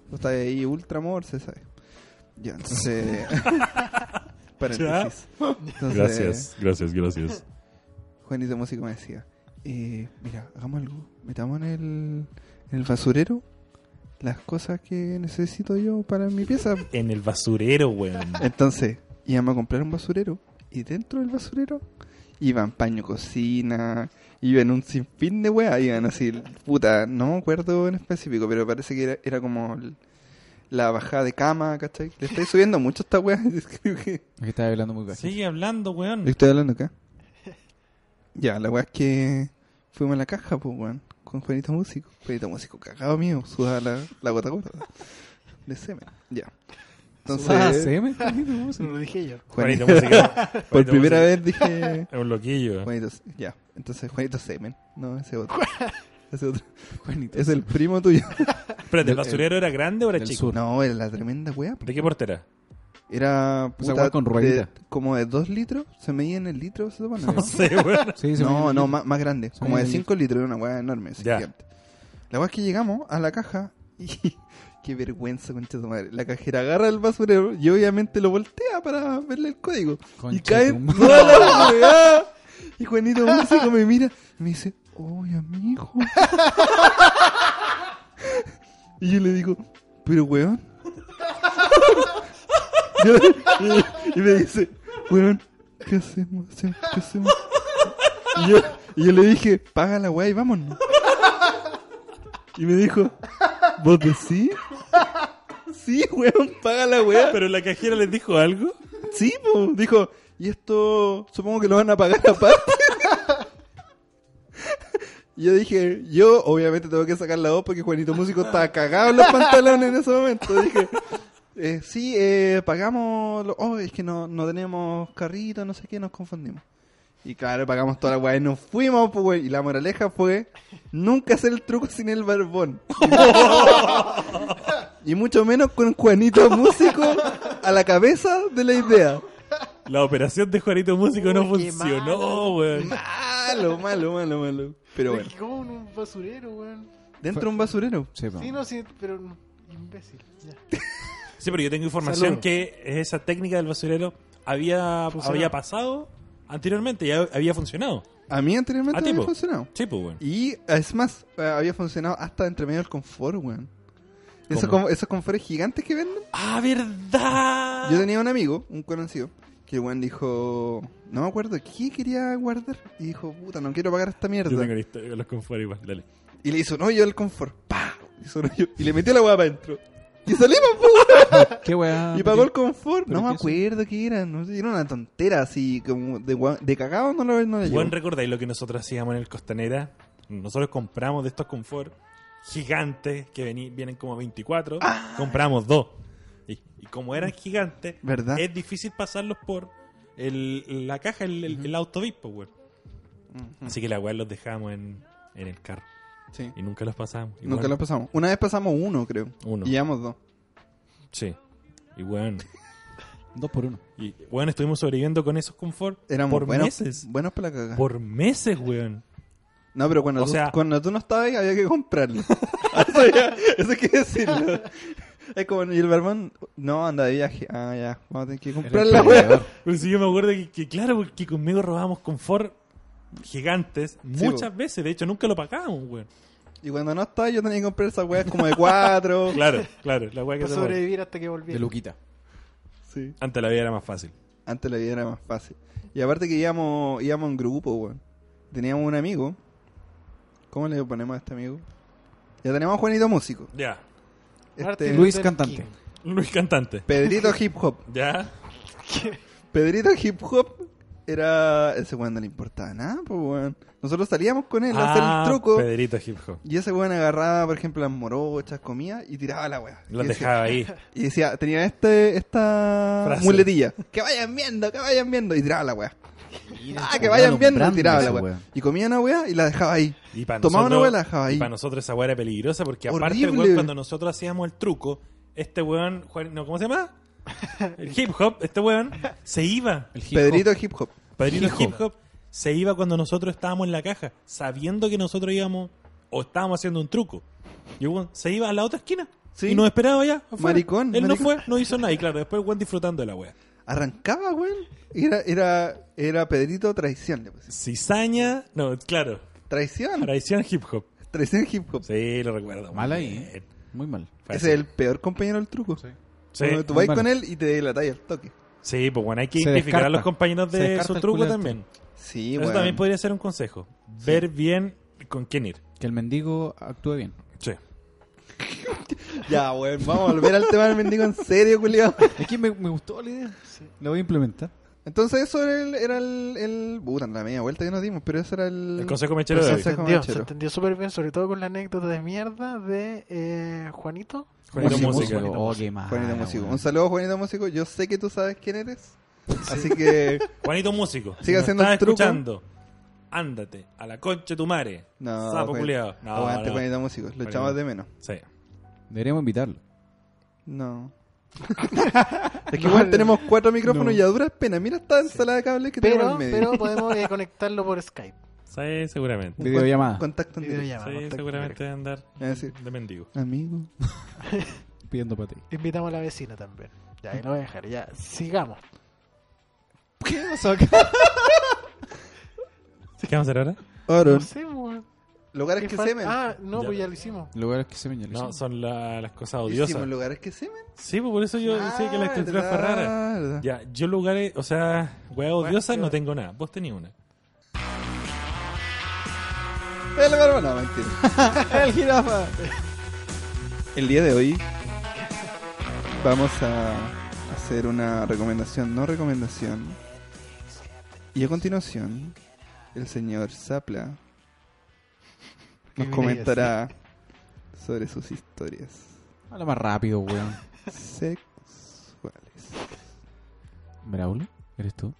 Speaker 4: Tú estás ahí ultra morse, ¿sabes? Ya, entonces. paréntesis. Entonces,
Speaker 3: gracias, gracias.
Speaker 4: Juanito Músico me decía: eh, Mira, hagamos algo. Metamos en el, en el basurero las cosas que necesito yo para mi pieza.
Speaker 3: En el basurero, weón.
Speaker 4: Entonces, íbamos a comprar un basurero. Y dentro del basurero iban paño cocina, iban un sinfín de weas, iban así, puta, no me acuerdo en específico, pero parece que era, era como el- la bajada de cama, ¿cachai? Le estoy subiendo mucho a esta wea, creo que...
Speaker 2: Aquí estaba hablando muy bajito.
Speaker 3: Sigue hablando, weón.
Speaker 4: Le estoy hablando acá. Ya, la wea es que fuimos a la caja, pues, weón, con Juanito Músico. Juanito Músico, cagado mío, sudaba la, la gota gorda de semen, ya.
Speaker 2: Ah,
Speaker 4: Entonces,
Speaker 2: se me Juanito
Speaker 5: Se
Speaker 2: Músico.
Speaker 5: lo dije yo.
Speaker 3: Juanito
Speaker 4: Juanito-
Speaker 3: Músico.
Speaker 4: por
Speaker 3: Juanito
Speaker 4: primera
Speaker 3: Músico.
Speaker 4: vez dije...
Speaker 3: Es un loquillo.
Speaker 4: Juanito, ya. Entonces, Juanito Semen. No, ese otro. ese otro.
Speaker 2: Juanito.
Speaker 4: Es el primo tuyo.
Speaker 3: Espérate, ¿el basurero era grande o era
Speaker 2: del
Speaker 3: chico?
Speaker 2: sur.
Speaker 4: No, era la tremenda weá. po.
Speaker 3: ¿De qué portera?
Speaker 4: Era
Speaker 2: Esa
Speaker 4: puta,
Speaker 2: weá con
Speaker 4: de,
Speaker 2: ruedita.
Speaker 4: como de 2 litros. Se medía en el litro, se supone.
Speaker 3: No sé, weón.
Speaker 2: Sí, se
Speaker 4: no,
Speaker 2: me-
Speaker 4: no, más, más grande.
Speaker 2: Se
Speaker 4: Como
Speaker 2: medía
Speaker 4: de
Speaker 2: en
Speaker 4: 5 litros, era una weá enorme. así,
Speaker 3: Ya.
Speaker 4: gigante. La weá es que llegamos a la caja y. Qué vergüenza, concha de tu madre. La cajera agarra el basurero y obviamente lo voltea para verle el código. y
Speaker 2: Concha
Speaker 4: cae
Speaker 2: de tu madre.
Speaker 4: toda la weá. Y Juanito Músico me mira y me dice, oye, amigo. Y yo le digo, pero weón. Yo- y, y me dice, weón, ¿qué hacemos? ¿Qué hacemos? ¿Qué hacemos? Y yo, y yo le dije, paga la weá y vámonos. Y me dijo, ¿vos decís? Sí, weón, paga la weá.
Speaker 3: Pero la cajera les dijo algo.
Speaker 4: Sí, po. dijo, y esto supongo que lo van a pagar aparte. Y yo dije, yo obviamente tengo que sacar la voz porque Juanito Músico estaba cagado en los pantalones en ese momento. Dije, eh, sí, eh, pagamos, lo- oh, es que no, no tenemos carrito, no sé qué, nos confundimos. Y claro, pagamos toda la weá y nos fuimos, pues, güey. Y la moraleja fue, nunca hacer el truco sin el barbón. Y mucho menos con Juanito Músico a la cabeza de la idea.
Speaker 3: La operación de Juanito Músico no
Speaker 5: Uy, qué
Speaker 3: funcionó,
Speaker 5: malo.
Speaker 3: weón.
Speaker 4: Malo, malo, malo, malo. Pero bueno,
Speaker 5: Como en un basurero, weón.
Speaker 4: dentro de un basurero.
Speaker 2: Sí, po.
Speaker 5: Sí, no, sí, pero no, imbécil. Ya.
Speaker 3: Sí, pero yo tengo información
Speaker 5: Saludos.
Speaker 3: que esa técnica del basurero había,
Speaker 5: Funcionó.
Speaker 3: había pasado anteriormente y hab- había funcionado.
Speaker 4: A mí anteriormente
Speaker 3: Ah,
Speaker 4: no había
Speaker 3: tipo.
Speaker 4: funcionado.
Speaker 3: Sí, pues, weón.
Speaker 4: Y es más, eh, había funcionado hasta entre medio del confort, weón. Esos,
Speaker 3: ¿Cómo?
Speaker 4: con- esos confortes gigantes que venden.
Speaker 3: ¡Ah, verdad!
Speaker 4: Yo tenía un amigo, un conocido, que el weón dijo, no me acuerdo qué quería guardar. Y dijo, puta, no quiero pagar esta mierda.
Speaker 3: Yo tengo la historia con los confort igual, dale.
Speaker 4: Y le hizo un hoyo al confort. ¡Pah! Hizo un hoyo. Y le metió la weá para adentro. Y salimos, po.
Speaker 2: Qué
Speaker 3: Ah,
Speaker 2: weá.
Speaker 4: Y pagó el confort.
Speaker 2: ¿Pero
Speaker 4: No me
Speaker 2: qué hizo?
Speaker 4: acuerdo qué era. No sé, era una tontera así, como de, gua- de cagado no lo no le
Speaker 3: Weón,
Speaker 4: llevo.
Speaker 3: ¿recordáis lo que nosotros hacíamos en el Costanera? Nosotros compramos de estos confort gigantes que veni- vienen como 24. Compramos dos. Y, y como eran gigantes,
Speaker 4: ¿Verdad?
Speaker 3: es difícil pasarlos por el- la caja, el, el, el autobispo, weón.
Speaker 4: Mm.
Speaker 3: Así que la weá los dejábamos en, en el carro.
Speaker 4: Sí.
Speaker 3: Y nunca los pasábamos. Y
Speaker 4: Nunca
Speaker 3: weón,
Speaker 4: lo pasamos. Una vez pasamos uno, creo.
Speaker 3: Uno.
Speaker 4: Y llevamos dos.
Speaker 3: Sí. Y weón.
Speaker 2: Dos por uno.
Speaker 3: Y weón, estuvimos sobreviviendo con esos confort
Speaker 4: Éramos
Speaker 3: por
Speaker 4: buenos,
Speaker 3: meses.
Speaker 4: buenos para la cagada.
Speaker 3: Por meses, weón.
Speaker 4: No, pero cuando,
Speaker 3: O
Speaker 4: tú,
Speaker 3: sea-
Speaker 4: cuando tú no estabas ahí, había que comprarlo. eso, ya- eso hay que decirlo. Es como, y el barman, no, anda de viaje. Ah, ya, vamos a tener que comprar la weá.
Speaker 3: Pero si yo me acuerdo que, que claro, porque conmigo robábamos confort gigantes muchas
Speaker 4: po.
Speaker 3: veces. De hecho, nunca lo pagábamos, weón.
Speaker 4: Y cuando no estaba, yo tenía que comprar esas weas como de cuatro.
Speaker 3: Claro, claro. La weá que
Speaker 5: Para
Speaker 3: se mueve.
Speaker 5: sobrevivir hasta que volviera.
Speaker 2: De Luquita.
Speaker 4: Sí.
Speaker 3: Antes la vida era más fácil.
Speaker 4: Antes la vida era más fácil. Y aparte que íbamos, íbamos en grupo, weón. Teníamos un amigo. ¿Cómo le ponemos a este amigo? Ya tenemos a Juanito Músico.
Speaker 3: Ya.
Speaker 4: Este,
Speaker 5: Martin
Speaker 2: Luis
Speaker 5: Luther
Speaker 2: Cantante.
Speaker 5: King.
Speaker 3: Luis Cantante.
Speaker 4: Pedrito Hip Hop.
Speaker 3: Ya.
Speaker 4: Pedrito Hip Hop era... Ese weón no le importaba nada, pues weón. Nosotros salíamos con él a hacer
Speaker 3: Ah,
Speaker 4: el truco.
Speaker 3: Pedrito Hip Hop.
Speaker 4: Y ese weón agarraba, por ejemplo, las morochas, comía y tiraba la weá.
Speaker 3: Los
Speaker 4: y decía-
Speaker 3: dejaba ahí.
Speaker 4: Y decía, tenía este, esta
Speaker 3: Frase.
Speaker 4: muletilla. Que vayan viendo, que vayan viendo. Y tiraba la weá. Ah, que
Speaker 2: weá
Speaker 4: vayan viendo. Y
Speaker 2: alumbrando
Speaker 4: tiraba la
Speaker 2: esa
Speaker 4: weá.
Speaker 2: weá.
Speaker 4: Y comía una weá y la dejaba ahí.
Speaker 3: Y para
Speaker 4: Tomaba una
Speaker 3: nosotros,
Speaker 4: weá y la dejaba ahí.
Speaker 3: y para nosotros esa weá era peligrosa porque aparte,
Speaker 4: Horrible.
Speaker 3: weón, cuando nosotros hacíamos el truco, este weón, Juan- no, ¿cómo se llama? El hip hop, este weón, se iba.
Speaker 2: El hip hop.
Speaker 4: Pedrito Hip Hop.
Speaker 3: Padrino
Speaker 2: Hijo.
Speaker 3: Hip Hop se iba cuando nosotros estábamos en la caja, sabiendo que nosotros íbamos o estábamos haciendo un truco. Y el weón se iba a la otra esquina
Speaker 4: Sí.
Speaker 3: y nos esperaba allá. afuera.
Speaker 4: Maricón,
Speaker 3: Él no
Speaker 4: maricón.
Speaker 3: fue, no hizo nada. Y claro, después el weón disfrutando de la wea.
Speaker 4: Arrancaba, weón. Era, era, era Pedrito Traición. le pusieron.
Speaker 3: Cizaña, no, claro,
Speaker 4: Traición.
Speaker 3: traición hip hop.
Speaker 4: Traición Hip Hop.
Speaker 3: Sí, lo recuerdo. muy
Speaker 2: Mal ahí,
Speaker 3: bien.
Speaker 2: ¿eh? Muy mal.
Speaker 3: Fue
Speaker 4: Ese es
Speaker 3: así.
Speaker 4: el peor compañero del truco.
Speaker 3: Sí,
Speaker 4: Cuando tú vas
Speaker 2: Hermano.
Speaker 4: con él y te la talla al toque.
Speaker 3: sí, pues bueno, hay que
Speaker 2: Se
Speaker 3: identificar a
Speaker 2: descarta.
Speaker 3: los compañeros
Speaker 2: Se
Speaker 3: de
Speaker 2: descarta
Speaker 3: su
Speaker 2: el
Speaker 3: truco
Speaker 2: culiao.
Speaker 3: también.
Speaker 4: este. Sí,
Speaker 3: Eso
Speaker 4: weón.
Speaker 3: también podría ser un consejo. Ver bien con quién ir.
Speaker 2: Que el mendigo actúe bien.
Speaker 3: Sí.
Speaker 4: Ya, weón. Vamos a volver al tema del mendigo en serio, culiao.
Speaker 2: Es que me, me gustó la idea. La voy a implementar.
Speaker 4: Entonces eso era el... Era el, el- puta, la media vuelta que nos dimos, pero eso era el...
Speaker 3: El consejo mechero de
Speaker 4: Pero
Speaker 3: hoy.
Speaker 4: se-
Speaker 5: Se
Speaker 4: Consejo
Speaker 5: entendió,
Speaker 4: Manchero.
Speaker 5: se entendió súper bien, sobre todo con la anécdota de mierda de eh, Juanito.
Speaker 3: Juanito
Speaker 4: Juanito
Speaker 3: Música.
Speaker 4: Músico.
Speaker 2: Oh, qué mal.
Speaker 3: Ah,
Speaker 4: Juanito Músico.
Speaker 2: weón.
Speaker 4: Un saludo, Juanito Músico. Yo sé que tú sabes quién eres. Así que...
Speaker 3: Juanito Músico.
Speaker 4: Sigue
Speaker 3: nos
Speaker 4: haciendo
Speaker 3: estás
Speaker 4: el truco.
Speaker 3: escuchando. Ándate a la concha de tu madre.
Speaker 4: No,
Speaker 3: Sapo
Speaker 4: Juan-
Speaker 3: culiado. No,
Speaker 4: Aguante,
Speaker 3: no.
Speaker 4: Juanito Músico. Lo
Speaker 3: Juanito.
Speaker 4: echamos de menos.
Speaker 3: Sí.
Speaker 2: Deberíamos invitarlo.
Speaker 4: No. es que, weón, tenemos cuatro micrófonos y a duras penas. Mira esta ensalada de cables que tenemos
Speaker 5: Pero,
Speaker 4: al medio.
Speaker 5: pero podemos eh, conectarlo por Skype.
Speaker 3: Sí, seguramente.
Speaker 2: Videollamada.
Speaker 4: Contacto en directo.
Speaker 5: Videollamada,
Speaker 3: Sí,
Speaker 5: contacto
Speaker 3: seguramente
Speaker 5: directo.
Speaker 3: de andar
Speaker 4: Es decir,
Speaker 3: de mendigo.
Speaker 4: amigo.
Speaker 2: Pidiendo para ti.
Speaker 5: Invitamos a la vecina también. Ya, ahí lo voy a dejar, ya. Sigamos.
Speaker 2: ¿Qué pasó acá?
Speaker 3: ¿Qué vamos a hacer ahora?
Speaker 4: Oro.
Speaker 5: No sé, weón.
Speaker 4: Lugares
Speaker 5: ¿Qué
Speaker 4: que
Speaker 5: fal-
Speaker 4: semen.
Speaker 5: Ah, no,
Speaker 3: Ya.
Speaker 5: pues ya lo hicimos.
Speaker 2: Lugares que se me
Speaker 3: No, son la- las cosas
Speaker 4: Hicimos
Speaker 3: odiosas.
Speaker 4: lugares que semen.
Speaker 3: Sí, pues por eso yo decía que la estructura fue rara.
Speaker 4: rara.
Speaker 3: Ya, yo lugares, o sea, weas odiosas
Speaker 5: qué
Speaker 3: no
Speaker 5: hora.
Speaker 3: tengo nada. Vos tenías una.
Speaker 4: El barba, Eh, no, mentira.
Speaker 2: el jirafa.
Speaker 4: El día de hoy vamos a hacer una recomendación, no recomendación. Y a continuación, el señor Zapla nos
Speaker 5: Mira,
Speaker 4: comentará sobre sus historias
Speaker 2: Habla más rápido, weón.
Speaker 4: sexuales.
Speaker 2: ¿Braulio? ¿Eres tú?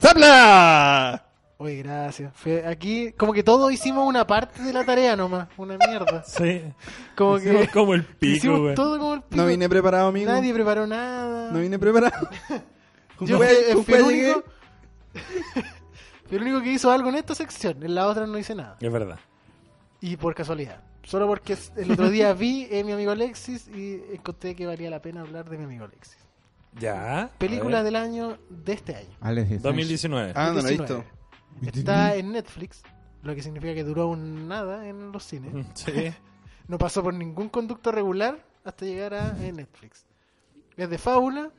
Speaker 4: ¡Zapla!
Speaker 5: Oye, gracias. Fue aquí, como que todos hicimos una parte de la tarea nomás. Una mierda.
Speaker 3: Sí.
Speaker 5: Como
Speaker 3: Hicimos
Speaker 5: que.
Speaker 3: como el pico,
Speaker 5: hicimos
Speaker 3: weón.
Speaker 5: todo como el pico.
Speaker 4: No vine preparado, amigo.
Speaker 5: Nadie preparó nada.
Speaker 4: No vine preparado.
Speaker 5: Yo
Speaker 4: Güey,
Speaker 5: fui-
Speaker 4: tú
Speaker 5: fui el
Speaker 4: fue-
Speaker 5: único. fui el único que hizo algo en esta sección. En la otra no hice nada.
Speaker 3: Es verdad.
Speaker 5: Y por casualidad. Solo porque s- el otro día vi a mi amigo Alexis y encontré que valía la pena hablar de mi amigo Alexis.
Speaker 3: Ya.
Speaker 5: Película
Speaker 3: A ver.
Speaker 5: del año de este año.
Speaker 2: Alex Sánchez.
Speaker 3: 2019.
Speaker 4: Ah, no lo he
Speaker 5: 19.
Speaker 4: visto.
Speaker 5: Está en Netflix, lo que significa que duró un nada en los cines.
Speaker 3: Sí.
Speaker 5: No pasó por ningún conducto regular hasta llegar a eh, Netflix. Es de fábula.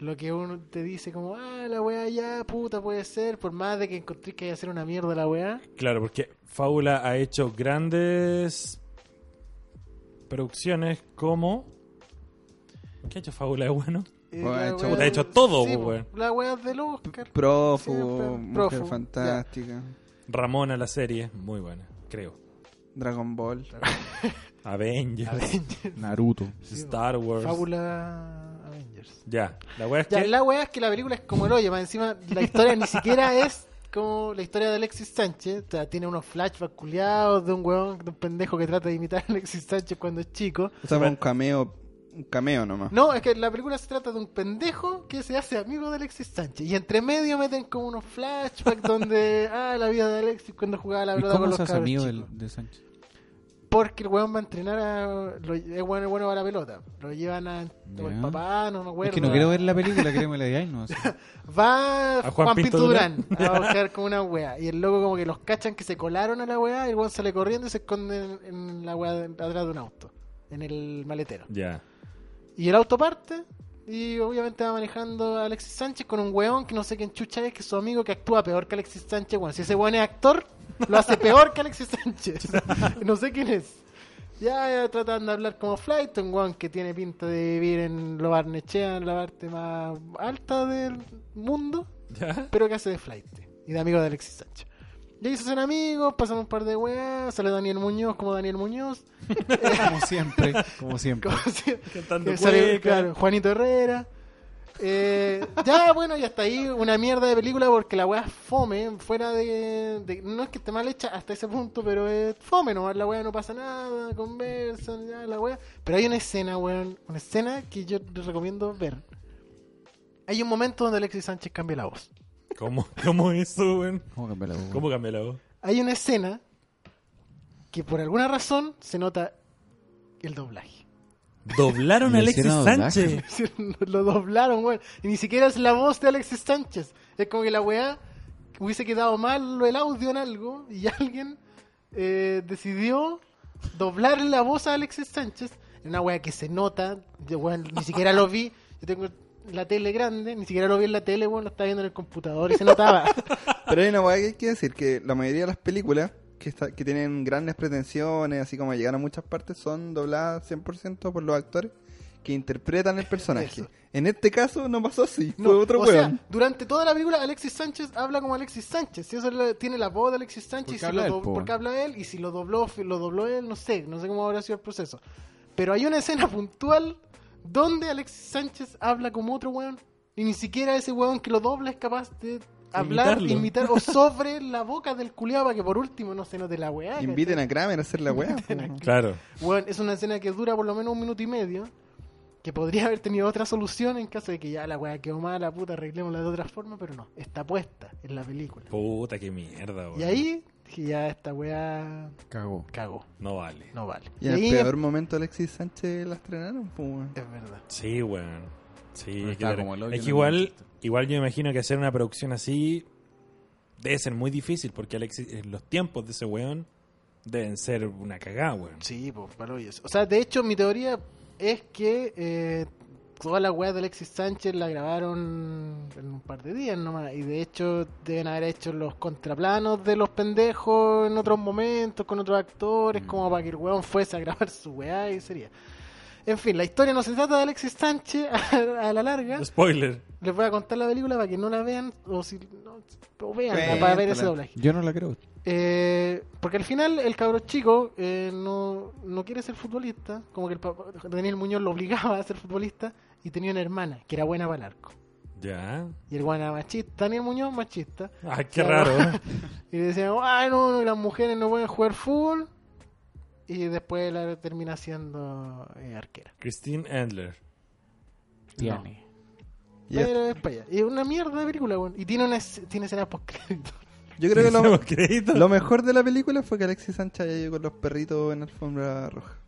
Speaker 5: Lo que uno te dice como, ah, la weá ya, puta, puede ser. Por más de que encontré que haya sido una mierda la weá.
Speaker 3: Claro, porque Fábula ha hecho grandes producciones como. ¿Qué ha hecho Fábula de bueno?
Speaker 5: eh,
Speaker 4: Bueno,
Speaker 5: la
Speaker 4: hecho-
Speaker 5: weá
Speaker 4: puta,
Speaker 3: ha
Speaker 5: del-
Speaker 3: hecho todo, pues,
Speaker 5: sí,
Speaker 3: weón.
Speaker 5: po, La weá del Oscar.
Speaker 4: Prófugo,
Speaker 5: Siempre,
Speaker 4: Mujer
Speaker 5: prófugo, ya.
Speaker 4: Fantástica,
Speaker 3: Ramona, la serie, muy buena, creo.
Speaker 4: Dragon Ball.
Speaker 3: Avengers,
Speaker 5: Avengers.
Speaker 2: Naruto.
Speaker 3: Star Wars.
Speaker 5: Fábula Avengers.
Speaker 3: Ya, la weá es
Speaker 5: Ya,
Speaker 3: que.
Speaker 5: la weá es que la película es como el hoyo, más encima la historia ni siquiera es como la historia de Alexis Sánchez. O sea, tiene unos flashbacks culiados de un weón, de un pendejo que trata de imitar a Alexis Sánchez cuando es chico.
Speaker 4: O sea, fue un cameo, un cameo nomás.
Speaker 5: No, es que la película se trata de un pendejo que se hace amigo de Alexis Sánchez. Y entre medio meten como unos flashbacks donde, ah, la vida de Alexis cuando jugaba a la
Speaker 2: ¿Y
Speaker 5: pelota con
Speaker 2: cómo
Speaker 5: los
Speaker 2: se hace
Speaker 5: cabros
Speaker 2: amigo
Speaker 5: chicos.
Speaker 2: del- de Sánchez?
Speaker 5: Porque el weón va a entrenar a... Lo, el weón es bueno para la pelota. Lo llevan a... o el
Speaker 2: Ya.
Speaker 5: papá, no me acuerdo.
Speaker 2: Es que no
Speaker 5: a-
Speaker 2: quiero ver la película, creo que la digáis, no. así.
Speaker 5: Va
Speaker 3: A
Speaker 5: Juan, Pinto Durán, a
Speaker 3: Ya.
Speaker 5: buscar con una wea. Y el loco como que los cachan que se colaron a la wea. Y el weón sale corriendo y se esconde en, en la wea de- atrás de un auto. En el maletero.
Speaker 3: Ya.
Speaker 5: Y el auto parte. Y obviamente va manejando a Alexis Sánchez con un weón que no sé quién chucha es, que es su amigo que actúa peor que Alexis Sánchez. Bueno, si ese weón es actor, lo hace peor que Alexis Sánchez. no sé quién es. Ya, ya tratan de hablar como Flight, un weón que tiene pinta de vivir en lo Barnechea, en la parte más alta del mundo
Speaker 3: Ya.
Speaker 5: pero que hace de flight y de amigo de Alexis Sánchez. Y ahí se hacen amigos, pasan un par de weas, sale Daniel Muñoz como Daniel Muñoz,
Speaker 2: como siempre, como siempre.
Speaker 5: como si-
Speaker 3: Cantando
Speaker 5: que sale,
Speaker 3: cueca.
Speaker 5: claro, Juanito Herrera. Eh, ya, bueno, y hasta ahí una mierda de película porque la wea es fome, fuera de, de- No es que esté mal hecha hasta ese punto, pero es fome, nomás la wea no pasa nada, conversan, ya, la wea. Pero hay una escena, weón, una escena que yo les recomiendo ver. Hay un momento donde Alexis Sánchez cambia la voz.
Speaker 3: ¿Cómo, ¿Cómo eso, weón?
Speaker 2: ¿Cómo cambiar la voz?
Speaker 3: ¿Cómo cambié la voz?
Speaker 5: hay una escena que por alguna razón se nota el doblaje.
Speaker 3: Doblaron
Speaker 2: Le
Speaker 3: a Alexis
Speaker 2: hicieron doblaje.
Speaker 3: Sánchez.
Speaker 5: Lo doblaron, weón. Y ni siquiera es la voz de Alexis Sánchez. Es como que la weá hubiese quedado mal el audio en algo y alguien eh, decidió doblar la voz a Alexis Sánchez. En una weá que se nota. Yo, weón, ni siquiera lo vi. Yo tengo la tele grande, ni siquiera lo vi en la tele, weón. Lo estaba viendo en el computador y se notaba.
Speaker 4: Pero hay una weá que hay que decir, que la mayoría de las películas que, está- que tienen grandes pretensiones, así como llegar a muchas partes, son dobladas 100% por los actores que interpretan el personaje.
Speaker 5: Eso.
Speaker 4: en este caso no pasó así,
Speaker 5: No,
Speaker 4: fue otro
Speaker 5: o
Speaker 4: weón.
Speaker 5: sea, durante toda la película Alexis Sánchez habla como Alexis Sánchez. Si eso le- tiene la voz de Alexis Sánchez,
Speaker 2: Porque
Speaker 5: y si
Speaker 2: habla
Speaker 5: lo
Speaker 2: él,
Speaker 5: do-
Speaker 2: po.
Speaker 5: porque habla él, y si lo dobló, fi- lo dobló él, no sé, no sé cómo habrá sido el proceso. Pero hay una escena puntual donde Alexis Sánchez habla como otro weón, y ni siquiera ese weón que lo dobla es capaz de hablar,
Speaker 3: Imitarlo.
Speaker 5: imitar o sobre la boca del culiado para que por último no se note la weá.
Speaker 4: Inviten a Kramer a hacer la weá.
Speaker 3: Claro.
Speaker 5: Weón, es una escena que dura por lo menos un minuto y medio. Que podría haber tenido otra solución en caso de que ya la weá quedó mala, puta, arreglémosla de otra forma, pero no. Está puesta en la película.
Speaker 3: Puta, qué mierda, weón.
Speaker 5: Y ahí dije, ya esta weá
Speaker 2: Cagó.
Speaker 5: cagó,
Speaker 3: No vale.
Speaker 5: no vale.
Speaker 4: Y
Speaker 5: Y
Speaker 4: en el
Speaker 5: ahí
Speaker 4: peor momento Alexis Sánchez la estrenaron, pues, weón.
Speaker 5: es verdad.
Speaker 3: Sí, weón. Sí,
Speaker 2: Pero
Speaker 3: hay que
Speaker 2: estaba
Speaker 3: ver.
Speaker 2: como el hoyo
Speaker 3: Es que
Speaker 2: en el
Speaker 3: igual,
Speaker 2: Manchester.
Speaker 3: igual yo me imagino que hacer una producción así debe ser muy difícil porque Alexis- eh, los tiempos de ese weón deben ser una cagada, weón.
Speaker 5: Sí, pues, para hoy eso. O sea, de hecho, mi teoría es que eh, toda la weá de Alexis Sánchez la grabaron en un par de días nomás. Y de hecho, deben haber hecho los contraplanos de los pendejos en otros momentos, con otros actores, como para que el weón fuese a grabar su weá y sería. En fin, la historia no se trata de Alexis Sánchez a, a la larga.
Speaker 3: Spoiler.
Speaker 5: Les voy a contar la película para que no la vean o si no, o vean para ver
Speaker 4: Cuéntala.
Speaker 5: ese doblaje.
Speaker 2: Yo no la creo.
Speaker 5: Eh, porque al final el cabro chico eh, no, no quiere ser futbolista, como que el papá, Daniel Muñoz lo obligaba a ser futbolista y tenía una hermana que era buena para el arco.
Speaker 3: Ya.
Speaker 5: Y el guan era machista, Daniel Muñoz machista.
Speaker 3: Ah, qué
Speaker 5: Claro.
Speaker 3: raro. ¿eh?
Speaker 5: Y le decían, ah, no, no, las mujeres no pueden jugar fútbol. Y después la termina siendo eh, arquera.
Speaker 3: Christine Endler.
Speaker 5: Tiene.
Speaker 4: Y ya.
Speaker 5: Pero es para allá. Y es una mierda de película, weón. Y tiene, una, escena- tiene escenas post-crédito.
Speaker 4: Yo creo que lo,
Speaker 3: crédito?
Speaker 4: lo mejor de la película fue que Alexis Sánchez llegó con los perritos en alfombra roja.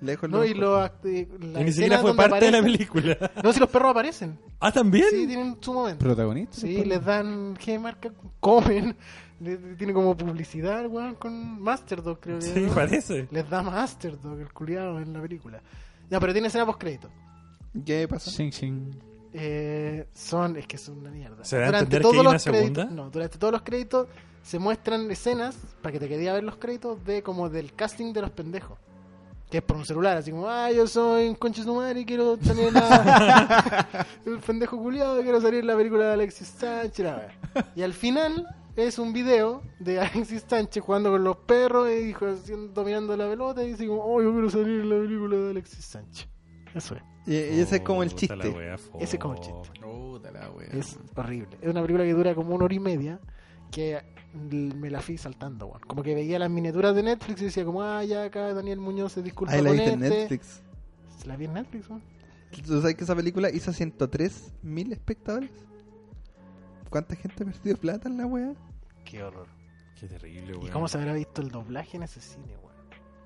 Speaker 4: Lejos
Speaker 5: No,
Speaker 4: lo
Speaker 5: y
Speaker 4: mejor.
Speaker 5: lo, act- eh, la
Speaker 3: Y ni
Speaker 5: escena
Speaker 3: siquiera fue
Speaker 5: donde
Speaker 3: parte de la
Speaker 5: aparecen-
Speaker 3: película.
Speaker 5: No, si los perros aparecen.
Speaker 3: Ah, también.
Speaker 5: Sí, tienen su momento.
Speaker 2: ¿Protagonista?
Speaker 5: Sí, les dan ¿qué marca? Comen. Le- le- Tiene como publicidad, weón, con Masterdog, creo que.
Speaker 3: Sí,
Speaker 5: ¿no?
Speaker 3: parece.
Speaker 5: Les da Masterdog, el culiado en la película. Ya, pero tiene escena post-crédito.
Speaker 4: ¿Qué pasa?
Speaker 2: Shing, shing.
Speaker 5: Eh, son, es que son una mierda.
Speaker 3: ¿Se da a entender que
Speaker 5: todos
Speaker 3: hay una
Speaker 5: los créditos,
Speaker 3: segunda?
Speaker 5: No, durante todos los créditos se muestran escenas, para que te quería ver los créditos, de como del casting de los pendejos. Que es por un celular, así como, ah, yo soy un conche de su madre y quiero tener la... el pendejo culiado, quiero salir en la película de Alexis Sánchez. la wea". Y al final es un video de Alexis Sánchez jugando con los perros y dijo, haciendo- dominando la pelota y dice como, oh, yo quiero salir en la película de Alexis Sánchez. Eso es.
Speaker 4: Y, y ese es como el
Speaker 3: Oh, Puta la
Speaker 4: chiste.
Speaker 3: wea,
Speaker 5: Ese es como el
Speaker 3: fo.
Speaker 5: chiste.
Speaker 2: Puta la wea.
Speaker 5: Es horrible. Es una película que dura como una hora y media que l- me la fui saltando, weón. Como que veía las miniaturas de Netflix y decía como, ah, ya acá Daniel Muñoz se disculpa
Speaker 4: Ahí la
Speaker 5: con
Speaker 4: viste en
Speaker 5: este".
Speaker 4: Netflix.
Speaker 5: Se La vi en Netflix, weón.
Speaker 4: ¿Tú sabes que esa película hizo 103.000 espectadores? ¿Cuánta gente perdió plata en la wea?
Speaker 5: Qué horror.
Speaker 3: Qué terrible,
Speaker 5: ¿Y
Speaker 3: weón.
Speaker 5: cómo se habrá visto el doblaje en ese cine, weón?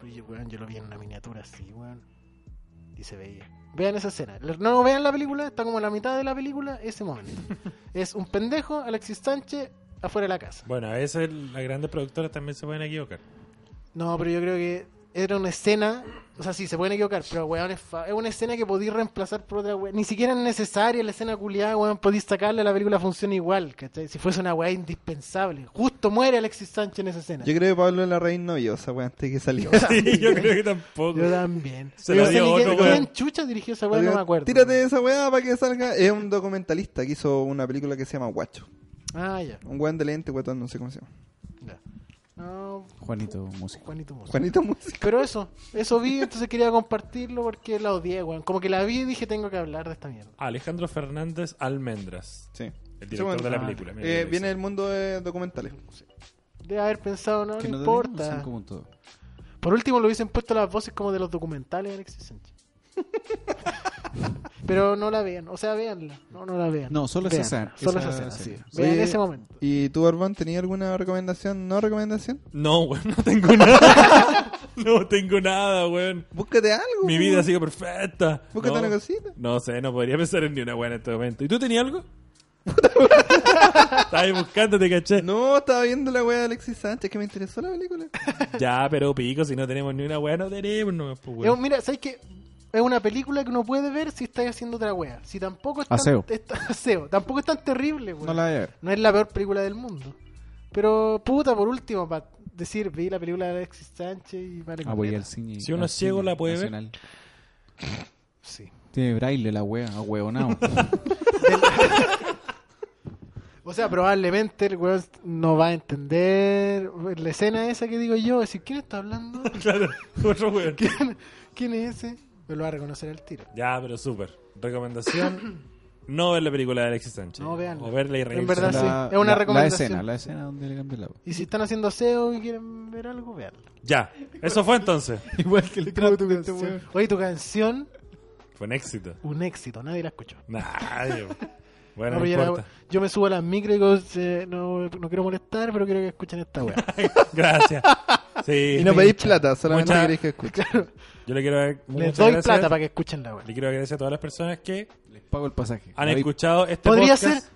Speaker 5: Pero yo, weón, yo lo vi en una miniatura así, weón. Y se veía. Vean esa escena. Le- No vean la película, está como la mitad de la película, ese momento. es un pendejo, Alexis Sánchez, afuera de la casa.
Speaker 3: Bueno, a veces las grandes productoras también se pueden equivocar.
Speaker 5: No, pero yo creo que era una escena. O sea, sí, se pueden equivocar, pero weón, es, fa- es una escena que podéis reemplazar por otra weón. Ni siquiera es necesaria la escena culiada, weón. Podéis sacarla, la película funciona igual, ¿cachai? Si fuese una weá indispensable. Justo muere Alexis Sánchez en esa escena.
Speaker 4: Yo creo que Pablo Larraín no vio esa wea antes que salió.
Speaker 3: Sí, yo creo que tampoco.
Speaker 5: Yo también.
Speaker 3: Se
Speaker 5: Yo
Speaker 3: la
Speaker 5: no sé
Speaker 3: dio
Speaker 5: ni
Speaker 3: otro
Speaker 5: quién-
Speaker 3: weón.
Speaker 5: ¿Quién chucha dirigió esa weá? No me acuerdo.
Speaker 4: Tírate de esa weá para que salga. Es un documentalista que hizo una película que se llama Guacho.
Speaker 5: Ah, ya.
Speaker 4: Un weón de lente, guatón, no sé cómo se llama.
Speaker 5: ya. No,
Speaker 2: Juanito, músico.
Speaker 5: Juanito Musa.
Speaker 4: Juanito Música.
Speaker 5: Pero eso, eso vi, entonces quería compartirlo porque la odié, weón. Como que la vi y dije, tengo que hablar de esta mierda.
Speaker 3: Alejandro Fernández Almendras,
Speaker 4: Sí.
Speaker 3: el director
Speaker 4: Sí,
Speaker 3: de la
Speaker 4: bueno,
Speaker 3: película. Mira
Speaker 4: eh,
Speaker 3: lo que dice.
Speaker 4: viene del mundo de documentales.
Speaker 5: Debe haber pensado, no,
Speaker 2: Que
Speaker 5: no
Speaker 2: no
Speaker 5: importa.
Speaker 2: tenemos 5.2.
Speaker 5: Por último, le hubiesen puesto las voces como de los documentales de Alexis Sánchez. Pero no la vean, o sea, veanla. No, no la vean.
Speaker 2: No, solo esa
Speaker 5: vean,
Speaker 2: escena.
Speaker 5: Solo
Speaker 2: Esa
Speaker 5: esa escena,
Speaker 2: escena.
Speaker 5: sí. Vean
Speaker 4: Oye,
Speaker 5: ese momento.
Speaker 4: ¿Y tú, Orbán, tenías alguna recomendación, no recomendación?
Speaker 3: No, weón, no tengo nada. no tengo nada, weón.
Speaker 4: Búscate algo.
Speaker 3: Mi
Speaker 4: po,
Speaker 3: vida ha
Speaker 4: weón.
Speaker 3: sido perfecta.
Speaker 4: Uh. Búscate
Speaker 3: no,
Speaker 4: una cosita.
Speaker 3: No sé, no podría pensar en ni una buena en este momento. ¿Y tú tenías algo? Estaba ahí buscando, te caché.
Speaker 4: No, estaba viendo la wea de Alexis Sánchez, que me interesó la película.
Speaker 3: Ya, pero pico, si no tenemos ni una buena, no tenemos. No, pues,
Speaker 5: Es un-
Speaker 3: weón.
Speaker 5: mira, ¿sabes qué? Es una película que uno puede ver si estáis haciendo otra wea. Si tampoco es tan,
Speaker 2: Aseo.
Speaker 5: es tan- aseo. Tampoco es tan terrible, weón.
Speaker 2: No la voy a ver.
Speaker 5: No es la peor película del mundo. Pero, puta, por último, para decir, vi la película de Alexis Sánchez y vale.
Speaker 2: Apoyé Ah, al
Speaker 5: completa.
Speaker 2: cine.
Speaker 3: Si uno
Speaker 2: al
Speaker 3: es ciego,
Speaker 2: cine
Speaker 3: la puede ver.
Speaker 2: nacional.
Speaker 5: Sí.
Speaker 2: Tiene braille la wea, a huevonao.
Speaker 5: O sea, probablemente el weón no va a entender la escena esa que digo yo. Es decir, ¿quién está hablando?
Speaker 3: Claro, otro weón.
Speaker 5: ¿Quién, quién es ese? Me lo va a reconocer al tiro.
Speaker 3: Ya, pero súper. Recomendación: no ver la película de Alexis Sánchez.
Speaker 5: No, véanla.
Speaker 3: O verla y reírse.
Speaker 5: En verdad, sí. Es una
Speaker 2: La
Speaker 5: recomendación.
Speaker 2: escena, la escena donde le cambié la voz.
Speaker 5: Y si están haciendo SEO y quieren ver algo, veanlo.
Speaker 3: Ya, eso fue entonces.
Speaker 2: Igual que el
Speaker 5: tu canción. Oye, tu canción,
Speaker 3: Fue un éxito.
Speaker 5: un éxito, nadie la escuchó.
Speaker 3: Nadie. Bueno,
Speaker 5: No,
Speaker 3: no,
Speaker 5: pero yo, la-
Speaker 3: importa.
Speaker 5: yo me subo a las micro y digo, eh, no, no quiero molestar, pero quiero que escuchen esta weá.
Speaker 3: Gracias. Sí.
Speaker 4: Y no pedís plata, solamente
Speaker 3: Mucha-
Speaker 4: queréis que escuche.
Speaker 3: Yo le quiero dar
Speaker 5: Les
Speaker 3: muchas
Speaker 5: doy
Speaker 3: gracias. Este
Speaker 5: plata para que escuchen la weá.
Speaker 3: Le quiero agradecer a todas las personas que
Speaker 2: Les pago el pasaje.
Speaker 3: han
Speaker 2: Ahí-
Speaker 3: escuchado este
Speaker 5: Podría
Speaker 3: podcast.
Speaker 5: ser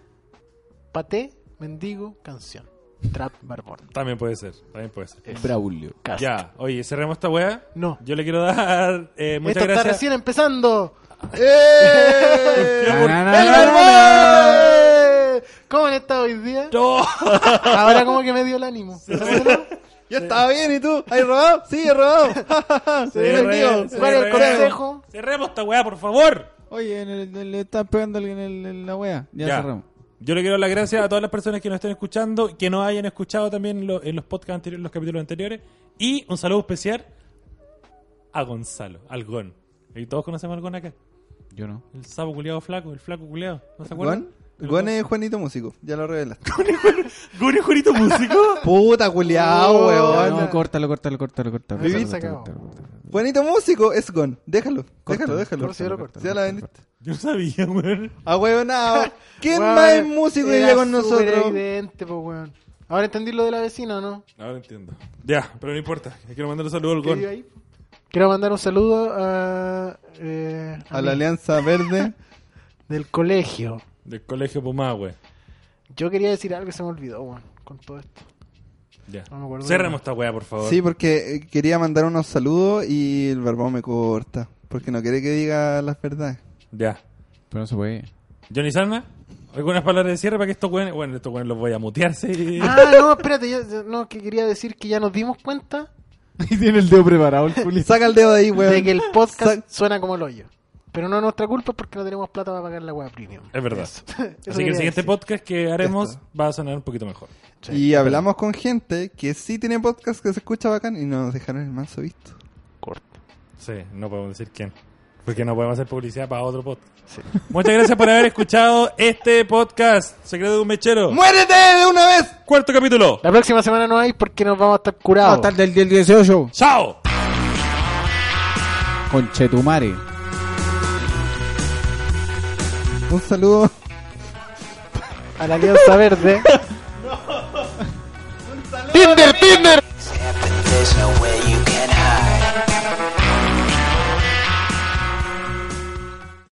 Speaker 5: paté, mendigo, canción. Trap Barbón.
Speaker 3: También puede ser, también puede ser.
Speaker 2: Braulio.
Speaker 5: Cast.
Speaker 3: Ya, oye, cerremos esta wea.
Speaker 5: No.
Speaker 3: Yo le quiero dar eh,
Speaker 5: Esto
Speaker 3: muchas
Speaker 5: está
Speaker 3: gracias.
Speaker 5: recién empezando.
Speaker 4: ¡Eh!
Speaker 2: Na, na,
Speaker 5: ¡El
Speaker 2: na, na, na.
Speaker 5: Barbón! ¿Cómo han estado hoy día?
Speaker 3: No.
Speaker 5: Ahora como que me dio el ánimo. ¿Sabes?
Speaker 4: Yo estaba bien, ¿y tú? ¿Has robado? Sí, he robado. Se
Speaker 3: Cerre-
Speaker 4: vendió.
Speaker 3: cerre-
Speaker 5: ¿Cuál es el consejo?
Speaker 3: Cerremos esta wea, por favor.
Speaker 2: Oye, en el- en- le están pegando en, el- en la wea. Ya,
Speaker 3: Ya.
Speaker 2: cerramos.
Speaker 3: Yo le quiero dar las gracias a todas las personas que nos estén escuchando, que nos hayan escuchado también lo- en los podcasts anteriores, en los capítulos anteriores. Y un saludo especial a Gonzalo, al Gon. Y todos conocemos al Gon acá.
Speaker 2: Yo no.
Speaker 3: El sapo culiado flaco, el flaco culiado. ¿No se
Speaker 4: ¿Gon?
Speaker 3: acuerdan?
Speaker 4: El weón es Juanito Músico, ya lo revelaste.
Speaker 3: ¿Gune Juanito Músico? Oh,
Speaker 4: Puta culiao, weón.
Speaker 2: No, córtalo, córtalo, córtalo, córtalo.
Speaker 5: Viví,
Speaker 2: córtalo,
Speaker 5: se acabó.
Speaker 2: córtalo, córtalo.
Speaker 4: Juanito Músico es Gon. Déjalo,
Speaker 2: Córtalo,
Speaker 4: déjalo, déjalo.
Speaker 5: córtalo, sí, lo corto.
Speaker 4: Si ya la vendiste.
Speaker 3: Yo no sabía, weón.
Speaker 4: Ah, weonao. ¿Quién
Speaker 5: Weón,
Speaker 4: más es músico que
Speaker 5: era
Speaker 4: llega con
Speaker 5: súper
Speaker 4: nosotros?
Speaker 5: evidente, po, weón. Ahora entendí lo de la vecina, ¿o ¿no?
Speaker 3: Ahora entiendo. Ya, pero no importa. Quiero mandar un saludo al
Speaker 5: ¿Qué
Speaker 3: Gon.
Speaker 5: vive ahí? Quiero mandar un saludo a, eh, a
Speaker 4: A la
Speaker 5: mi-
Speaker 4: Alianza Verde.
Speaker 5: del colegio.
Speaker 3: Del colegio Pumahue.
Speaker 5: Yo quería decir algo que se me olvidó, weón, con todo esto.
Speaker 3: Ya.
Speaker 5: No me acuerdo.
Speaker 3: Cerremos esta weá, por favor.
Speaker 4: Sí, porque eh, quería mandar unos saludos y el barbón me corta. Porque no quiere que diga las verdades.
Speaker 3: Ya.
Speaker 2: Pero no se puede.
Speaker 3: Johnny Salma, ¿algunas palabras de cierre para que estos weones. Bueno, estos weones los voy a mutear, sí.
Speaker 5: Ah, no, espérate, yo- yo- no, que quería decir que ya nos dimos cuenta
Speaker 2: Y tiene el dedo preparado el Juli.
Speaker 4: Saca el dedo de ahí,
Speaker 5: de
Speaker 4: weón.
Speaker 5: que el podcast
Speaker 4: Sac-
Speaker 5: suena como el hoyo. Pero no es nuestra culpa porque no tenemos plata para pagar la web premium.
Speaker 3: Es verdad.
Speaker 5: Eso. Eso
Speaker 3: Así que
Speaker 5: quería
Speaker 3: el siguiente
Speaker 5: decir.
Speaker 3: podcast que haremos
Speaker 4: Esto.
Speaker 3: va a sonar un poquito mejor.
Speaker 4: Y hablamos con gente que sí tiene podcast que se escucha bacán y nos dejaron el manso visto.
Speaker 3: Sí, no podemos decir quién. Porque no podemos hacer publicidad para otro podcast.
Speaker 5: Sí.
Speaker 3: Muchas gracias por haber escuchado este podcast. Secreto de un mechero.
Speaker 4: ¡Muérete de una vez!
Speaker 3: Cuarto capítulo.
Speaker 5: La próxima semana no hay porque nos vamos a estar curados.
Speaker 2: Hasta el del 18.
Speaker 3: ¡Chao!
Speaker 2: Con Chetumare.
Speaker 4: Un saludo.
Speaker 5: a la Alianza Verde. ¡Tinder, Tinder!